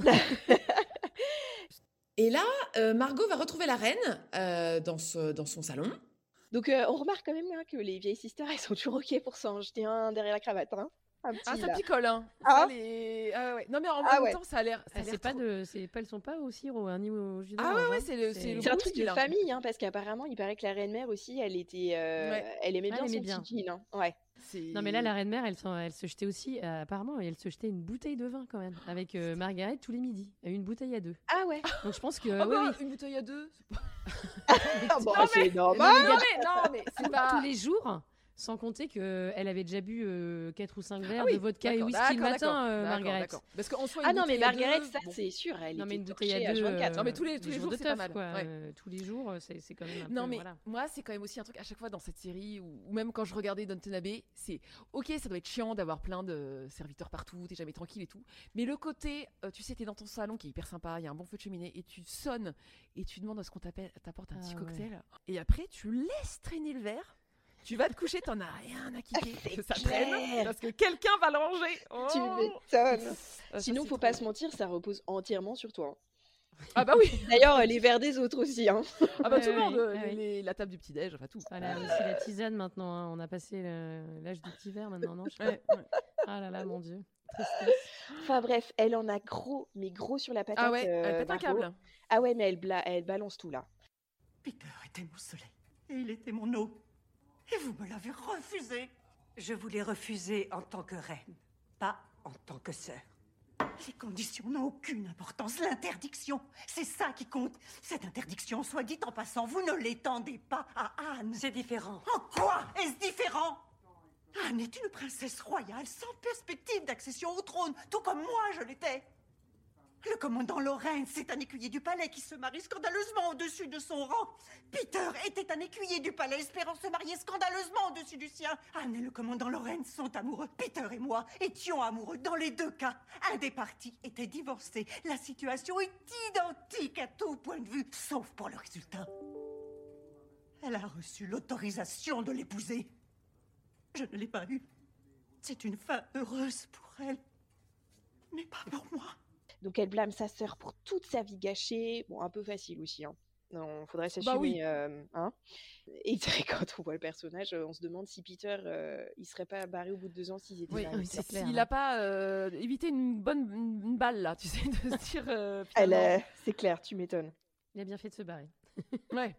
Speaker 9: Et là, euh, Margot va retrouver la reine euh, dans, ce- dans son salon.
Speaker 6: Donc euh, on remarque quand même hein, que les vieilles sisters, elles sont toujours ok pour s'en jeter un derrière la cravate, hein. Un petit
Speaker 1: Ah, ça
Speaker 6: là.
Speaker 1: picole, hein.
Speaker 6: Ah.
Speaker 1: Ça, les- ah ouais. Non, mais en
Speaker 6: Ah
Speaker 1: même
Speaker 6: ouais.
Speaker 1: temps, ça a l'air. Ça a
Speaker 7: Ah, c'est
Speaker 1: l'air
Speaker 7: pas
Speaker 1: trop-
Speaker 7: de, c'est pas, elles sont pas au sirop, hein, ni au jus
Speaker 1: Ah ouais,
Speaker 7: d'orange,
Speaker 1: ouais,
Speaker 7: hein.
Speaker 1: c'est le- c'est le
Speaker 6: C'est un
Speaker 1: Bruce
Speaker 6: truc
Speaker 1: qui
Speaker 6: de
Speaker 1: l'a.
Speaker 6: famille, hein, parce qu'apparemment, il paraît que la reine mère aussi, elle était, euh,
Speaker 1: Ouais. Ah,
Speaker 6: elle aimait
Speaker 7: Elle
Speaker 6: bien
Speaker 7: aimait
Speaker 6: son
Speaker 7: bien.
Speaker 6: petit jean. hein. Ouais.
Speaker 1: c'est-
Speaker 7: Non mais là la reine mère elle, s'en- elle se jetait aussi euh, apparemment et elle se jetait une bouteille de vin quand même avec euh, Margaret tous les midis et une bouteille à deux.
Speaker 6: Ah ouais. (laughs)
Speaker 7: Donc
Speaker 1: (laughs)
Speaker 7: je pense que
Speaker 1: Ah
Speaker 7: oui,
Speaker 1: bah,
Speaker 7: oui.
Speaker 1: une bouteille à deux.
Speaker 6: Ah bon,
Speaker 1: mais-
Speaker 6: c'est
Speaker 1: Non,
Speaker 6: normal.
Speaker 7: (laughs)
Speaker 1: mais, non, mais c'est pas.
Speaker 7: tous bah les jours Sans compter qu'elle avait déjà bu 4 ou 5 verres
Speaker 1: Ah oui,
Speaker 7: de vodka et
Speaker 1: d'accord,
Speaker 7: whisky le
Speaker 1: d'accord,
Speaker 7: matin,
Speaker 1: d'accord,
Speaker 7: euh,
Speaker 1: d'accord,
Speaker 7: Margaret.
Speaker 1: d'accord. Parce qu'en soi,
Speaker 6: Ah
Speaker 1: une
Speaker 6: non, mais
Speaker 1: bouteille à deux,
Speaker 6: Margaret, ça
Speaker 1: bon.
Speaker 6: c'est sûr, elle
Speaker 7: Non, mais
Speaker 6: était
Speaker 7: une bouteille à
Speaker 6: torchée à hein.
Speaker 7: deux.
Speaker 6: 24.
Speaker 1: Non, mais tous les- tous
Speaker 7: des
Speaker 1: les
Speaker 7: jours
Speaker 1: jours,
Speaker 7: de
Speaker 1: c'est pas
Speaker 7: taf,
Speaker 1: mal,
Speaker 7: quoi.
Speaker 1: ouais.
Speaker 7: Euh, tous les jours, euh, c'est c'est quand même un
Speaker 1: Non
Speaker 7: peu,
Speaker 1: mais
Speaker 7: voilà.
Speaker 1: moi c'est quand même aussi un truc à chaque fois dans cette série ou ou même quand je regardais Downton Abbey, c'est OK, ça doit être chiant d'avoir plein de serviteurs partout, t'es jamais tranquille et tout. Mais le côté euh, tu sais t'es dans ton salon qui est hyper sympa, il y a un bon feu de cheminée et tu sonnes et tu demandes à ce qu'on t'appelle- t'apporte un
Speaker 7: Ah
Speaker 1: petit
Speaker 7: ouais.
Speaker 1: cocktail et après tu laisses traîner le verre. Tu vas te coucher, t'en as rien
Speaker 6: (laughs)
Speaker 1: à quitter que ça traîne
Speaker 6: clair.
Speaker 1: parce que quelqu'un va le ranger.
Speaker 6: Tu
Speaker 1: Oh
Speaker 6: m'étonnes.
Speaker 1: Ah, ça,
Speaker 6: Sinon,
Speaker 1: c'est
Speaker 6: faut
Speaker 1: trop
Speaker 6: pas
Speaker 1: bien.
Speaker 6: se mentir, ça repose entièrement sur toi. hein.
Speaker 1: Ah bah oui,
Speaker 6: D'ailleurs, euh, les verres des autres aussi. Hein.
Speaker 1: ah bah
Speaker 7: Ouais,
Speaker 1: tout le
Speaker 7: ouais,
Speaker 1: monde, euh,
Speaker 7: ouais,
Speaker 1: les-
Speaker 7: ouais.
Speaker 1: les- la table du petit déj, enfin tout. Euh,
Speaker 7: Voilà, mais c'est Ah, la tisane maintenant. hein. On a passé le- l'âge du petit verre maintenant, non je sais pas.
Speaker 6: (laughs)
Speaker 1: Ouais, ouais.
Speaker 7: Ah là là, mon dieu. Tristesse.
Speaker 6: Enfin bref, elle en a gros, mais gros sur la patate.
Speaker 1: Ah ouais, elle
Speaker 6: euh,
Speaker 1: pète un
Speaker 6: Margot.
Speaker 1: câble.
Speaker 6: Ah ouais, mais elle, bla- elle balance tout là.
Speaker 10: Peter était mon soleil. Et il était mon eau. Et vous me l'avez refusé.
Speaker 4: Je vous l'ai refusé en tant que reine, pas en tant que sœur.
Speaker 10: Les conditions n'ont aucune importance. L'interdiction, c'est ça qui compte. Cette interdiction, soit dit en passant, vous ne l'étendez pas à Anne.
Speaker 4: C'est différent.
Speaker 10: En quoi est-ce différent Anne est une princesse royale sans perspective d'accession au trône, tout comme moi je l'étais. Le commandant Lorraine, c'est un écuyer du palais qui se marie scandaleusement au-dessus de son rang. Peter était un écuyer du palais espérant se marier scandaleusement au-dessus du sien. Anne et le commandant Lorraine sont amoureux. Peter et moi étions amoureux dans les deux cas. Un des partis était divorcé. La situation est identique à tout point de vue, sauf pour le résultat. Elle a reçu l'autorisation de l'épouser. Je ne l'ai pas eue. C'est une fin heureuse pour elle, mais pas pour moi.
Speaker 6: Donc elle blâme sa sœur pour toute sa vie gâchée. Bon, un peu facile aussi. Hein. Non, faudrait s'assumer.
Speaker 1: oui.
Speaker 6: euh, hein. Et (laughs) c'est vrai, quand on voit le personnage, euh, on se demande si Peter, euh, il serait pas barré au bout de deux ans s'ils étaient
Speaker 1: Oui,
Speaker 6: mariés.
Speaker 7: oui,
Speaker 1: c'est
Speaker 7: c'est clair.
Speaker 1: S'il
Speaker 6: hein.
Speaker 1: n'a pas euh, évité une bonne une une balle, là, tu sais, (laughs) de se dire. euh,
Speaker 6: Elle,
Speaker 1: finalement.
Speaker 6: euh, c'est clair, tu m'étonnes.
Speaker 7: Il a bien fait de se barrer.
Speaker 1: Ouais.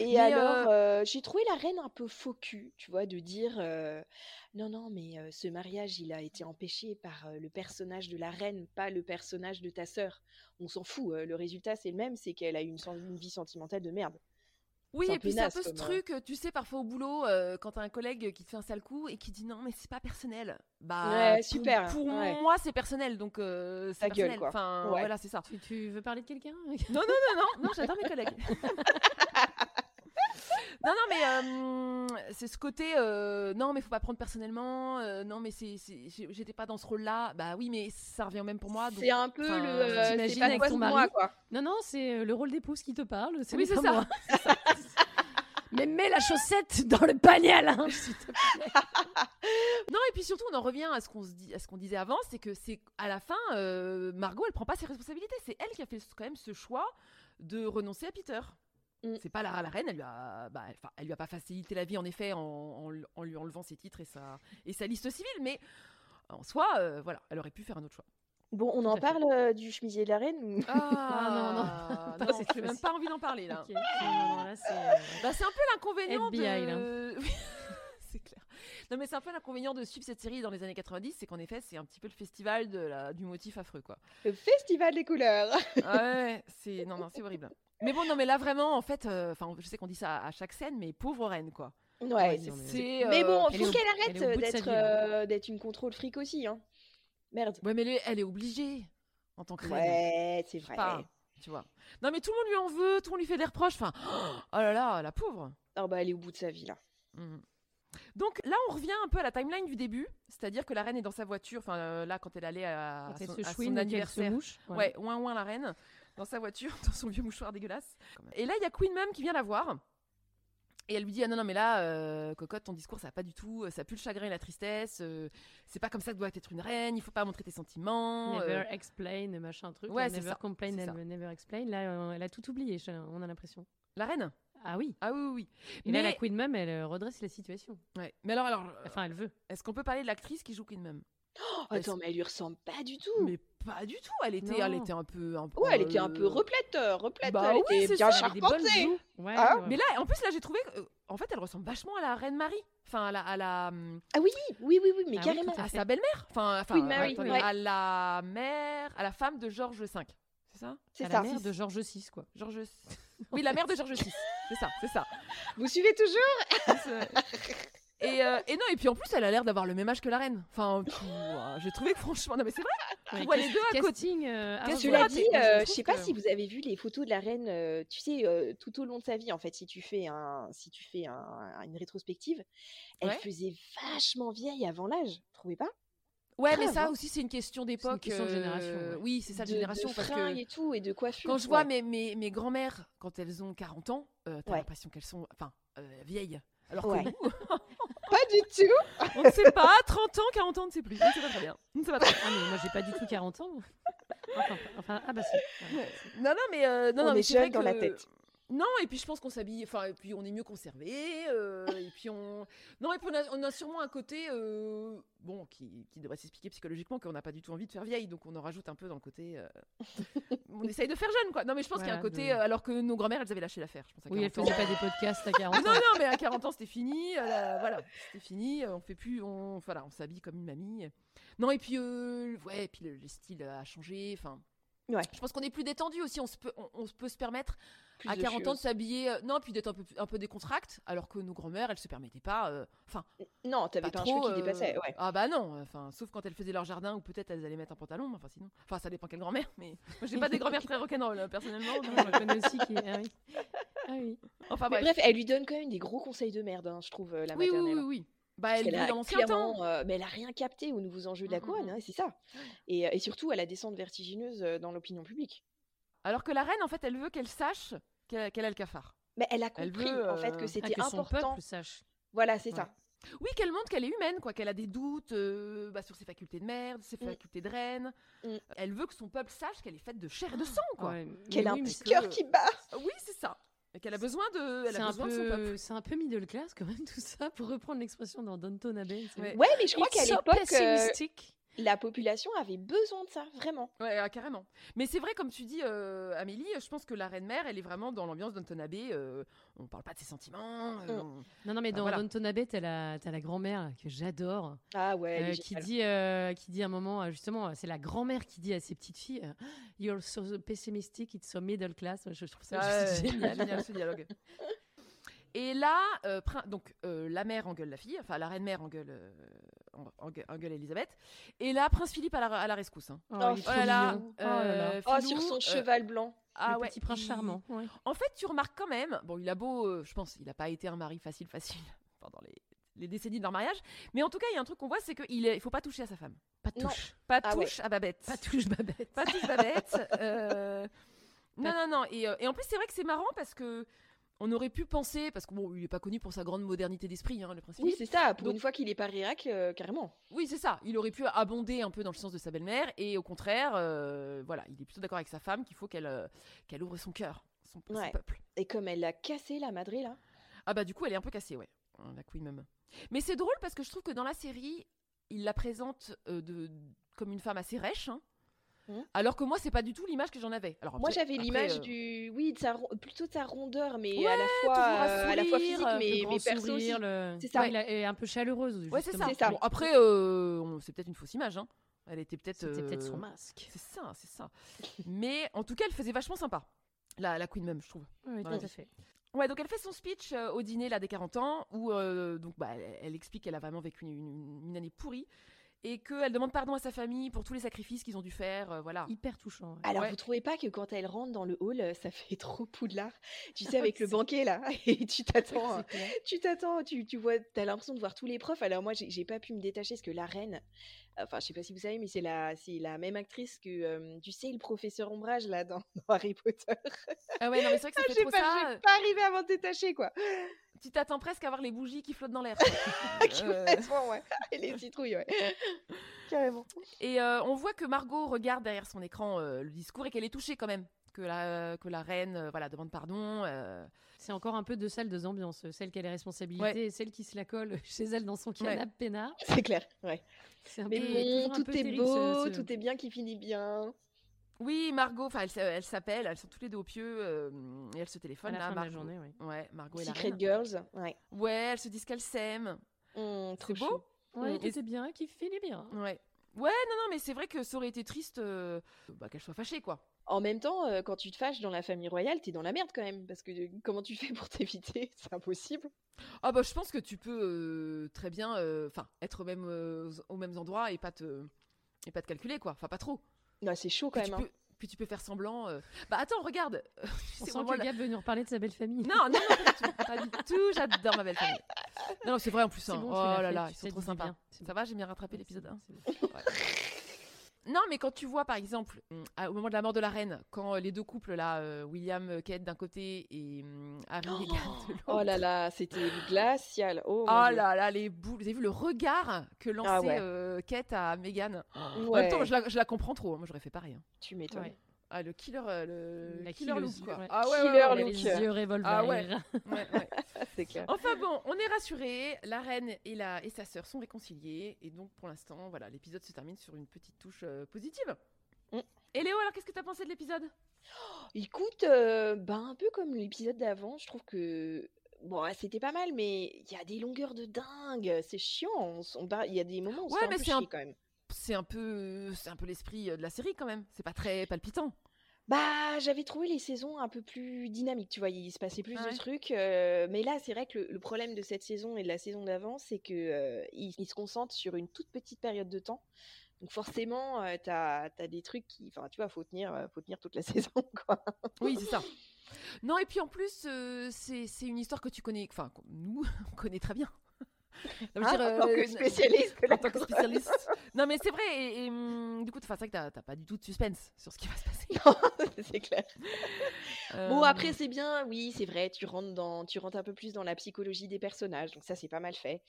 Speaker 6: Et
Speaker 1: Mais,
Speaker 6: alors, euh, j'ai trouvé la reine un peu faux cul, tu vois, de dire euh, non, non, mais euh, ce mariage, il a été empêché par euh, le personnage de la reine, pas le personnage de ta sœur. On s'en fout, euh, le résultat, c'est le même, c'est qu'elle a eu une, sen- une vie sentimentale de merde.
Speaker 1: Oui,
Speaker 6: C'est un
Speaker 1: et
Speaker 6: peu
Speaker 1: puis c'est un
Speaker 6: naze
Speaker 1: peu ce
Speaker 6: comme, euh,
Speaker 1: truc, euh, tu sais, parfois au boulot, euh, quand t'as un collègue qui te fait un sale coup et qui dit non, mais c'est pas personnel. Bah,
Speaker 6: Ouais,
Speaker 1: pour-
Speaker 6: super,
Speaker 1: Pour,
Speaker 6: ouais.
Speaker 1: moi, c'est personnel, donc euh, c'est
Speaker 6: Ta gueule,
Speaker 1: personnel.
Speaker 6: quoi.
Speaker 1: Enfin,
Speaker 6: Ouais.
Speaker 1: voilà, c'est ça.
Speaker 7: Tu, tu veux parler de quelqu'un
Speaker 1: Non, non, non, Ah non, non, j'adore mes collègues. (laughs) non, non, mais euh, c'est ce côté, euh, non, mais faut pas prendre personnellement, euh, non, mais c'est, c'est- j'ai- j'étais pas dans ce rôle-là, bah oui, mais ça revient au même pour moi. donc-
Speaker 6: C'est un peu
Speaker 1: enfin,
Speaker 6: le. euh, c'est
Speaker 7: t'imagines
Speaker 6: pas
Speaker 7: avec
Speaker 6: toi,
Speaker 7: ton
Speaker 6: c'est
Speaker 7: mari.
Speaker 6: moi, quoi.
Speaker 7: Non, non, c'est euh, le rôle d'épouse qui te parle. C'est
Speaker 1: Oui,
Speaker 7: pas
Speaker 1: c'est ça.
Speaker 7: (laughs) moi. Mais mets la chaussette dans le panier, Alain, (laughs) s'il te plaît.
Speaker 1: Non, et puis surtout, on en revient à ce qu'on se dit, à ce qu'on disait avant, c'est que c'est à la fin, euh, Margot, elle prend pas ses responsabilités. C'est elle qui a fait ce- quand même ce choix de renoncer à Peter.
Speaker 6: Mm.
Speaker 1: C'est pas la, la reine, elle lui a, bah, elle, enfin, elle lui a pas facilité la vie en effet en, en l- en lui enlevant ses titres et sa et sa liste civile, mais en soi, euh, voilà, elle aurait pu faire un autre choix.
Speaker 6: Bon, on
Speaker 7: Tout à
Speaker 6: en
Speaker 7: fait.
Speaker 6: parle euh, du chemisier de la reine ou-
Speaker 1: Ah,
Speaker 7: non, non, pas cette
Speaker 1: j'ai même
Speaker 7: fois-ci.
Speaker 1: pas envie d'en parler là.
Speaker 7: Ok, c'est- non, non, là, c'est, euh,
Speaker 1: Bah, c'est un peu l'inconvénient
Speaker 7: FBI,
Speaker 1: de. (laughs) c'est clair. Non, mais c'est un peu l'inconvénient de suivre cette série dans les années 90, c'est qu'en effet, c'est un petit peu le festival de la... du motif affreux, quoi.
Speaker 6: Le festival des couleurs
Speaker 1: Ah ouais, c'est. Non, non, c'est horrible. Mais bon, non, mais là, vraiment, en fait, euh, enfin, je sais qu'on dit ça à chaque scène, mais pauvre reine, quoi.
Speaker 6: Ouais,
Speaker 7: non, mais-
Speaker 1: C'est.
Speaker 6: Mais
Speaker 1: euh,
Speaker 6: bon,
Speaker 7: elle est
Speaker 6: faut
Speaker 7: au-
Speaker 6: qu'elle
Speaker 7: elle est au
Speaker 6: arrête
Speaker 7: bout de sa
Speaker 6: d'être
Speaker 7: vie, là.
Speaker 6: euh, d'être une contrôle fric aussi, hein. Merde.
Speaker 1: Ouais, mais elle est, elle est obligée en tant que reine.
Speaker 6: Ouais, c'est
Speaker 1: Je sais
Speaker 6: vrai.
Speaker 1: pas, tu vois. Non, mais tout le monde lui en veut, tout le monde lui fait des reproches. Enfin, (gasps) oh là là, la pauvre.
Speaker 6: Oh bah elle est au bout de sa vie là.
Speaker 1: Mhm. Donc là, on revient un peu à la timeline du début, c'est-à-dire que la reine est dans sa voiture, enfin euh, là, quand elle allait à, à
Speaker 7: quand elle
Speaker 1: son,
Speaker 7: se
Speaker 1: à son
Speaker 7: chouine, qu'elle se
Speaker 1: anniversaire.
Speaker 7: mouche. voilà.
Speaker 1: Ouais, ouin ouin la reine, dans sa voiture, (laughs) dans son vieux mouchoir dégueulasse. Et là, il y a Queen Mum qui vient la voir. Et elle lui dit Ah non, non, mais là, euh, Cocotte, ton discours, ça va pas du tout, ça pue le chagrin et la tristesse, euh, c'est pas comme ça que doit être une reine, il faut pas montrer tes sentiments. euh,
Speaker 7: Never explain, machin truc.
Speaker 1: Ouais,
Speaker 7: là,
Speaker 1: c'est
Speaker 7: never
Speaker 1: ça,
Speaker 7: complain,
Speaker 1: c'est ça.
Speaker 7: never, never explain. Là, euh, elle a tout oublié, je- on a l'impression.
Speaker 1: La reine
Speaker 7: Ah oui.
Speaker 1: Ah oui, oui, oui.
Speaker 7: Et
Speaker 1: mais,
Speaker 7: là, la Queen Mum, elle euh, redresse la situation.
Speaker 1: ouais. mais alors, alors euh,
Speaker 7: Enfin, elle veut.
Speaker 1: est-ce qu'on peut parler de l'actrice qui joue Queen Mum
Speaker 6: Oh,
Speaker 1: Elle
Speaker 6: attends,
Speaker 1: se-
Speaker 6: mais elle lui ressemble pas du tout.
Speaker 1: Mais pas du tout, elle était, elle
Speaker 7: Hmm. Non.
Speaker 1: était un peu. un peu-
Speaker 6: Ouais, elle était un peu
Speaker 1: euh,
Speaker 6: replète, euh, replète.
Speaker 1: Bah
Speaker 6: elle
Speaker 1: oui,
Speaker 6: était
Speaker 1: c'est
Speaker 6: bien
Speaker 1: ça, elle
Speaker 7: avait des bonnes
Speaker 6: charpentée.
Speaker 7: joues. Ouais,
Speaker 6: Ah,
Speaker 7: ouais,
Speaker 1: Mais là, en plus, là, j'ai trouvé. que, euh, en fait, elle ressemble vachement à la reine Marie. Enfin, à la. À, la, hum,
Speaker 6: Ah oui, oui, oui, oui, mais
Speaker 7: Ah oui,
Speaker 6: carrément.
Speaker 7: tout
Speaker 1: à
Speaker 7: fait.
Speaker 1: sa belle-mère. Enfin, enfin,
Speaker 6: Queen Mary,
Speaker 1: attendez,
Speaker 6: ouais.
Speaker 1: à la mère. À la femme de George V. C'est ça
Speaker 6: c'est
Speaker 7: à
Speaker 6: ça.
Speaker 7: la mère de George VI, (laughs) quoi.
Speaker 1: George. (laughs) Oui, la mère de George VI. C'est ça, c'est ça.
Speaker 7: Euh, (laughs)
Speaker 6: Vous suivez toujours
Speaker 1: C'est- Et, euh, et non, et puis en plus, elle a l'air d'avoir le même âge que la reine. Enfin, pff, ouah, j'ai trouvé que franchement, non mais c'est vrai.
Speaker 7: Ouais,
Speaker 1: On voit les
Speaker 7: cas-
Speaker 1: deux à
Speaker 7: casting,
Speaker 1: côté.
Speaker 7: euh, à
Speaker 1: Casting,
Speaker 6: Cela
Speaker 1: ah,
Speaker 6: dit,
Speaker 1: mais
Speaker 6: euh,
Speaker 1: trouve
Speaker 6: je sais pas
Speaker 1: que-
Speaker 6: si vous avez vu les photos de la reine, euh, tu sais, euh, tout au long de sa vie, en fait, si tu fais, un, si tu fais un- une rétrospective, elle
Speaker 1: Ouais.
Speaker 6: faisait vachement vieille avant l'âge, trouvez pas
Speaker 1: Ouais, mais
Speaker 6: Grave,
Speaker 1: ça
Speaker 6: hein.
Speaker 1: aussi, c'est une question d'époque.
Speaker 7: question de génération,
Speaker 1: euh,
Speaker 7: ouais.
Speaker 1: Oui, c'est ça, de
Speaker 6: de,
Speaker 1: génération.
Speaker 6: de
Speaker 1: parce que-
Speaker 6: fringues et tout, et de coiffure.
Speaker 1: Quand je vois
Speaker 6: ouais.
Speaker 1: mes, mes, mes grand-mères, quand elles ont 40 ans, euh, t'as
Speaker 6: Ouais.
Speaker 1: l'impression qu'elles sont enfin, euh, vieilles. Alors
Speaker 6: Ouais.
Speaker 1: que nous,
Speaker 6: (laughs) Pas du tout
Speaker 1: on ne sait pas, 30 ans, 40 ans, on ne sait plus. On ne sait pas très bien. On ne sait pas très bien.
Speaker 7: Ah, mais moi, j'ai pas du tout 40 ans. (laughs) Enfin, enfin, ah bah si. Voilà.
Speaker 1: (laughs) Non, non, mais, euh, non,
Speaker 6: On
Speaker 1: non, mais
Speaker 6: est
Speaker 1: c'est vrai
Speaker 6: jeune dans la
Speaker 1: que-
Speaker 6: tête.
Speaker 1: Non, et puis je pense qu'on s'habille, enfin, et puis on est mieux conservé, euh, et puis on. Non, et puis on a, on a sûrement un côté, euh, bon, qui, qui devrait s'expliquer psychologiquement, qu'on n'a pas du tout envie de faire vieille, donc on en rajoute un peu dans le côté. euh,
Speaker 6: (laughs)
Speaker 1: on essaye de faire jeune, quoi. Non, mais je pense qu'il y a un
Speaker 7: Voilà,
Speaker 1: côté,
Speaker 7: de-
Speaker 1: euh, alors que nos grand-mères, elles avaient lâché l'affaire, je pense. à
Speaker 7: Oui, elle
Speaker 1: 40 ans.
Speaker 7: faisait pas des podcasts à 40
Speaker 1: Ah non,
Speaker 7: ans.
Speaker 1: non, mais à 40 ans, c'était fini. euh, là, voilà, c'était fini. euh, On fait plus, on, voilà, on s'habille comme une mamie. Non, et puis, euh, ouais, et puis le, le style a changé. Enfin,
Speaker 6: Ouais.
Speaker 1: je pense qu'on est plus détendu aussi. On se peut, on, on se peut se permettre
Speaker 6: Plus
Speaker 1: à
Speaker 6: de
Speaker 1: 40 ans de
Speaker 6: choses.
Speaker 1: s'habiller. euh, non, puis d'être un peu, un peu décontracte, alors que nos grand-mères, elles se permettaient pas. euh, Enfin,
Speaker 6: Non, t'avais
Speaker 1: pas
Speaker 6: pas, un
Speaker 1: trop.
Speaker 6: cheveu qui
Speaker 1: euh,
Speaker 6: dépassait, ouais.
Speaker 1: Ah bah non. Enfin, sauf quand elles faisaient leur jardin, ou peut-être elles allaient mettre un pantalon. mais Enfin, sinon, enfin, ça dépend quelle grand-mère. Mais moi, j'ai pas des grand-mères très rock'n'roll hein, personnellement.
Speaker 7: Non,
Speaker 1: donc,
Speaker 7: je connais aussi qui. Ah oui. Ah oui.
Speaker 1: Enfin
Speaker 6: Mais
Speaker 1: bref.
Speaker 6: bref, elle lui donne quand même des gros conseils de merde, hein, je trouve, euh, la
Speaker 1: oui, oui,
Speaker 6: maternelle.
Speaker 1: oui,
Speaker 6: hein.
Speaker 1: oui. Bah,
Speaker 6: Parce
Speaker 1: elle
Speaker 6: qu'elle
Speaker 1: vit
Speaker 6: a
Speaker 1: dans l'ancien temps.
Speaker 6: clairement, euh, mais elle a rien capté aux nouveaux enjeux de la
Speaker 1: Mm, mm,
Speaker 6: couronne,
Speaker 1: mm.
Speaker 6: hein, c'est ça. Et, euh, et surtout, à la descente vertigineuse euh, dans l'opinion publique.
Speaker 1: Alors que la reine, en fait, elle veut qu'elle sache qu'elle qu'elle a le cafard.
Speaker 6: Mais elle a
Speaker 1: Elle
Speaker 6: compris
Speaker 1: veut,
Speaker 6: en
Speaker 1: euh,
Speaker 6: fait que
Speaker 1: ah,
Speaker 7: Ah,
Speaker 6: c'était
Speaker 7: que son
Speaker 6: important.
Speaker 7: peuple sache.
Speaker 6: Voilà, c'est
Speaker 1: Ouais.
Speaker 6: ça.
Speaker 1: Oui, qu'elle montre qu'elle est humaine, quoi, qu'elle a des doutes euh, bah, sur ses facultés de merde, ses
Speaker 6: Mm.
Speaker 1: facultés de reine.
Speaker 6: Mm.
Speaker 1: Elle veut que son peuple sache qu'elle est faite de chair et de sang, quoi.
Speaker 7: Ouais,
Speaker 6: Qu'elle
Speaker 7: mais
Speaker 6: a
Speaker 7: oui,
Speaker 6: un
Speaker 7: mais
Speaker 6: petit
Speaker 7: c'est-
Speaker 6: cœur qui bat.
Speaker 1: Oui, c'est ça. Et qu'elle a besoin de, elle
Speaker 7: C'est
Speaker 1: a
Speaker 7: un,
Speaker 1: besoin de son peuple.
Speaker 7: peu, c'est un peu middle class quand même tout ça, pour reprendre l'expression dans Downton Abbey. c'est-
Speaker 1: Ouais.
Speaker 6: Ouais, mais je crois
Speaker 7: It's
Speaker 6: qu'à
Speaker 7: so
Speaker 6: l'époque, euh,
Speaker 7: pessimistic.
Speaker 6: la population avait besoin de ça, vraiment.
Speaker 1: Ouais, ah, carrément. Mais c'est vrai, comme tu dis, euh, Amélie, je pense que la reine mère, elle est vraiment dans l'ambiance d'Anton Abbé. euh, on parle pas de ses sentiments.
Speaker 7: Mm.
Speaker 1: euh, on-
Speaker 7: Non, non, mais
Speaker 1: Bah,
Speaker 7: dans
Speaker 1: voilà.
Speaker 7: Downton Abbey, t'as la, t'as la grand-mère là, que j'adore,
Speaker 6: Ah ouais, elle
Speaker 7: euh,
Speaker 6: est
Speaker 7: qui,
Speaker 6: géniale.
Speaker 7: dit, euh, qui dit à un moment, euh, justement, euh, c'est la grand-mère qui dit à ses petites filles euh, You're so pessimistic, it's so middle class. Je trouve ça
Speaker 1: Ah
Speaker 7: juste
Speaker 1: ouais, (laughs)
Speaker 7: génial.
Speaker 1: ce dialogue. Et là, euh, prin- donc euh, la mère engueule la fille, enfin la reine mère engueule, euh, en- engue- engueule Elisabeth. Et là, Prince Philippe à la, à la rescousse. hein.
Speaker 7: Oh,
Speaker 6: Oh
Speaker 7: il est
Speaker 1: Oh
Speaker 7: trop
Speaker 1: là là,
Speaker 7: mignon. Oh là là.
Speaker 1: euh,
Speaker 6: Oh,
Speaker 1: Filou,
Speaker 6: sur son
Speaker 1: euh,
Speaker 6: cheval blanc.
Speaker 1: ah
Speaker 7: le
Speaker 1: ouais,
Speaker 7: petit prince
Speaker 1: il-
Speaker 7: charmant. ouais.
Speaker 1: En fait, tu remarques quand même, bon, il a beau, euh, je pense, il n'a pas été un mari facile, facile (laughs) pendant les, les décennies de leur mariage, mais en tout cas, il y a un truc qu'on voit, c'est qu'il ne faut pas toucher à sa femme.
Speaker 7: Pas
Speaker 6: Non.
Speaker 7: touche.
Speaker 1: Pas
Speaker 6: Ah ouais.
Speaker 1: touche à Babette.
Speaker 7: Pas touche, Babette.
Speaker 1: Pas tous Babette. euh, Non, non, non. Et, euh, et en plus, c'est vrai que c'est marrant parce que on aurait pu penser, parce que bon, il est pas connu pour sa grande modernité d'esprit, hein, le prince
Speaker 6: Oui,
Speaker 1: Philippe.
Speaker 6: c'est ça. Pour
Speaker 1: Donc-
Speaker 6: une fois qu'il est pas Irak, carrément.
Speaker 1: Oui, c'est ça. Il aurait pu abonder un peu dans le sens de sa belle-mère et au contraire, euh, voilà, il est plutôt d'accord avec sa femme qu'il faut qu'elle euh, qu'elle ouvre son cœur, son, son
Speaker 6: Ouais.
Speaker 1: peuple.
Speaker 6: Et comme elle l'a cassé, la madrée, là.
Speaker 1: Ah bah du coup, elle est un peu cassée, ouais, hein, la Queen Mum. Mais c'est drôle parce que je trouve que dans la série, il la présente euh, de comme une femme assez rêche. hein,
Speaker 6: Mhm.
Speaker 1: Alors que moi, c'est pas du tout l'image que j'en avais. Alors,
Speaker 6: Moi,
Speaker 1: après-
Speaker 6: j'avais
Speaker 1: après,
Speaker 6: l'image
Speaker 1: euh,
Speaker 6: du. Oui, de sa ro- plutôt de sa rondeur, mais
Speaker 1: Ouais,
Speaker 6: à, la fois,
Speaker 1: toujours un
Speaker 6: euh, à la fois
Speaker 1: sourire,
Speaker 6: physique,
Speaker 1: euh,
Speaker 6: mais,
Speaker 7: le
Speaker 6: mais
Speaker 7: grand
Speaker 6: perso aussi.
Speaker 7: sourire, le-
Speaker 6: C'est ça.
Speaker 7: Ouais, il a- est un peu chaleureux.
Speaker 1: Ouais, c'est ça.
Speaker 7: justement.
Speaker 6: C'est ça.
Speaker 1: Bon, après, euh, on- c'est peut-être une fausse image. hein. Elle était peut-être.
Speaker 7: C'était peut-être
Speaker 1: euh,
Speaker 7: son masque.
Speaker 1: C'est ça, c'est ça. Mais en tout cas, elle faisait vachement sympa. La, la Queen même, je trouve.
Speaker 7: Oui,
Speaker 1: Ouais.
Speaker 7: tout à fait.
Speaker 1: Ouais, donc elle fait son speech euh, au dîner là des 40 ans où euh, donc bah, elle, elle explique qu'elle a vraiment vécu une, une- une année pourrie et qu'elle demande pardon à sa famille pour tous les sacrifices qu'ils ont dû faire. euh, voilà.
Speaker 7: Hyper touchant. ouais.
Speaker 6: Alors,
Speaker 1: Ouais.
Speaker 6: vous trouvez pas que quand elle rentre dans le hall, euh, ça fait trop poudlard Tu sais, avec le banquet, là. (laughs) Et tu t'attends. euh, tu t'attends, tu, tu vois, t'as l'impression de voir tous les profs. Alors moi, j'ai j'ai pas pu me détacher parce que la reine, enfin, je sais pas si vous savez, mais c'est la, c'est la même actrice que, euh, tu sais, le professeur Ombrage là dans, (laughs) dans Harry Potter. (laughs)
Speaker 1: Ah ouais, non, mais c'est vrai que ça fait
Speaker 6: J'ai
Speaker 1: trop
Speaker 6: pas,
Speaker 1: ça.
Speaker 6: (laughs) j'ai
Speaker 1: euh,
Speaker 6: pas arrivé à m'en détacher quoi.
Speaker 1: Tu t'attends presque à voir les bougies qui flottent dans l'air. quoi.
Speaker 6: Qui
Speaker 1: Euh,
Speaker 6: m'attend, ouais. (laughs) Et les citrouilles, ouais. Carrément.
Speaker 1: Et euh, on voit que Margot regarde derrière son écran euh, le discours et qu'elle est touchée quand même. Que la, que la reine euh, voilà, demande pardon. euh.
Speaker 7: C'est encore un peu deux salles, deux ambiances. Celle qui a les responsabilités
Speaker 1: Ouais.
Speaker 7: et celle qui se la colle chez elle dans son
Speaker 1: Ouais.
Speaker 7: canapé peinard.
Speaker 6: C'est clair. Ouais.
Speaker 7: C'est un
Speaker 6: Mais
Speaker 7: peu-
Speaker 6: bon,
Speaker 7: toujours un
Speaker 6: tout
Speaker 7: peu
Speaker 6: est
Speaker 7: terrible,
Speaker 6: beau,
Speaker 7: ce- ce-
Speaker 6: tout est bien qui finit bien.
Speaker 1: Oui, Margot, enfin, elle, s- elle s'appelle, elles sont tous les deux au pieu euh, et elles se
Speaker 7: à
Speaker 1: téléphonent.
Speaker 7: la
Speaker 1: là,
Speaker 7: fin de la
Speaker 1: Margot.
Speaker 7: journée. ouais.
Speaker 1: Ouais, Margot et la
Speaker 6: Secret
Speaker 1: reine.
Speaker 6: Girls, ouais.
Speaker 1: Ouais, elles se disent qu'elles s'aiment.
Speaker 6: Hum, trop
Speaker 1: C'est beau.
Speaker 6: chou.
Speaker 7: Ouais,
Speaker 1: Et-
Speaker 7: tout est bien, qui finit bien.
Speaker 1: Ouais. Ouais, non, non, mais c'est vrai que ça aurait été triste euh, bah, qu'elle soit fâchée, quoi.
Speaker 6: En même temps, euh, quand tu te fâches dans la famille royale, t'es dans la merde quand même, parce que euh, comment tu fais pour (laughs) t'éviter C'est impossible.
Speaker 1: Ah bah je pense que tu peux euh, très bien, euh, enfin, être au même, euh, aux mêmes endroits et pas te, et pas te calculer quoi. Enfin pas trop.
Speaker 6: c'est chaud quand
Speaker 1: puis
Speaker 6: même,
Speaker 1: Tu
Speaker 6: hein.
Speaker 1: peux, puis tu peux faire semblant. euh, Bah attends, regarde.
Speaker 7: On
Speaker 1: C'est
Speaker 7: sent
Speaker 1: vraiment
Speaker 7: que
Speaker 1: la-
Speaker 7: Gab veut nous reparler de sa belle famille.
Speaker 1: Non, non, non, pas du tout, pas du tout. J'adore ma belle famille. Non, non, c'est vrai en plus.
Speaker 7: C'est
Speaker 1: hein.
Speaker 7: bon, tu
Speaker 1: oh
Speaker 7: l'as
Speaker 1: là
Speaker 7: fait,
Speaker 1: là,
Speaker 7: tu
Speaker 1: ils sont
Speaker 7: t'as
Speaker 1: trop
Speaker 7: dit
Speaker 1: sympas.
Speaker 7: bien,
Speaker 1: Ça va, j'ai bien rattrapé l'épisode 1. Non, mais quand tu vois par exemple hum, à- au moment de la mort de la reine, quand euh, les deux couples là, euh, William euh, Kate d'un côté et hum, Harry et Meghan de l'autre.
Speaker 6: Oh là là, c'était glacial. Oh,
Speaker 1: Oh,
Speaker 6: mon Dieu.
Speaker 1: là là, les boules. Vous avez vu le regard que lançait
Speaker 6: Ah ouais.
Speaker 1: euh, Kate à Meghan En
Speaker 6: Ouais.
Speaker 1: même temps, je la, je la comprends trop. hein. Moi, j'aurais fait pareil. hein.
Speaker 6: Tu m'étonnes.
Speaker 1: Ouais. Ah, le killer, euh, le
Speaker 7: La
Speaker 1: killer
Speaker 7: killeuse,
Speaker 1: look, quoi.
Speaker 7: ouais.
Speaker 1: Ah ouais, ouais,
Speaker 7: Killer
Speaker 1: ouais, ouais.
Speaker 7: look. Les yeux revolver.
Speaker 1: Ah ouais. Ouais, (laughs) ouais.
Speaker 6: Ah, C'est clair.
Speaker 1: Enfin bon, on est rassurés. La reine et, la, et sa sœur sont réconciliées. Et donc, pour l'instant, voilà, l'épisode se termine sur une petite touche euh, positive. Et Léo, alors qu'est-ce que t'as pensé de l'épisode Oh.
Speaker 6: Écoute, euh, ben un peu comme l'épisode d'avant, je trouve que bon, ouais, c'était pas mal, mais il y a des longueurs de dingue, c'est chiant. on s- on part- il y a des moments où on se
Speaker 1: Ouais,
Speaker 6: fait un
Speaker 1: mais
Speaker 6: peu
Speaker 1: c'est un-
Speaker 6: chier quand même.
Speaker 1: C'est un peu, c'est un peu l'esprit euh, de la série quand même. C'est pas très palpitant.
Speaker 6: Bah, j'avais trouvé les saisons un peu plus dynamiques, tu vois, il se passait plus de trucs. euh, mais là, c'est vrai que le, le problème de cette saison et de la saison d'avant, c'est que euh, ils, ils se concentrent sur une toute petite période de temps. Donc forcément, euh, t'as, t'as des trucs qui, enfin, tu vois, faut tenir, euh, faut tenir toute la (laughs) saison, quoi.
Speaker 1: Oui, c'est ça. Non, et puis en plus, euh, c'est c'est une histoire que tu connais, enfin, qu'on- nous, (laughs) on connaît très bien. Non, Ah, je veux euh,
Speaker 6: Hein, en tant que
Speaker 1: n-
Speaker 6: spécialiste
Speaker 1: (laughs)
Speaker 6: de
Speaker 1: en
Speaker 6: la
Speaker 1: tant que
Speaker 6: couronne.
Speaker 1: spécialiste. Non, mais c'est vrai, et, et, hum, du coup, enfin, c'est vrai que t'as- t'as pas du tout de suspense sur ce qui va se (laughs) passer. Euh,
Speaker 6: (laughs) c'est clair. Bon, après, c'est bien, oui, c'est vrai, tu rentres, dans, tu rentres un peu plus dans la psychologie des personnages, donc ça, c'est pas mal fait.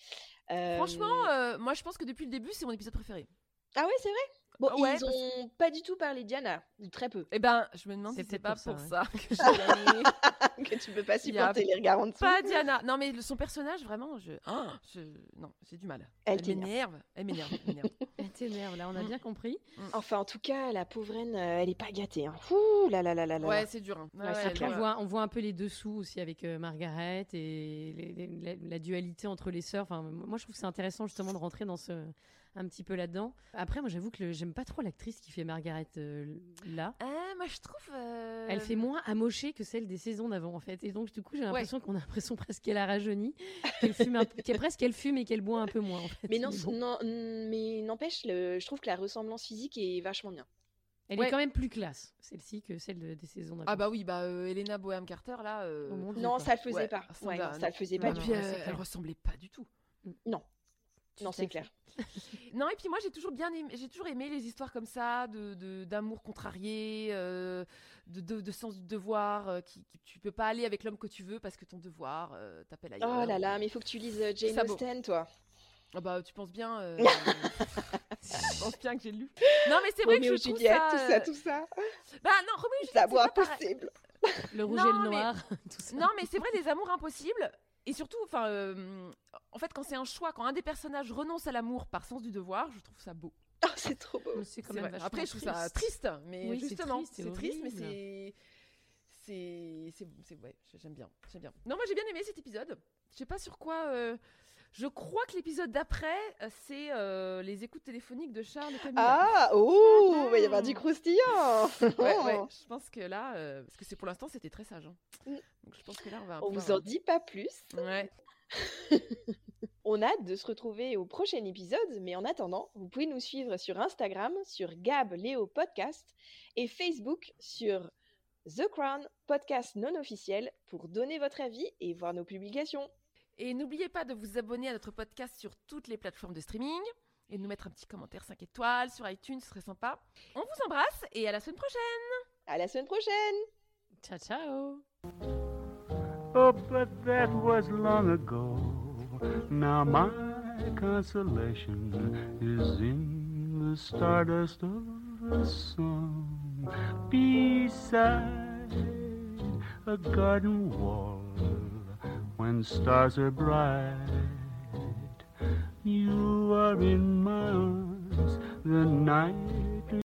Speaker 6: Euh,
Speaker 1: Franchement, euh, moi, je pense que depuis le début, c'est mon épisode préféré.
Speaker 6: Ah ouais, c'est vrai Bon,
Speaker 1: Ah ouais,
Speaker 6: ils
Speaker 1: parce
Speaker 6: ont pas du tout parlé de Diana, ou très peu.
Speaker 1: Eh ben, je me demande si c'est
Speaker 6: peut-être
Speaker 1: pas
Speaker 6: pour ça,
Speaker 1: pour
Speaker 6: ouais.
Speaker 1: ça, (laughs) que j'ai aimé.
Speaker 6: (laughs) que tu peux pas
Speaker 1: Il y a
Speaker 6: supporter les regards en dessous.
Speaker 1: Pas Diana. Non, mais le- son personnage, vraiment, je. ah, je- Non, j'ai du mal.
Speaker 6: Elle
Speaker 1: Elle
Speaker 6: t'énerve.
Speaker 1: m'énerve. Elle m'énerve. elle m'énerve.
Speaker 7: Elle t'énerve, là, on a bien compris.
Speaker 6: Enfin, en tout cas, la pauvreine, euh, elle est pas gâtée. Hein. Ouh là là là là là.
Speaker 1: (laughs) Ouais,
Speaker 6: là.
Speaker 1: c'est dur, hein.
Speaker 6: Ouais,
Speaker 1: Ouais,
Speaker 6: c'est
Speaker 1: ouais,
Speaker 6: clair.
Speaker 7: on, voit, on voit un peu les dessous aussi avec euh, Margaret et les- les- la, la dualité entre les sœurs. Enfin, moi, je trouve que c'est intéressant justement de rentrer dans ce un petit peu là-dedans. Après, moi, j'avoue que le- j'aime pas trop l'actrice qui fait Margaret euh, là.
Speaker 1: Ah, moi, je trouve. euh,
Speaker 7: Elle fait moins amochée que celle des saisons d'avant, en fait. Et donc, du coup, j'ai l'impression qu'on a l'impression presque qu'elle a rajeuni, qu'elle fume, un peu- qu'elle- presque qu'elle fume et qu'elle boit un peu moins, en fait.
Speaker 6: Mais non,
Speaker 7: bon.
Speaker 6: non, mm, mais n'empêche, le- je trouve que la ressemblance physique est vachement bien.
Speaker 7: Elle est quand même plus classe, celle-ci, que celle de- des saisons d'avant.
Speaker 1: Ah bah oui, bah euh, Elena Boham Carter là. euh,
Speaker 7: Oh mon Dieu,
Speaker 6: Non,
Speaker 7: quoi.
Speaker 6: ça le faisait
Speaker 1: ouais,
Speaker 6: pas.
Speaker 1: ça me
Speaker 6: Ouais,
Speaker 1: va,
Speaker 6: non,
Speaker 1: non.
Speaker 6: ça le faisait pas
Speaker 1: Et
Speaker 6: du
Speaker 1: puis,
Speaker 6: tout.
Speaker 1: euh, elle ressemblait pas du tout.
Speaker 6: Non. Non,
Speaker 1: Tout
Speaker 6: c'est
Speaker 1: à
Speaker 6: clair.
Speaker 1: fait. Non et puis moi j'ai toujours bien aimé, j'ai toujours aimé les histoires comme ça de de- d'amour contrarié, euh, de, de, de sens du devoir euh, qui, qui- tu peux pas aller avec l'homme que tu veux parce que ton devoir euh, t'appelle ailleurs.
Speaker 6: Oh là là, mais faut que tu lises euh, Jane
Speaker 1: Sabot.
Speaker 6: Austen, toi.
Speaker 1: Ah bah tu penses bien. euh,
Speaker 6: (laughs)
Speaker 1: tu penses bien que j'ai lu. Non mais c'est vrai
Speaker 6: Roméo
Speaker 1: que je trouve
Speaker 6: Juliette,
Speaker 1: ça.
Speaker 6: tout ça,
Speaker 1: euh,
Speaker 6: tout ça.
Speaker 1: Bah non Roméo et Juliette.
Speaker 6: Ça
Speaker 1: c'est
Speaker 6: vaut
Speaker 1: pas pareil.
Speaker 6: impossible.
Speaker 7: Le rouge et
Speaker 1: Non,
Speaker 7: le
Speaker 1: mais-
Speaker 7: noir, (laughs) tout ça.
Speaker 1: Non, mais c'est vrai, les amours impossibles. Et surtout, enfin, euh, en fait, quand c'est un choix, quand un des personnages renonce à l'amour par sens du devoir, je trouve ça beau.
Speaker 6: Oh, c'est trop beau.
Speaker 7: C'est quand
Speaker 1: C'est
Speaker 7: même
Speaker 1: vrai.
Speaker 7: vachement
Speaker 1: Après, je trouve ça triste, hein, mais
Speaker 7: Oui, c'est
Speaker 1: justement,
Speaker 7: triste, c'est
Speaker 1: c'est triste, mais
Speaker 7: horrible.
Speaker 1: c'est, c'est, c'est, c'est- ouais, j'aime bien, j'aime bien. Non, moi j'ai bien aimé cet épisode. Je sais pas sur quoi. euh, je crois que l'épisode d'après, euh, c'est euh, les écoutes téléphoniques de Charles et Camilla.
Speaker 6: Ah, oh, il va y avoir
Speaker 1: ah.
Speaker 6: du croustillant.
Speaker 1: ouais, ouais, je pense que là, euh, parce que c'est pour l'instant, c'était très sage. hein.
Speaker 6: Oh Mm.
Speaker 1: Donc je pense que là, on va.
Speaker 6: On vous en
Speaker 1: pouvoir-
Speaker 6: dit pas plus.
Speaker 1: (laughs) Ouais.
Speaker 6: On a hâte de se retrouver au prochain épisode, mais en attendant, vous pouvez nous suivre sur Instagram, sur Gab Léo Podcast et Facebook sur The Crown Podcast non officiel pour donner votre avis et voir nos publications.
Speaker 1: Et n'oubliez pas de vous abonner à notre podcast sur toutes les plateformes de streaming et de nous mettre un petit commentaire 5 étoiles sur iTunes, ce serait sympa. On vous embrasse et à la semaine prochaine.
Speaker 6: À la semaine prochaine.
Speaker 7: Ciao, ciao
Speaker 11: Oh, but that was long ago. Now my consolation is in the stardust of a song beside a garden wall. When stars are bright, you are in my arms the night.